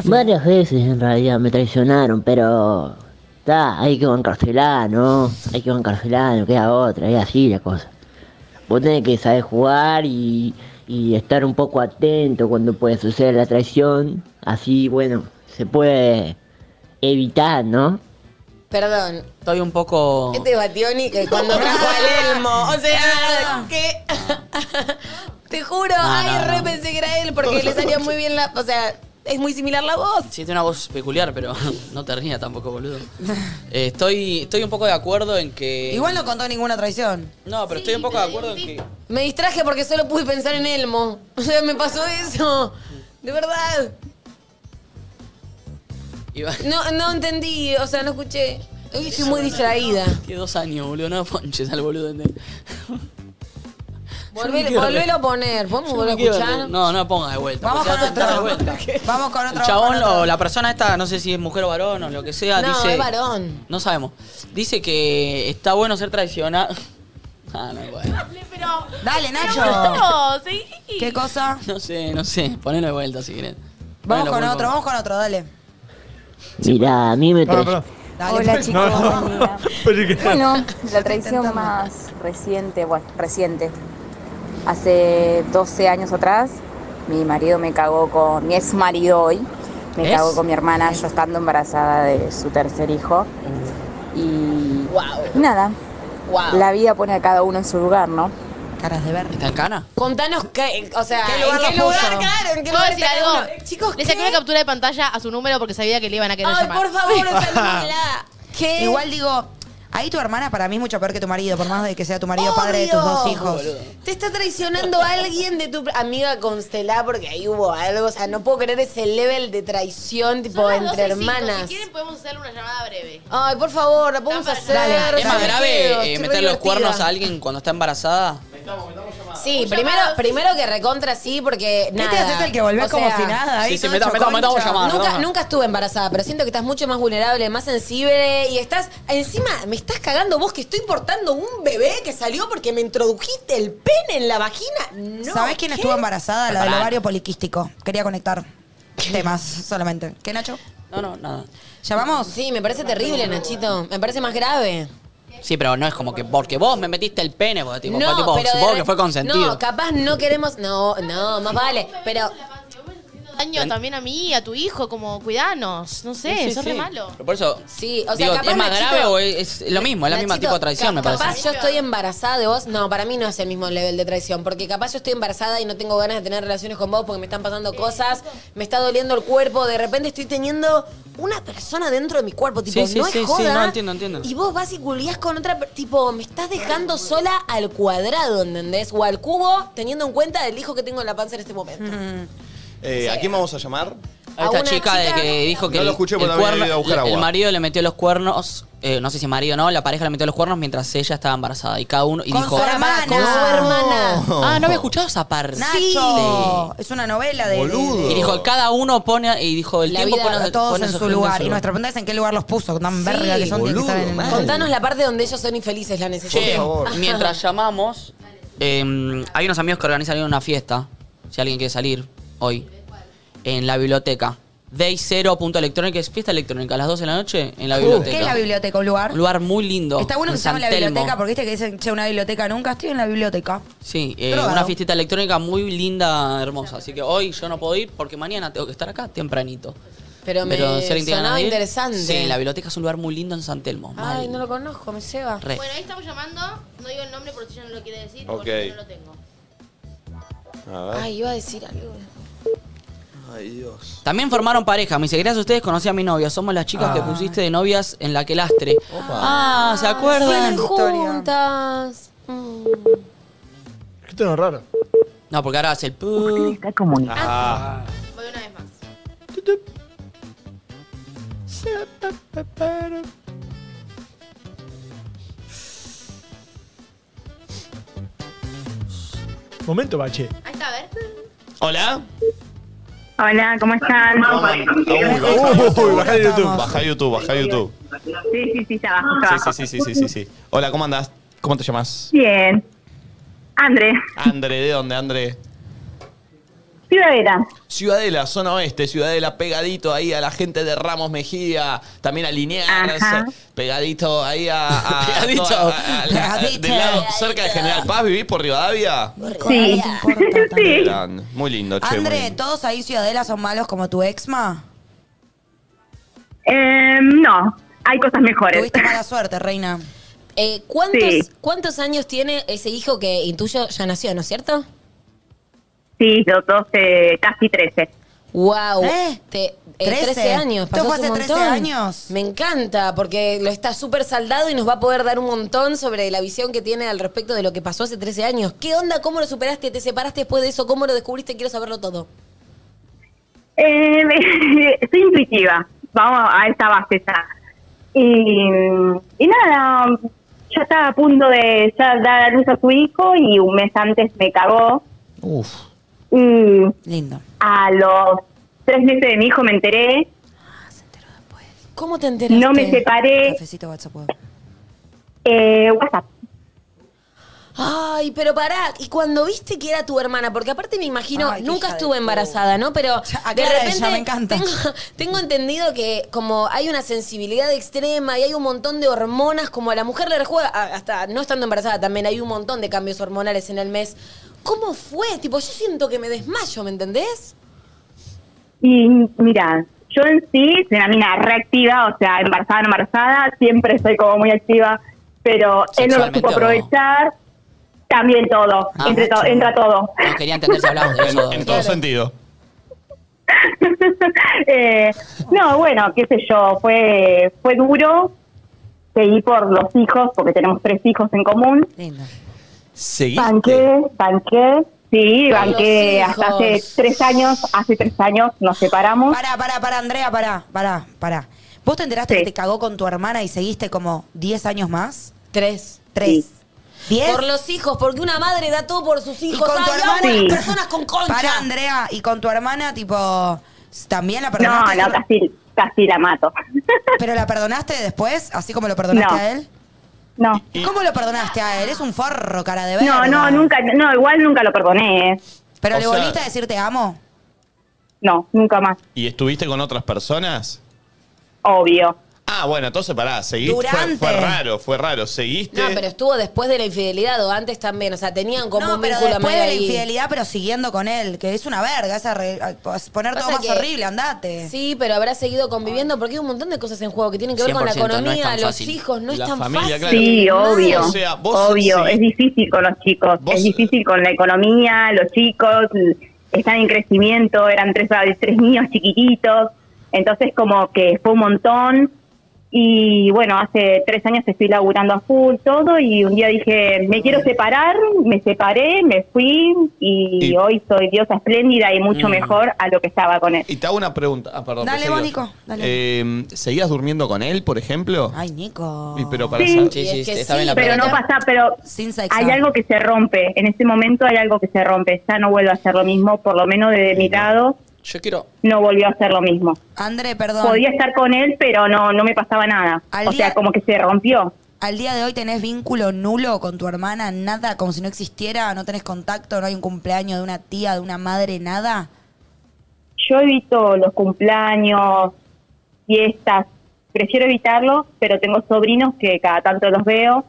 Speaker 18: Varias veces en realidad me traicionaron, pero. Está, hay que bancarcelar, ¿no? Hay que bancarcelar, no queda otra, es así la cosa. Vos tenés que saber jugar y, y estar un poco atento cuando puede suceder la traición. Así, bueno, se puede evitar, ¿no?
Speaker 2: Perdón.
Speaker 4: Estoy un poco.
Speaker 2: Este es Bationi que cuando trajo al Elmo. O sea, ¿qué? Te juro,
Speaker 4: Ah. No,
Speaker 2: ay,
Speaker 4: no,
Speaker 2: re
Speaker 4: no.
Speaker 2: pensé que era él porque le salía muy bien la. O sea, es muy similar la voz.
Speaker 4: Sí, tiene una voz peculiar, pero no te rías tampoco, boludo. Eh, estoy, estoy un poco de acuerdo en que.
Speaker 3: Igual no contó ninguna traición.
Speaker 4: No, pero estoy un poco de acuerdo en que.
Speaker 2: Me distraje porque solo pude pensar en Elmo. O sea, me pasó eso. De verdad.
Speaker 4: Iba-
Speaker 2: No, no entendí, o sea, no escuché. Hoy estoy muy distraída.
Speaker 4: Tiene dos años, boludo. No ponches al boludo. ¿entendés?
Speaker 2: Volvé-
Speaker 4: me quiero
Speaker 2: volvelo
Speaker 4: reír.
Speaker 2: a poner. ¿Podemos
Speaker 4: Yo
Speaker 2: volver a
Speaker 4: me quiero
Speaker 2: escuchar?
Speaker 4: reír. No, no pongas de vuelta.
Speaker 2: Vamos
Speaker 4: o sea,
Speaker 2: con
Speaker 4: está
Speaker 2: otro.
Speaker 4: de vuelta.
Speaker 3: Vamos con
Speaker 4: El
Speaker 3: otro.
Speaker 4: chabón o la persona esta, no sé si es mujer o varón o lo que sea,
Speaker 2: No,
Speaker 4: dice.
Speaker 2: es varón.
Speaker 4: No sabemos. Dice que está bueno ser traicionado. Ah, no, bueno.
Speaker 5: Pero.
Speaker 3: Dale, Nacho.
Speaker 5: boludo, sí.
Speaker 3: ¿Qué cosa?
Speaker 4: No sé, no sé. Ponelo de vuelta si quieren.
Speaker 3: Vamos
Speaker 4: Ponelo,
Speaker 3: con
Speaker 4: pulpo.
Speaker 3: otro, vamos con otro, dale.
Speaker 18: Mirá, a mí me traicionaron.
Speaker 3: Dale, Hola, chicos.
Speaker 17: Bueno, la traición más reciente, bueno, reciente. Hace 12 años atrás, mi marido me cagó con, mi ex marido hoy, me
Speaker 19: ¿Es?
Speaker 17: cagó con mi hermana, yo estando embarazada de su tercer hijo. Y nada,
Speaker 2: Wow.
Speaker 17: la vida pone a cada uno en su lugar, ¿no?
Speaker 3: Caras de verde.
Speaker 4: ¿Está en cana?
Speaker 2: Contanos qué, o sea,
Speaker 17: ¿Qué lugar
Speaker 2: en qué
Speaker 17: lo
Speaker 2: lugar,
Speaker 17: puso?
Speaker 2: claro, en qué
Speaker 5: ¿Puedo
Speaker 2: lugar
Speaker 5: decir
Speaker 2: está cada
Speaker 5: algo?
Speaker 2: uno. Chicos,
Speaker 5: Le saqué
Speaker 2: ¿qué?
Speaker 5: una captura de pantalla a su número porque sabía que le iban a querer
Speaker 2: Ay,
Speaker 5: llamar.
Speaker 2: por favor, Eh,
Speaker 3: Igual digo, ahí tu hermana para mí es mucho peor que tu marido, por más de que sea tu marido padre de tus
Speaker 2: Obvio.
Speaker 3: dos hijos.
Speaker 2: Te está traicionando alguien de tu pr- amiga constelada porque ahí hubo algo. O sea, no puedo creer ese level de traición tipo
Speaker 5: Son las
Speaker 2: entre
Speaker 5: 12 y cinco, Si
Speaker 2: hermanas.
Speaker 5: quieren, podemos hacerle una llamada breve.
Speaker 2: Ay, por favor, la podemos hacer.
Speaker 5: Dale.
Speaker 4: ¿Es más
Speaker 2: Yo me quedo,
Speaker 4: grave eh,
Speaker 2: estoy
Speaker 4: meter
Speaker 2: re
Speaker 4: los
Speaker 2: divertida.
Speaker 4: cuernos a alguien cuando está embarazada?
Speaker 2: Sí, primero, primero que recontra sí, porque
Speaker 4: te
Speaker 2: nada.
Speaker 3: Este
Speaker 4: haces el que volvés como si nada, ahí, Sí, sí, todo meta- hecho meta- meta- concha.
Speaker 3: Ah,
Speaker 4: vamos a llamar,
Speaker 2: Nunca,
Speaker 4: vamos a-
Speaker 2: nunca estuve embarazada, pero siento que estás mucho más vulnerable, más sensible y estás... Encima, me estás cagando vos que estoy portando un bebé que salió porque me introdujiste el pene en la vagina. No,
Speaker 3: ¿Sabés quién
Speaker 2: ¿qué?
Speaker 3: estuvo embarazada? La del
Speaker 2: Pará.
Speaker 3: ovario poliquístico. Quería conectar temas solamente. ¿Qué, Nacho?
Speaker 4: No, no, nada.
Speaker 3: ¿Llamamos?
Speaker 2: Sí, me parece terrible, Nachito. Me parece más grave.
Speaker 4: Sí, pero no es como que porque vos me metiste el pene, porque tipo,
Speaker 2: no,
Speaker 4: fue, tipo,
Speaker 2: pero de
Speaker 4: supongo
Speaker 2: re-
Speaker 4: que fue consentido.
Speaker 2: No, capaz no queremos... No, no, más vale. Pero...
Speaker 5: Daño también a mí, a tu hijo, como cuidanos. No sé,
Speaker 4: Sí, sí,
Speaker 5: sos
Speaker 4: sí.
Speaker 5: re malo.
Speaker 4: Pero por eso,
Speaker 2: Sí, o sea,
Speaker 4: digo,
Speaker 2: capaz
Speaker 4: ¿es más
Speaker 2: Nachito-
Speaker 4: grave o es, es lo mismo? Es la misma
Speaker 2: Nachito,
Speaker 4: tipo de traición, me
Speaker 2: ca-
Speaker 4: parece.
Speaker 2: Capaz yo estoy embarazada de vos. No, para mí no es el mismo nivel de traición. Porque capaz yo estoy embarazada y no tengo ganas de tener relaciones con vos porque me están pasando cosas, me está doliendo el cuerpo. De repente estoy teniendo una persona dentro de mi cuerpo. Tipo,
Speaker 4: Sí, sí,
Speaker 2: no
Speaker 4: sí,
Speaker 2: es
Speaker 4: sí,
Speaker 2: joda.
Speaker 4: no, entiendo, entiendo.
Speaker 2: Y vos vas y culiás con otra. per- Tipo, me estás dejando sola al cuadrado, ¿entendés? O al cubo, teniendo en cuenta el hijo que tengo en la panza en este momento.
Speaker 4: Mm.
Speaker 1: Eh, ¿A quién vamos a llamar?
Speaker 4: A esta chica, de que dijo que
Speaker 1: No
Speaker 4: el,
Speaker 1: lo escuché
Speaker 4: el
Speaker 1: porque había
Speaker 4: cuerno-
Speaker 1: ido a buscar
Speaker 4: el- el
Speaker 1: agua.
Speaker 4: marido le metió los cuernos, eh, no sé si marido o no, la pareja le metió los cuernos mientras ella estaba embarazada. Y cada uno, y
Speaker 3: Con
Speaker 4: dijo... "Ah,
Speaker 3: su hermana.
Speaker 4: "Con su
Speaker 3: hermana.
Speaker 1: Oh.
Speaker 4: Ah, no había escuchado esa parte.
Speaker 3: Nacho. Es una novela de...
Speaker 4: Sí. Y dijo, cada uno pone, y dijo, el
Speaker 3: La
Speaker 4: tiempo
Speaker 3: vida
Speaker 4: pone
Speaker 3: a todos
Speaker 4: pone
Speaker 3: en
Speaker 4: su
Speaker 3: su
Speaker 4: gente
Speaker 3: lugar. Y nuestra pregunta es en qué lugar los puso. Tan verga que son tienen que estar en-
Speaker 2: Contanos la parte donde ellos son infelices, la necesidad.
Speaker 4: Che, mientras llamamos, eh, hay unos amigos que organizaron una fiesta, si alguien quiere salir hoy, en la biblioteca. Day Zero punto electrónica, es fiesta electrónica a las 12 de la noche en la biblioteca.
Speaker 3: Uh, ¿Qué es la biblioteca? ¿Un lugar?
Speaker 4: Un lugar muy lindo.
Speaker 3: Está bueno
Speaker 4: en
Speaker 3: que se llame
Speaker 4: San
Speaker 3: la
Speaker 4: Telmo.
Speaker 3: biblioteca porque viste que dicen, che, una biblioteca nunca. Estoy en la biblioteca.
Speaker 4: Sí, eh,
Speaker 3: Drogado.
Speaker 4: una fiestita electrónica muy linda, hermosa. Así que hoy yo no puedo ir porque mañana tengo que estar acá tempranito.
Speaker 2: Pero me
Speaker 4: alguien tiene
Speaker 2: sonaba
Speaker 4: ganas de ir,
Speaker 2: interesante.
Speaker 4: Sí, la biblioteca es un lugar muy lindo en San Telmo. mal.
Speaker 2: Ay, no lo conozco, me ceba.
Speaker 4: Re.
Speaker 5: Bueno, ahí estamos llamando. No digo el nombre por si ella no lo quiere decir.
Speaker 4: Ok.
Speaker 5: Porque yo no lo tengo.
Speaker 2: Ay, iba a decir algo.
Speaker 1: Ay, Dios.
Speaker 4: También formaron pareja. Me dice, gracias a ustedes conocí a mi novia. Somos las chicas que pusiste de novias en la que lastre. Ah, ¿se acuerdan?
Speaker 2: Siguen juntas.
Speaker 4: Esto no es raro. No, porque ahora hace el pu.
Speaker 18: Está
Speaker 4: Ah.
Speaker 5: Voy una vez más.
Speaker 7: Momento, bache.
Speaker 5: Ahí está, a ver.
Speaker 4: Hola.
Speaker 9: Hola, ¿cómo están?
Speaker 1: Uy,
Speaker 9: baja de YouTube.
Speaker 1: Baja YouTube, baja YouTube.
Speaker 9: Sí, sí, sí, ya abajo, ya
Speaker 1: Sí,
Speaker 9: abajo.
Speaker 1: sí, sí, sí, sí, sí, sí. Hola, ¿cómo andás? ¿Cómo te llamas?
Speaker 9: Bien. Andrés,
Speaker 1: André, ¿de dónde, André?
Speaker 9: Ciudadera.
Speaker 1: Ciudadela, zona oeste, Ciudadela, pegadito ahí a la gente de Ramos Mejía, también a Liniers,
Speaker 9: Ajá.
Speaker 1: pegadito ahí a... a-
Speaker 4: Pegadito.
Speaker 1: a- a- la-
Speaker 4: Pegadito.
Speaker 1: del lado, cerca de General Paz, ¿vivís por Rivadavia?
Speaker 3: Sí.
Speaker 1: Sí. Muy lindo, che. muy
Speaker 3: André,
Speaker 1: lindo.
Speaker 3: ¿eh? ¿todos ahí Ciudadela son malos como tu exma?
Speaker 9: Eh, no, hay cosas mejores.
Speaker 3: Tuviste mala suerte, reina.
Speaker 2: Eh, ¿cuántos,
Speaker 9: Sí.
Speaker 2: ¿Cuántos años tiene ese hijo que intuyo ya nació, ¿no es cierto?
Speaker 9: Sí, los 12, casi 13.
Speaker 2: ¡Wow!
Speaker 9: ¿Eh?
Speaker 2: Te- eh, 13.
Speaker 9: ¿Trece?
Speaker 2: años,
Speaker 9: ¿Esto
Speaker 2: pasó
Speaker 9: fue
Speaker 2: hace
Speaker 9: hace
Speaker 2: un
Speaker 9: 13
Speaker 2: montón.
Speaker 9: años?
Speaker 2: Me encanta, porque lo está súper saldado y nos va a poder dar un montón sobre la visión que tiene al respecto de lo que pasó hace 13 años. ¿Qué onda? ¿Cómo lo superaste? ¿Te separaste después de eso? ¿Cómo lo descubriste? Quiero saberlo todo.
Speaker 9: Eh, soy intuitiva, vamos a esa base ya. Y, y nada, ya estaba a punto de ya dar a luz a su hijo y un mes antes me cagó.
Speaker 6: Uf.
Speaker 9: Y
Speaker 3: Lindo.
Speaker 9: a los tres meses de mi hijo me enteré,
Speaker 2: ¿Cómo te enteraste?
Speaker 9: no me separé,
Speaker 3: Cafecito WhatsApp.
Speaker 9: eh, WhatsApp.
Speaker 2: Ay, pero pará, y cuando viste que era tu hermana, porque aparte me imagino,
Speaker 3: Ay, qué
Speaker 2: nunca
Speaker 3: hija de
Speaker 2: estuve embarazada, ¿no? Pero de
Speaker 3: aclara
Speaker 2: repente
Speaker 3: ella, me encanta.
Speaker 2: Tengo, tengo entendido que como hay una sensibilidad extrema y hay un montón de hormonas, como a la mujer le rejuega, a- hasta no estando embarazada también hay un montón de cambios hormonales en el mes. ¿Cómo fue? Tipo, yo siento que me desmayo, ¿me entendés?
Speaker 9: Y mira, yo en sí soy una mina reactiva, o sea, embarazada, no embarazada, siempre soy como muy activa, pero él no lo supo
Speaker 4: ¿Sexualmente o no?
Speaker 9: aprovechar. También todo,
Speaker 4: Ah,
Speaker 9: entre to- entra todo.
Speaker 4: No quería entender si hablamos de eso.
Speaker 1: En todo sentido.
Speaker 9: Eh, no, bueno, qué sé yo, fue, fue duro. Seguí por los hijos, porque tenemos tres hijos en común.
Speaker 6: ¿Seguiste?
Speaker 9: Banqué, banqué, sí,
Speaker 6: Por
Speaker 9: banqué
Speaker 6: los
Speaker 9: hasta
Speaker 6: hijos.
Speaker 9: hace tres años, hace tres años nos separamos.
Speaker 3: Pará, pará, pará, Andrea, pará, pará, pará. ¿Vos te enteraste que te cagó con tu hermana y seguiste como 10 años más?
Speaker 2: Tres.
Speaker 3: Tres. ¿Diez?
Speaker 2: Por los hijos, porque una madre da todo por sus hijos.
Speaker 3: con tu
Speaker 2: Ay, amo a las
Speaker 3: hermana- Sí.
Speaker 2: personas con concha.
Speaker 3: Pará, Andrea, y con tu hermana, tipo, también la
Speaker 9: No,
Speaker 3: perdonaste.
Speaker 9: no, casi, casi la mato.
Speaker 3: ¿Pero la perdonaste después, así como lo perdonaste
Speaker 9: No.
Speaker 3: a él?
Speaker 9: No.
Speaker 3: ¿Cómo lo perdonaste a él? Es un forro, cara de verga.
Speaker 9: No, no, nunca, no, igual nunca lo perdoné. eh.
Speaker 3: ¿Pero
Speaker 1: O
Speaker 3: le
Speaker 1: sea-
Speaker 3: volviste a decir te amo?
Speaker 9: No, nunca más,
Speaker 1: ¿Y estuviste con otras personas?
Speaker 9: obvio.
Speaker 1: Ah, bueno, entonces pará, seguiste. Fue,
Speaker 2: Durante.
Speaker 1: fue raro, fue raro. Seguiste.
Speaker 2: No, pero estuvo después de la infidelidad o antes también. O sea, tenían como
Speaker 3: no,
Speaker 2: un
Speaker 3: pero
Speaker 2: vínculo
Speaker 3: después
Speaker 2: medio
Speaker 3: de la
Speaker 2: ahí.
Speaker 3: infidelidad, pero siguiendo con él, que es una verga, es arre- a- poner todo
Speaker 2: Pasa
Speaker 3: más
Speaker 2: que-
Speaker 3: horrible, andate.
Speaker 2: Sí, pero habrá seguido conviviendo porque hay un montón de cosas en juego que tienen que ver con la
Speaker 1: 100% no es tan
Speaker 2: economía, los
Speaker 1: fácil.
Speaker 2: hijos, no
Speaker 1: La
Speaker 2: es tan
Speaker 1: familia,
Speaker 2: fácil.
Speaker 1: claro.
Speaker 9: Sí,
Speaker 1: No.
Speaker 9: obvio.
Speaker 1: O sea, vos
Speaker 9: obvio,
Speaker 1: sí.
Speaker 9: es difícil con los chicos, es difícil con la economía, los chicos l- están en crecimiento, eran tres, tres niños chiquititos, entonces como que fue un montón y bueno, hace tres años estoy laburando a full todo y un día dije, me quiero separar, me separé, me fui y, hoy soy diosa espléndida y mucho
Speaker 1: Mm.
Speaker 9: mejor a lo que estaba con él.
Speaker 1: Y te hago una pregunta. Ah, perdón.
Speaker 9: Dale,
Speaker 1: proseguí.
Speaker 9: vos, Nico, dale.
Speaker 1: Eh, ¿Seguías durmiendo con él, por ejemplo?
Speaker 3: Ay, Nico.
Speaker 1: Y, pero para
Speaker 9: Sí.
Speaker 1: saber-
Speaker 9: Sí, sí,
Speaker 1: está bien la
Speaker 9: pero no
Speaker 1: pregunta.
Speaker 9: pasa, pero hay algo que se rompe. En este momento hay algo que se rompe. Ya no vuelvo a hacer lo mismo, por lo menos de mi lado.
Speaker 4: Yo quiero.
Speaker 9: No volvió a hacer lo mismo.
Speaker 3: André, perdón.
Speaker 9: Podía estar con él, pero no, no me pasaba nada.
Speaker 3: Al
Speaker 9: o sea,
Speaker 3: día-
Speaker 9: como que se rompió.
Speaker 3: Al día de hoy tenés vínculo nulo con tu hermana, nada, como si no existiera, no tenés contacto, no hay un cumpleaños de una tía, de una madre, nada.
Speaker 9: Yo evito los cumpleaños, fiestas, prefiero evitarlos, pero tengo sobrinos que cada tanto los veo.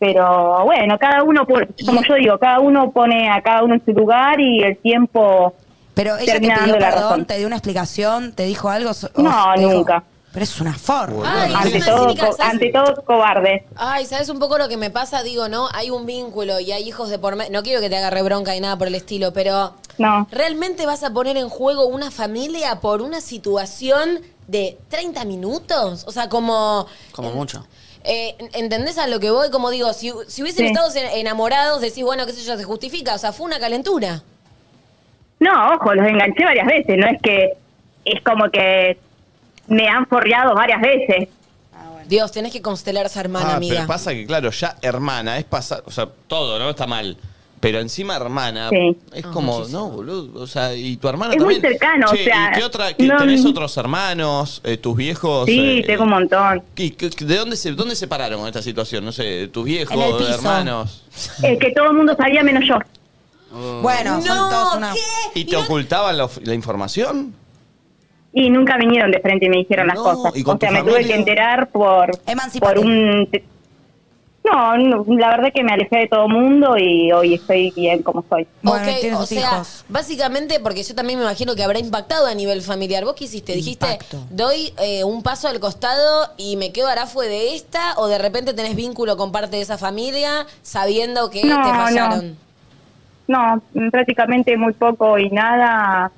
Speaker 9: Pero bueno, cada uno, pone- como yo digo, cada uno pone a cada uno en su lugar y el tiempo
Speaker 3: Pero ella te
Speaker 9: termina
Speaker 3: pidió
Speaker 9: dando la
Speaker 3: perdón,
Speaker 9: razón.
Speaker 3: te dio una explicación, te dijo algo. so- o
Speaker 9: No,
Speaker 3: te dijo-
Speaker 9: nunca.
Speaker 3: Pero es una forma.
Speaker 2: Ay, es
Speaker 9: ante,
Speaker 2: una
Speaker 9: todo,
Speaker 2: cínica,
Speaker 9: co-
Speaker 2: ¿sabes?
Speaker 9: ante todo, cobarde.
Speaker 2: Ay, ¿sabes un poco lo que me pasa? Digo, ¿no? Hay un vínculo y hay hijos de por medio. No quiero que te agarre bronca y nada por el estilo, pero
Speaker 9: No.
Speaker 2: ¿realmente vas a poner en juego una familia por una situación de 30 minutos? O sea, como...
Speaker 4: Como mucho.
Speaker 2: Eh, ¿Entendés a lo que voy? Como digo, si, si hubiesen
Speaker 9: Sí.
Speaker 2: estado en- enamorados, decís, bueno, qué sé yo, se justifica. O sea, fue una calentura.
Speaker 9: No, ojo, los enganché varias veces, no es que es como que me han forreado varias veces.
Speaker 2: Dios, tenés que constelar esa hermana,
Speaker 1: Ah,
Speaker 2: amiga.
Speaker 1: pero pasa que, claro, ya hermana es pasar. O sea, todo, ¿no? Está mal. Pero encima hermana
Speaker 9: Sí.
Speaker 1: es
Speaker 9: Ah,
Speaker 1: como,
Speaker 9: muchísimo.
Speaker 1: no, boludo. O sea, y tu hermana
Speaker 9: Es muy
Speaker 1: también.
Speaker 9: cercano, o
Speaker 1: Che, ¿y
Speaker 9: sea,
Speaker 1: qué otra, qué-
Speaker 9: no-
Speaker 1: ¿Tenés otros hermanos? eh, ¿Tus viejos?
Speaker 9: Sí,
Speaker 1: eh,
Speaker 9: tengo un montón.
Speaker 1: ¿y qué- qué- ¿De dónde se, dónde se pararon en esta situación? No sé, tus viejos,
Speaker 9: En el piso.
Speaker 1: hermanos.
Speaker 9: El que todo el mundo sabía menos yo.
Speaker 3: Ah, Bueno, son
Speaker 9: No,
Speaker 3: todos una.
Speaker 1: ¿Y te ocultaban la, of- la información?
Speaker 9: Y nunca vinieron de frente y me dijeron las
Speaker 1: No,
Speaker 9: cosas.
Speaker 1: ¿y con
Speaker 9: O sea,
Speaker 1: tu
Speaker 9: me tuve
Speaker 1: familia?
Speaker 9: que enterar por, por un... No, No, no, la verdad que me alejé de todo mundo y hoy estoy bien como soy.
Speaker 2: Ok, o sea, básicamente, porque yo también me imagino que habrá impactado a nivel familiar. ¿Vos qué hiciste? Dijiste, doy eh, un paso al costado y me quedo fue de esta, o de repente tenés vínculo con parte de esa familia sabiendo que te fallaron.
Speaker 9: No, no, prácticamente muy poco y nada.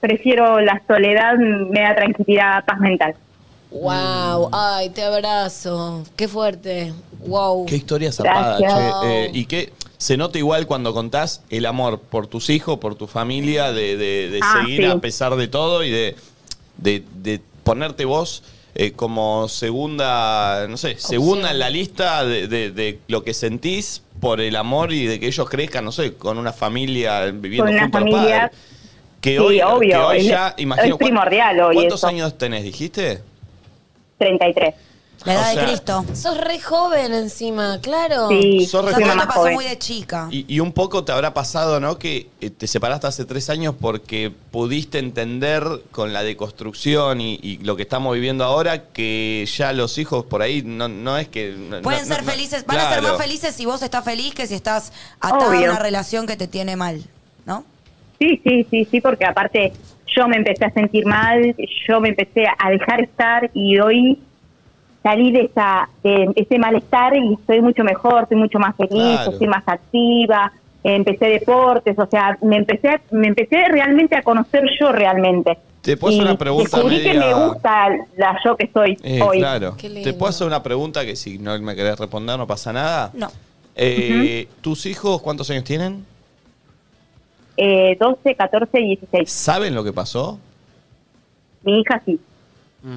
Speaker 9: Prefiero la soledad, me da tranquilidad, paz mental.
Speaker 1: Mm.
Speaker 2: Wow, ay, te abrazo. Qué fuerte. Wow.
Speaker 1: Qué historia zapada,
Speaker 2: Gracias.
Speaker 1: che. Eh, y que se nota igual cuando contás el amor por tus hijos, por tu familia, de, de- de
Speaker 9: Ah,
Speaker 1: seguir
Speaker 9: sí.
Speaker 1: a pesar de todo y de, de- de ponerte vos eh, como segunda, no sé, segunda en la lista de, de- de lo que sentís por el amor y de que ellos crezcan, no sé, con una familia viviendo
Speaker 9: Con una
Speaker 1: junto a los
Speaker 9: familia.
Speaker 1: padres. Que
Speaker 9: Sí,
Speaker 1: hoy, que
Speaker 9: obvio,
Speaker 1: hoy
Speaker 9: es-
Speaker 1: ya,
Speaker 9: es
Speaker 1: imagino, ¿cuán-
Speaker 9: primordial hoy
Speaker 1: ¿Cuántos
Speaker 9: eso.
Speaker 1: años tenés, dijiste?
Speaker 9: 33.
Speaker 1: La edad O de sea- Cristo.
Speaker 2: Sos re joven encima, claro.
Speaker 1: Sí, Sos re- fui mamá
Speaker 2: pasó
Speaker 1: joven.
Speaker 2: muy de chica.
Speaker 1: Y, y un poco te habrá pasado, ¿no? Que eh, te separaste hace tres años porque pudiste entender con la deconstrucción y, y lo que estamos viviendo ahora que ya los hijos por ahí no, no es que... no-
Speaker 3: Pueden
Speaker 1: no-
Speaker 3: ser
Speaker 1: no-
Speaker 3: felices, van a ser
Speaker 1: Claro.
Speaker 3: más felices si vos estás feliz que si estás atado
Speaker 9: Obvio.
Speaker 3: a una relación que te tiene mal, ¿no?
Speaker 9: Sí, sí, sí, sí, porque aparte yo me empecé a sentir mal, yo me empecé a dejar estar y hoy salí de, esa, de ese malestar y estoy mucho mejor, estoy mucho más feliz,
Speaker 19: Claro.
Speaker 9: estoy más activa, empecé deportes, o sea, me empecé, me empecé realmente a conocer yo realmente.
Speaker 1: Te puedo hacer
Speaker 9: Y
Speaker 1: una pregunta
Speaker 9: Descubrí que me
Speaker 1: media-
Speaker 9: gusta la yo que soy
Speaker 1: Eh,
Speaker 9: hoy.
Speaker 1: claro. ¿Te puedo hacer una pregunta que si no me querés responder no pasa nada?
Speaker 9: No.
Speaker 1: Eh, ¿Tus hijos cuántos años tienen?
Speaker 9: Eh, 12, 14 y 16.
Speaker 1: ¿Saben lo que pasó?
Speaker 9: Mi hija sí,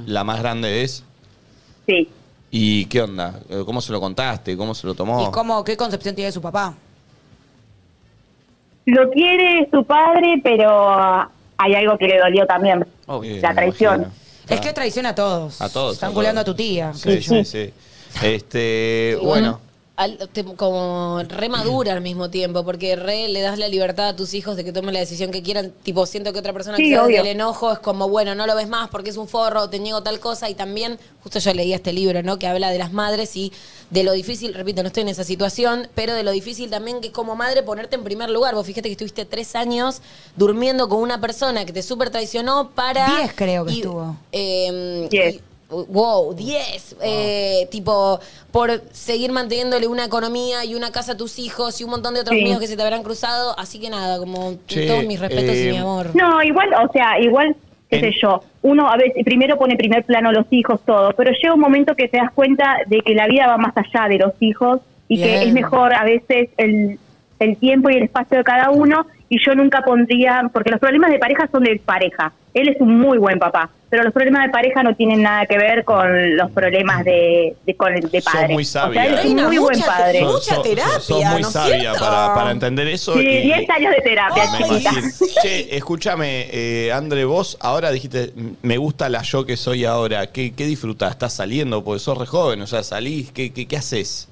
Speaker 1: La más grande es.
Speaker 9: sí.
Speaker 1: ¿Y qué onda? Eh, ¿Cómo se lo contaste? ¿Cómo se lo tomó?
Speaker 3: ¿Y cómo, qué concepción tiene su papá?
Speaker 9: Lo quiere su padre, pero hay algo que le dolió también.
Speaker 1: Eh,
Speaker 9: la traición.
Speaker 3: Es que traiciona a todos.
Speaker 1: A todos.
Speaker 3: Están
Speaker 1: a
Speaker 3: culeando a
Speaker 1: todos.
Speaker 3: tu tía.
Speaker 1: Sí, sí, sí. Este, bueno.
Speaker 2: Al- te- como re madura al mismo tiempo, porque re le das la libertad a tus hijos de que tomen la decisión que quieran. Tipo, siento que otra persona
Speaker 9: Sí,
Speaker 2: que
Speaker 9: obvio.
Speaker 2: el enojo es como, bueno, no lo ves más porque es un forro, te niego tal cosa. Y también, justo yo leía este libro, ¿no? Que habla de las madres y de lo difícil, repito, no estoy en esa situación, pero de lo difícil también que es como madre ponerte en primer lugar. Vos fíjate que estuviste tres años durmiendo con una persona que te súper traicionó para.
Speaker 3: Diez creo que
Speaker 2: y-
Speaker 3: estuvo.
Speaker 2: eh, y- Wow, 10. Eh, tipo, por seguir manteniéndole una economía y una casa a tus hijos y un montón de otros
Speaker 9: Sí.
Speaker 2: míos que se te habrán cruzado. Así que nada, como
Speaker 9: Che,
Speaker 2: todos mis respetos y
Speaker 9: eh,
Speaker 2: mi amor.
Speaker 9: No, igual, o sea, igual, qué sé yo, uno a veces primero pone en primer plano los hijos, todo, pero llega un momento que te das cuenta de que la vida va más allá de los hijos y
Speaker 19: Bien.
Speaker 9: que es mejor a veces el, el tiempo y el espacio de cada uno y yo nunca pondría, porque los problemas de pareja son de pareja, él es un muy buen papá, pero los problemas de pareja no tienen nada que ver con los problemas de, de, con el de
Speaker 1: Sos
Speaker 9: padre.
Speaker 1: muy sabia.
Speaker 9: O sea, él es
Speaker 1: Reina,
Speaker 9: muy buen padre.
Speaker 1: Sos- sos- Sos muy sabia para, para entender eso.
Speaker 9: Sí,
Speaker 1: y-
Speaker 9: 10 años de terapia,
Speaker 1: Me
Speaker 9: chiquita.
Speaker 1: imagino. Che, escúchame, eh, Andre, vos ahora dijiste, "M- me gusta la yo que soy ahora. ¿Qué, qué disfrutás? ¿Estás saliendo? Porque sos re joven, o sea, salís. ¿Qué, qué, qué haces?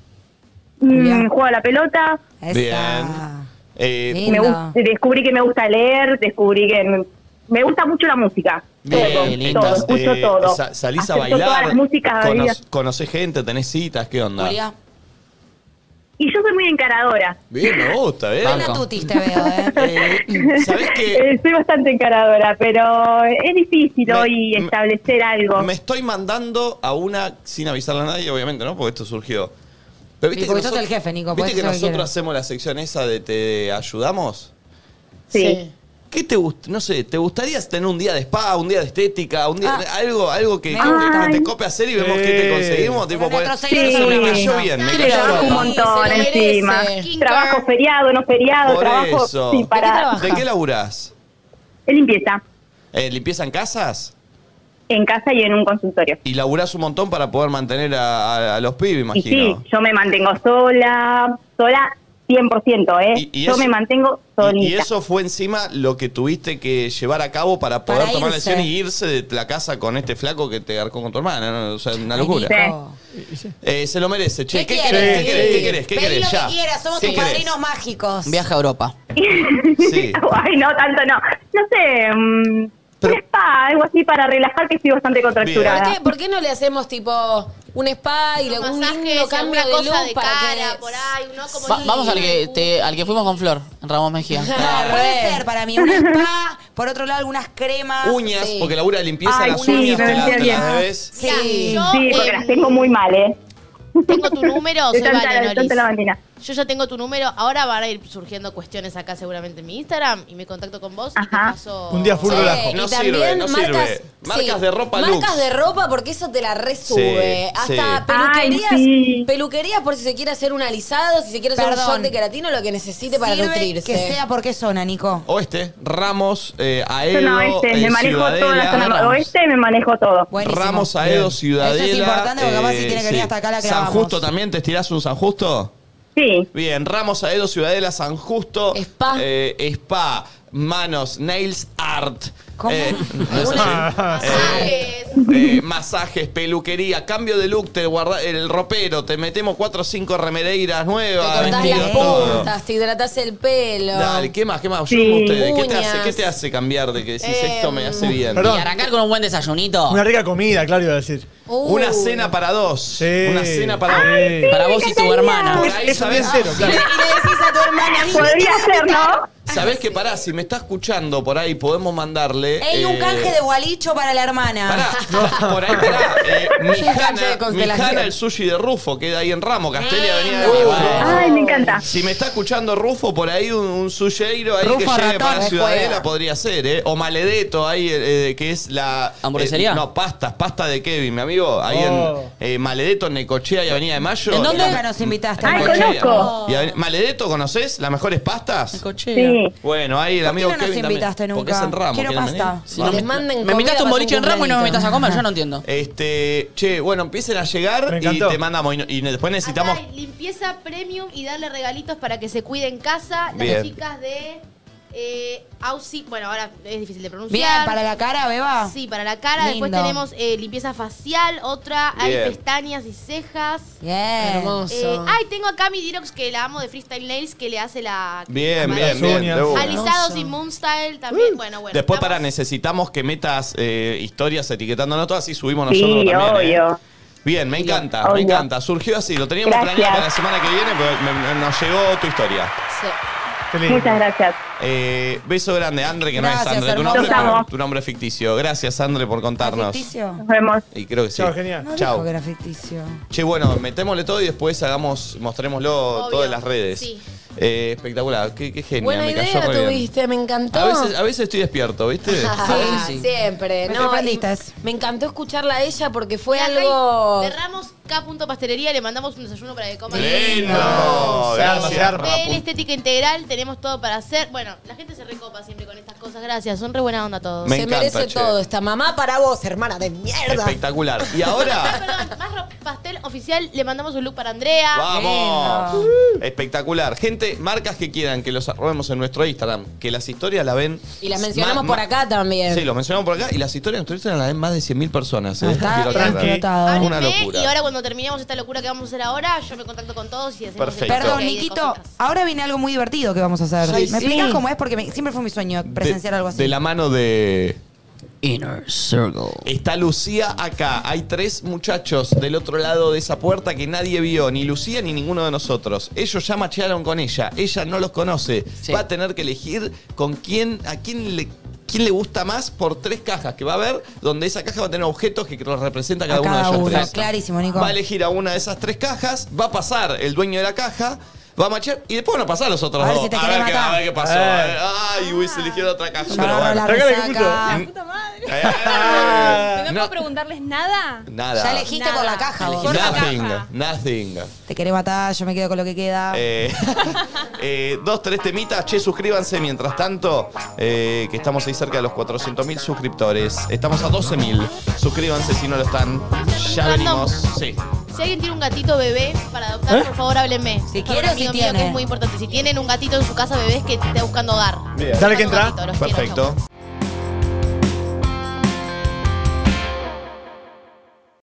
Speaker 9: Mm, juego a la pelota.
Speaker 1: Bien. Eh,
Speaker 9: Me gu- descubrí que me gusta leer, descubrí que me, me gusta mucho la música. todo,
Speaker 1: Bien,
Speaker 9: todo,
Speaker 1: estás,
Speaker 9: escucho
Speaker 1: eh,
Speaker 9: todo.
Speaker 1: sa- salís a
Speaker 9: Acepto todas
Speaker 1: bailar,
Speaker 9: las músicas
Speaker 1: cono-
Speaker 9: habidas.
Speaker 1: conocés gente, tenés citas, ¿qué onda?
Speaker 9: Y yo soy muy encaradora.
Speaker 1: Bien, me gusta, ¿eh?
Speaker 3: te veo, ¿eh?
Speaker 1: ¿Sabés qué?
Speaker 9: Eh, Soy bastante encaradora, pero es difícil hoy establecer algo.
Speaker 1: Me estoy mandando a una sin avisarle a nadie, obviamente, ¿no? Porque esto surgió. Pero
Speaker 3: Y porque sos el jefe, Nico, podés
Speaker 1: ¿Viste que
Speaker 3: hacer lo que
Speaker 1: nosotros
Speaker 3: quieras.
Speaker 1: hacemos la sección esa de te ayudamos?
Speaker 9: Sí.
Speaker 1: ¿Qué te gusta? No sé, ¿te gustaría tener un día de spa, un día de estética, un
Speaker 3: Ah.
Speaker 1: día algo, algo que,
Speaker 9: me
Speaker 1: que-
Speaker 9: gusta.
Speaker 1: que te cope hacer y vemos qué te conseguimos? Tipo, pues, sí, me cayó bien, me cayó
Speaker 9: trabajo un
Speaker 1: bien.
Speaker 9: montón
Speaker 2: Se lo merece.
Speaker 9: encima.
Speaker 2: Skincare.
Speaker 9: Trabajo feriado, no feriado,
Speaker 1: Por
Speaker 9: trabajo
Speaker 1: eso.
Speaker 9: sin parar.
Speaker 1: ¿De qué laburás?
Speaker 9: Es limpieza,
Speaker 1: Eh, ¿Limpieza en casas?
Speaker 9: en casa y en un consultorio.
Speaker 1: Y laburás un montón para poder mantener a, a- a los pibes,
Speaker 9: Y
Speaker 1: imagino.
Speaker 9: sí, yo me mantengo sola, sola 100%, ¿eh?
Speaker 1: y
Speaker 9: yo
Speaker 1: eso-
Speaker 9: me mantengo solita.
Speaker 1: Y eso fue encima lo que tuviste que llevar a cabo para poder
Speaker 9: Para
Speaker 1: tomar la
Speaker 9: irse.
Speaker 1: decisión y irse de la casa con este flaco que te arcó con tu hermana. ¿no? O sea, una locura. Eh, se lo merece, che. ¿Qué,
Speaker 3: quieres?
Speaker 1: querés? ¿Qué
Speaker 3: Sí.
Speaker 1: querés? ¿Qué querés? ¿Qué
Speaker 3: Pedí
Speaker 1: querés?
Speaker 3: lo
Speaker 1: Ya.
Speaker 3: que quieras, somos
Speaker 1: ¿Qué
Speaker 3: tus
Speaker 1: querés?
Speaker 3: padrinos mágicos.
Speaker 4: Viaje a Europa.
Speaker 9: Ay, no, tanto no. No sé, mm, un spa, algo así para relajar que estoy bastante
Speaker 2: ¿Por
Speaker 1: Ah.
Speaker 9: contracturada.
Speaker 2: qué, por qué no le hacemos tipo un spa y le un lindo cambio
Speaker 5: alguna
Speaker 2: de
Speaker 5: cosa
Speaker 2: look
Speaker 5: de
Speaker 2: para
Speaker 5: cara,
Speaker 2: que...
Speaker 5: por ahí, uno como
Speaker 4: Va-
Speaker 5: lindo.
Speaker 4: vamos al que, te- al que fuimos con Flor, en Ramos Mejía.
Speaker 3: Puede ser para mí un spa, por otro lado algunas cremas.
Speaker 1: Uñas,
Speaker 3: Sí.
Speaker 1: porque labura de limpieza
Speaker 3: Ay,
Speaker 1: las
Speaker 3: sí,
Speaker 1: uñas, te, la-
Speaker 3: me
Speaker 1: te las
Speaker 3: decía
Speaker 1: debes.
Speaker 5: Sí, yo,
Speaker 9: Sí, porque
Speaker 5: eh,
Speaker 9: las tengo muy mal, ¿eh?
Speaker 5: Tengo tu número,
Speaker 9: De
Speaker 5: soy
Speaker 9: tanta-
Speaker 5: Valen
Speaker 9: de
Speaker 5: Olis.
Speaker 9: tanta lavandina.
Speaker 5: Yo ya tengo tu número, ahora van a ir surgiendo cuestiones acá seguramente en mi Instagram y me contacto con vos y te paso.
Speaker 7: Un día full
Speaker 5: Sí,
Speaker 7: relajo.
Speaker 1: No sirve, no sirve. Marcas
Speaker 2: sí,
Speaker 1: de ropa
Speaker 2: Marcas
Speaker 1: Lux.
Speaker 2: de ropa porque eso te la resube.
Speaker 1: Sí,
Speaker 2: Hasta
Speaker 1: sí.
Speaker 2: peluquerías,
Speaker 9: Ay, sí.
Speaker 2: peluquerías por si se quiere hacer un alisado, si se quiere hacer
Speaker 3: Perdón.
Speaker 2: un shot de queratina, lo que necesite para
Speaker 3: Sirve
Speaker 2: nutrirse.
Speaker 3: que sea por qué zona, Nico.
Speaker 1: Oeste, Ramos, eh, Aedo,
Speaker 9: Zona oeste,
Speaker 1: eh,
Speaker 9: este, me manejo toda la
Speaker 1: Ciudadela.
Speaker 9: zona oeste, me manejo todo.
Speaker 1: Ramos, Aedo, Ciudadela. eh,
Speaker 9: Eso es importante porque capaz si tiene que venir hasta acá la
Speaker 1: San
Speaker 9: clavamos.
Speaker 1: Justo también, ¿te estirás un San Justo?
Speaker 9: Sí.
Speaker 1: Bien, Ramos, Aedo, Ciudadela, San Justo. Spa. spa, manos, nails, art. Eh, ¿no es así? Eh, eh, masajes, peluquería, cambio de look, te guarda el ropero, te metemos cuatro o cinco remereiras nuevas.
Speaker 2: Cortás
Speaker 1: vestido,
Speaker 2: las
Speaker 1: todo.
Speaker 2: puntas, te hidratás el pelo.
Speaker 1: Dale, ¿qué más? ¿Qué más?
Speaker 2: Sí.
Speaker 1: Yo como ustedes, ¿qué te,
Speaker 2: Uñas.
Speaker 1: hace, ¿qué te hace cambiar de que decís esto me hace bien?
Speaker 4: Y arrancar con un buen desayunito.
Speaker 7: Una rica comida, claro, iba a decir. Ah,
Speaker 2: Uh.
Speaker 1: Una cena para dos. Una cena para dos.
Speaker 4: Para vos y tu hermana.
Speaker 1: Por ahí,
Speaker 7: Es un día
Speaker 1: ¿sabés?
Speaker 7: entero, claro.
Speaker 2: decís a tu hermana.
Speaker 9: Podría ser, ¿no?
Speaker 1: ¿Sabés que pará? Si me está escuchando por ahí, podemos mandarle.
Speaker 3: Ey, un
Speaker 1: eh,
Speaker 3: canje de gualicho para la hermana.
Speaker 1: Por ahí, pará. eh,
Speaker 3: canje de
Speaker 1: Mijana,
Speaker 3: constelación. Eh,
Speaker 1: Mijana, el sushi de Rufo, queda ahí en Ramo, Castelia Avenida de Rufo.
Speaker 9: Ay, me encanta.
Speaker 1: Si me está escuchando Rufo, por ahí un, un susheiro ahí
Speaker 4: Rufo
Speaker 1: que llegue
Speaker 4: Ratón,
Speaker 1: para
Speaker 4: me
Speaker 1: Ciudadela
Speaker 4: juega.
Speaker 1: podría ser, ¿eh? O Maledeto ahí, eh, que es la...
Speaker 4: ¿Hamburguesería?
Speaker 1: eh, no, pastas, pasta de Kevin, mi amigo. Ahí
Speaker 4: Oh.
Speaker 1: en eh, Maledeto, Necochea y Avenida de Mayo.
Speaker 3: ¿En dónde?
Speaker 1: Y-
Speaker 3: Nunca nos invitaste.
Speaker 1: en
Speaker 3: Ay,
Speaker 1: Necochea.
Speaker 3: conozco.
Speaker 1: Y Aven- ¿Maledeto conoces? ¿Las mejores pastas? Necochea.
Speaker 3: Sí.
Speaker 1: Bueno, ahí el
Speaker 3: ¿Por qué
Speaker 1: amigo
Speaker 3: no nos
Speaker 1: Kevin también.
Speaker 3: invitaste nunca?
Speaker 1: Porque es en Ramo.
Speaker 3: Quiero
Speaker 1: ¿quieren
Speaker 3: pasta.
Speaker 1: venir?
Speaker 3: Sí. Les
Speaker 1: me-
Speaker 3: manden
Speaker 4: Me invitaste un boliche en ramo y no me metas a comer, yo no entiendo.
Speaker 1: Este, che, bueno, empiecen a llegar y te mandamos. Y, no- y después necesitamos.
Speaker 5: Ay, limpieza premium y darle regalitos para que se cuide en casa. Las
Speaker 1: Bien.
Speaker 5: chicas de eh, Aussie- bueno, ahora es difícil de pronunciar.
Speaker 3: Bien, ¿para la cara, Beba?
Speaker 5: Sí, para la cara. Después
Speaker 3: Lindo.
Speaker 5: tenemos eh, limpieza facial, otra,
Speaker 3: Bien.
Speaker 5: hay pestañas y cejas.
Speaker 3: Bien. Hermoso.
Speaker 5: Eh, ay, tengo acá mi Dirox que la amo de Freestyle Nails que le hace la.
Speaker 1: Bien, bien,
Speaker 7: Las
Speaker 1: bien.
Speaker 7: uñas.
Speaker 1: de una.
Speaker 5: Alisados y Moonstyle también. Bueno, bueno.
Speaker 1: Después, para, necesitamos que metas eh, historias etiquetándonos todas y subimos
Speaker 9: Sí,
Speaker 1: nosotros también. ¿eh?
Speaker 9: obvio.
Speaker 1: Bien, me encanta, me
Speaker 9: Obvio.
Speaker 1: encanta. Surgió así, lo teníamos
Speaker 9: Gracias.
Speaker 1: planeado para la semana que viene, pero me- me- nos llegó tu historia.
Speaker 9: Muchas gracias.
Speaker 1: Eh, beso grande, Andre, que no
Speaker 9: Gracias,
Speaker 1: es Andre, tu
Speaker 9: hermoso.
Speaker 1: nombre,
Speaker 9: Los amo.
Speaker 1: pero tu nombre es ficticio. Gracias, Andre, por contarnos.
Speaker 3: Ficticio.
Speaker 9: Nos vemos.
Speaker 1: Y creo que sí.
Speaker 7: Chao, genial. No
Speaker 1: Chao.
Speaker 3: Dijo que era ficticio.
Speaker 1: Che, bueno, metémosle todo y después hagamos, mostrémoslo
Speaker 2: Obvio,
Speaker 1: todas las redes.
Speaker 2: sí.
Speaker 1: Eh, espectacular, qué, qué genia,
Speaker 2: Buena
Speaker 1: me
Speaker 2: idea
Speaker 1: cayó re bien.
Speaker 2: tuviste, me encantó.
Speaker 1: A veces, a veces estoy despierto, ¿viste?
Speaker 2: Ajá,
Speaker 1: A veces sí.
Speaker 2: siempre.
Speaker 5: Me
Speaker 2: no,
Speaker 5: sorprendiste.
Speaker 2: y Me encantó escucharla a ella porque fue
Speaker 5: Acá hay
Speaker 2: algo.
Speaker 5: De Ramos K. Pastelería le mandamos un desayuno para que coman.
Speaker 7: Se
Speaker 1: Lindo,
Speaker 7: arma, se
Speaker 1: gracias.
Speaker 7: arma.
Speaker 5: Papel, estética integral, tenemos todo para hacer. Bueno, la gente se recopa siempre con estas cosas. Gracias, son re buena onda todos.
Speaker 1: Me
Speaker 2: Se
Speaker 1: encanta,
Speaker 2: merece
Speaker 1: che.
Speaker 2: todo esta mamá para vos, hermana de mierda.
Speaker 1: Espectacular. Y ahora,
Speaker 5: Perdón, más ro- pastel oficial, le mandamos un look para Andrea.
Speaker 1: vamos. Espectacular. Gente, marcas que quieran que los arrobemos en nuestro Instagram, que las historias la ven.
Speaker 2: Y las mencionamos
Speaker 1: ma-
Speaker 2: por
Speaker 1: ma-
Speaker 2: acá también. Ah,
Speaker 1: Sí, los mencionamos por acá y las historias en nuestro Instagram la ven más de 100.000 personas. ¿eh?
Speaker 3: Está
Speaker 1: Quiero aclarar.
Speaker 3: explotado.
Speaker 1: Una
Speaker 5: Háblenme,
Speaker 1: locura.
Speaker 5: Y ahora cuando terminemos esta locura que vamos a hacer ahora, yo me contacto con todos y hacemos
Speaker 1: Perfecto.
Speaker 3: Perdón,
Speaker 5: Niquito.
Speaker 3: Niquito, ahora viene algo muy divertido que vamos a hacer.
Speaker 1: Ay,
Speaker 3: ¿Me
Speaker 1: sí.
Speaker 3: explicas cómo es? Porque me- siempre fue mi sueño presenciar
Speaker 1: de,
Speaker 3: algo así.
Speaker 1: de la mano de.
Speaker 4: Inner Circle.
Speaker 1: Está Lucía acá. Hay tres muchachos del otro lado de esa puerta que nadie vio, ni Lucía ni ninguno de nosotros. Ellos ya machearon con ella. Ella no los conoce. Va a tener que elegir con quién, a quién le. quién le gusta más por tres cajas que va a haber, donde esa caja va a tener objetos que los representa cada,
Speaker 3: a
Speaker 1: uno de
Speaker 3: cada
Speaker 1: ellos
Speaker 3: uno.
Speaker 1: tres.
Speaker 3: Clarísimo, Nico.
Speaker 1: Va a elegir a una de esas tres cajas, va a pasar el dueño de la caja, va a machear y después van a pasar los otros
Speaker 3: A ver
Speaker 1: dos.
Speaker 3: si te
Speaker 1: a,
Speaker 3: querés
Speaker 1: ver qué, a
Speaker 3: matar.
Speaker 1: ver qué pasó.
Speaker 3: Eh.
Speaker 1: A ver, Ay, hubiese elegido otra caja.
Speaker 3: Ya
Speaker 1: pero
Speaker 3: agarró
Speaker 1: bueno.
Speaker 3: la resaca.
Speaker 1: Mm.
Speaker 10: Puta madre.
Speaker 1: Eh,
Speaker 10: ¿No,
Speaker 1: no,
Speaker 10: puedo preguntarles nada?
Speaker 1: Nada.
Speaker 3: Ya elegiste
Speaker 10: Nada.
Speaker 3: por la caja vos.
Speaker 10: Por la
Speaker 1: Nothing.
Speaker 10: caja.
Speaker 1: Nothing.
Speaker 3: Te querés matar, yo me quedo con lo que
Speaker 5: Ah.
Speaker 3: queda.
Speaker 1: Eh, eh, dos, tres temitas. Che, suscríbanse mientras tanto, eh, que estamos ahí cerca de los 400.000 suscriptores. Estamos a 12.000. Suscríbanse si no lo están. Ya
Speaker 5: Random.
Speaker 1: venimos. Sí.
Speaker 5: Si alguien tiene un gatito bebé para adoptar,
Speaker 1: ¿Eh?
Speaker 5: por favor háblenme. Si
Speaker 3: quiere, si tiene.
Speaker 5: que es muy importante. Si tienen un gatito en su casa bebé es que está buscando hogar.
Speaker 1: Bien.
Speaker 7: Dale que entra.
Speaker 5: Gatito, los quiero,
Speaker 1: Perfecto.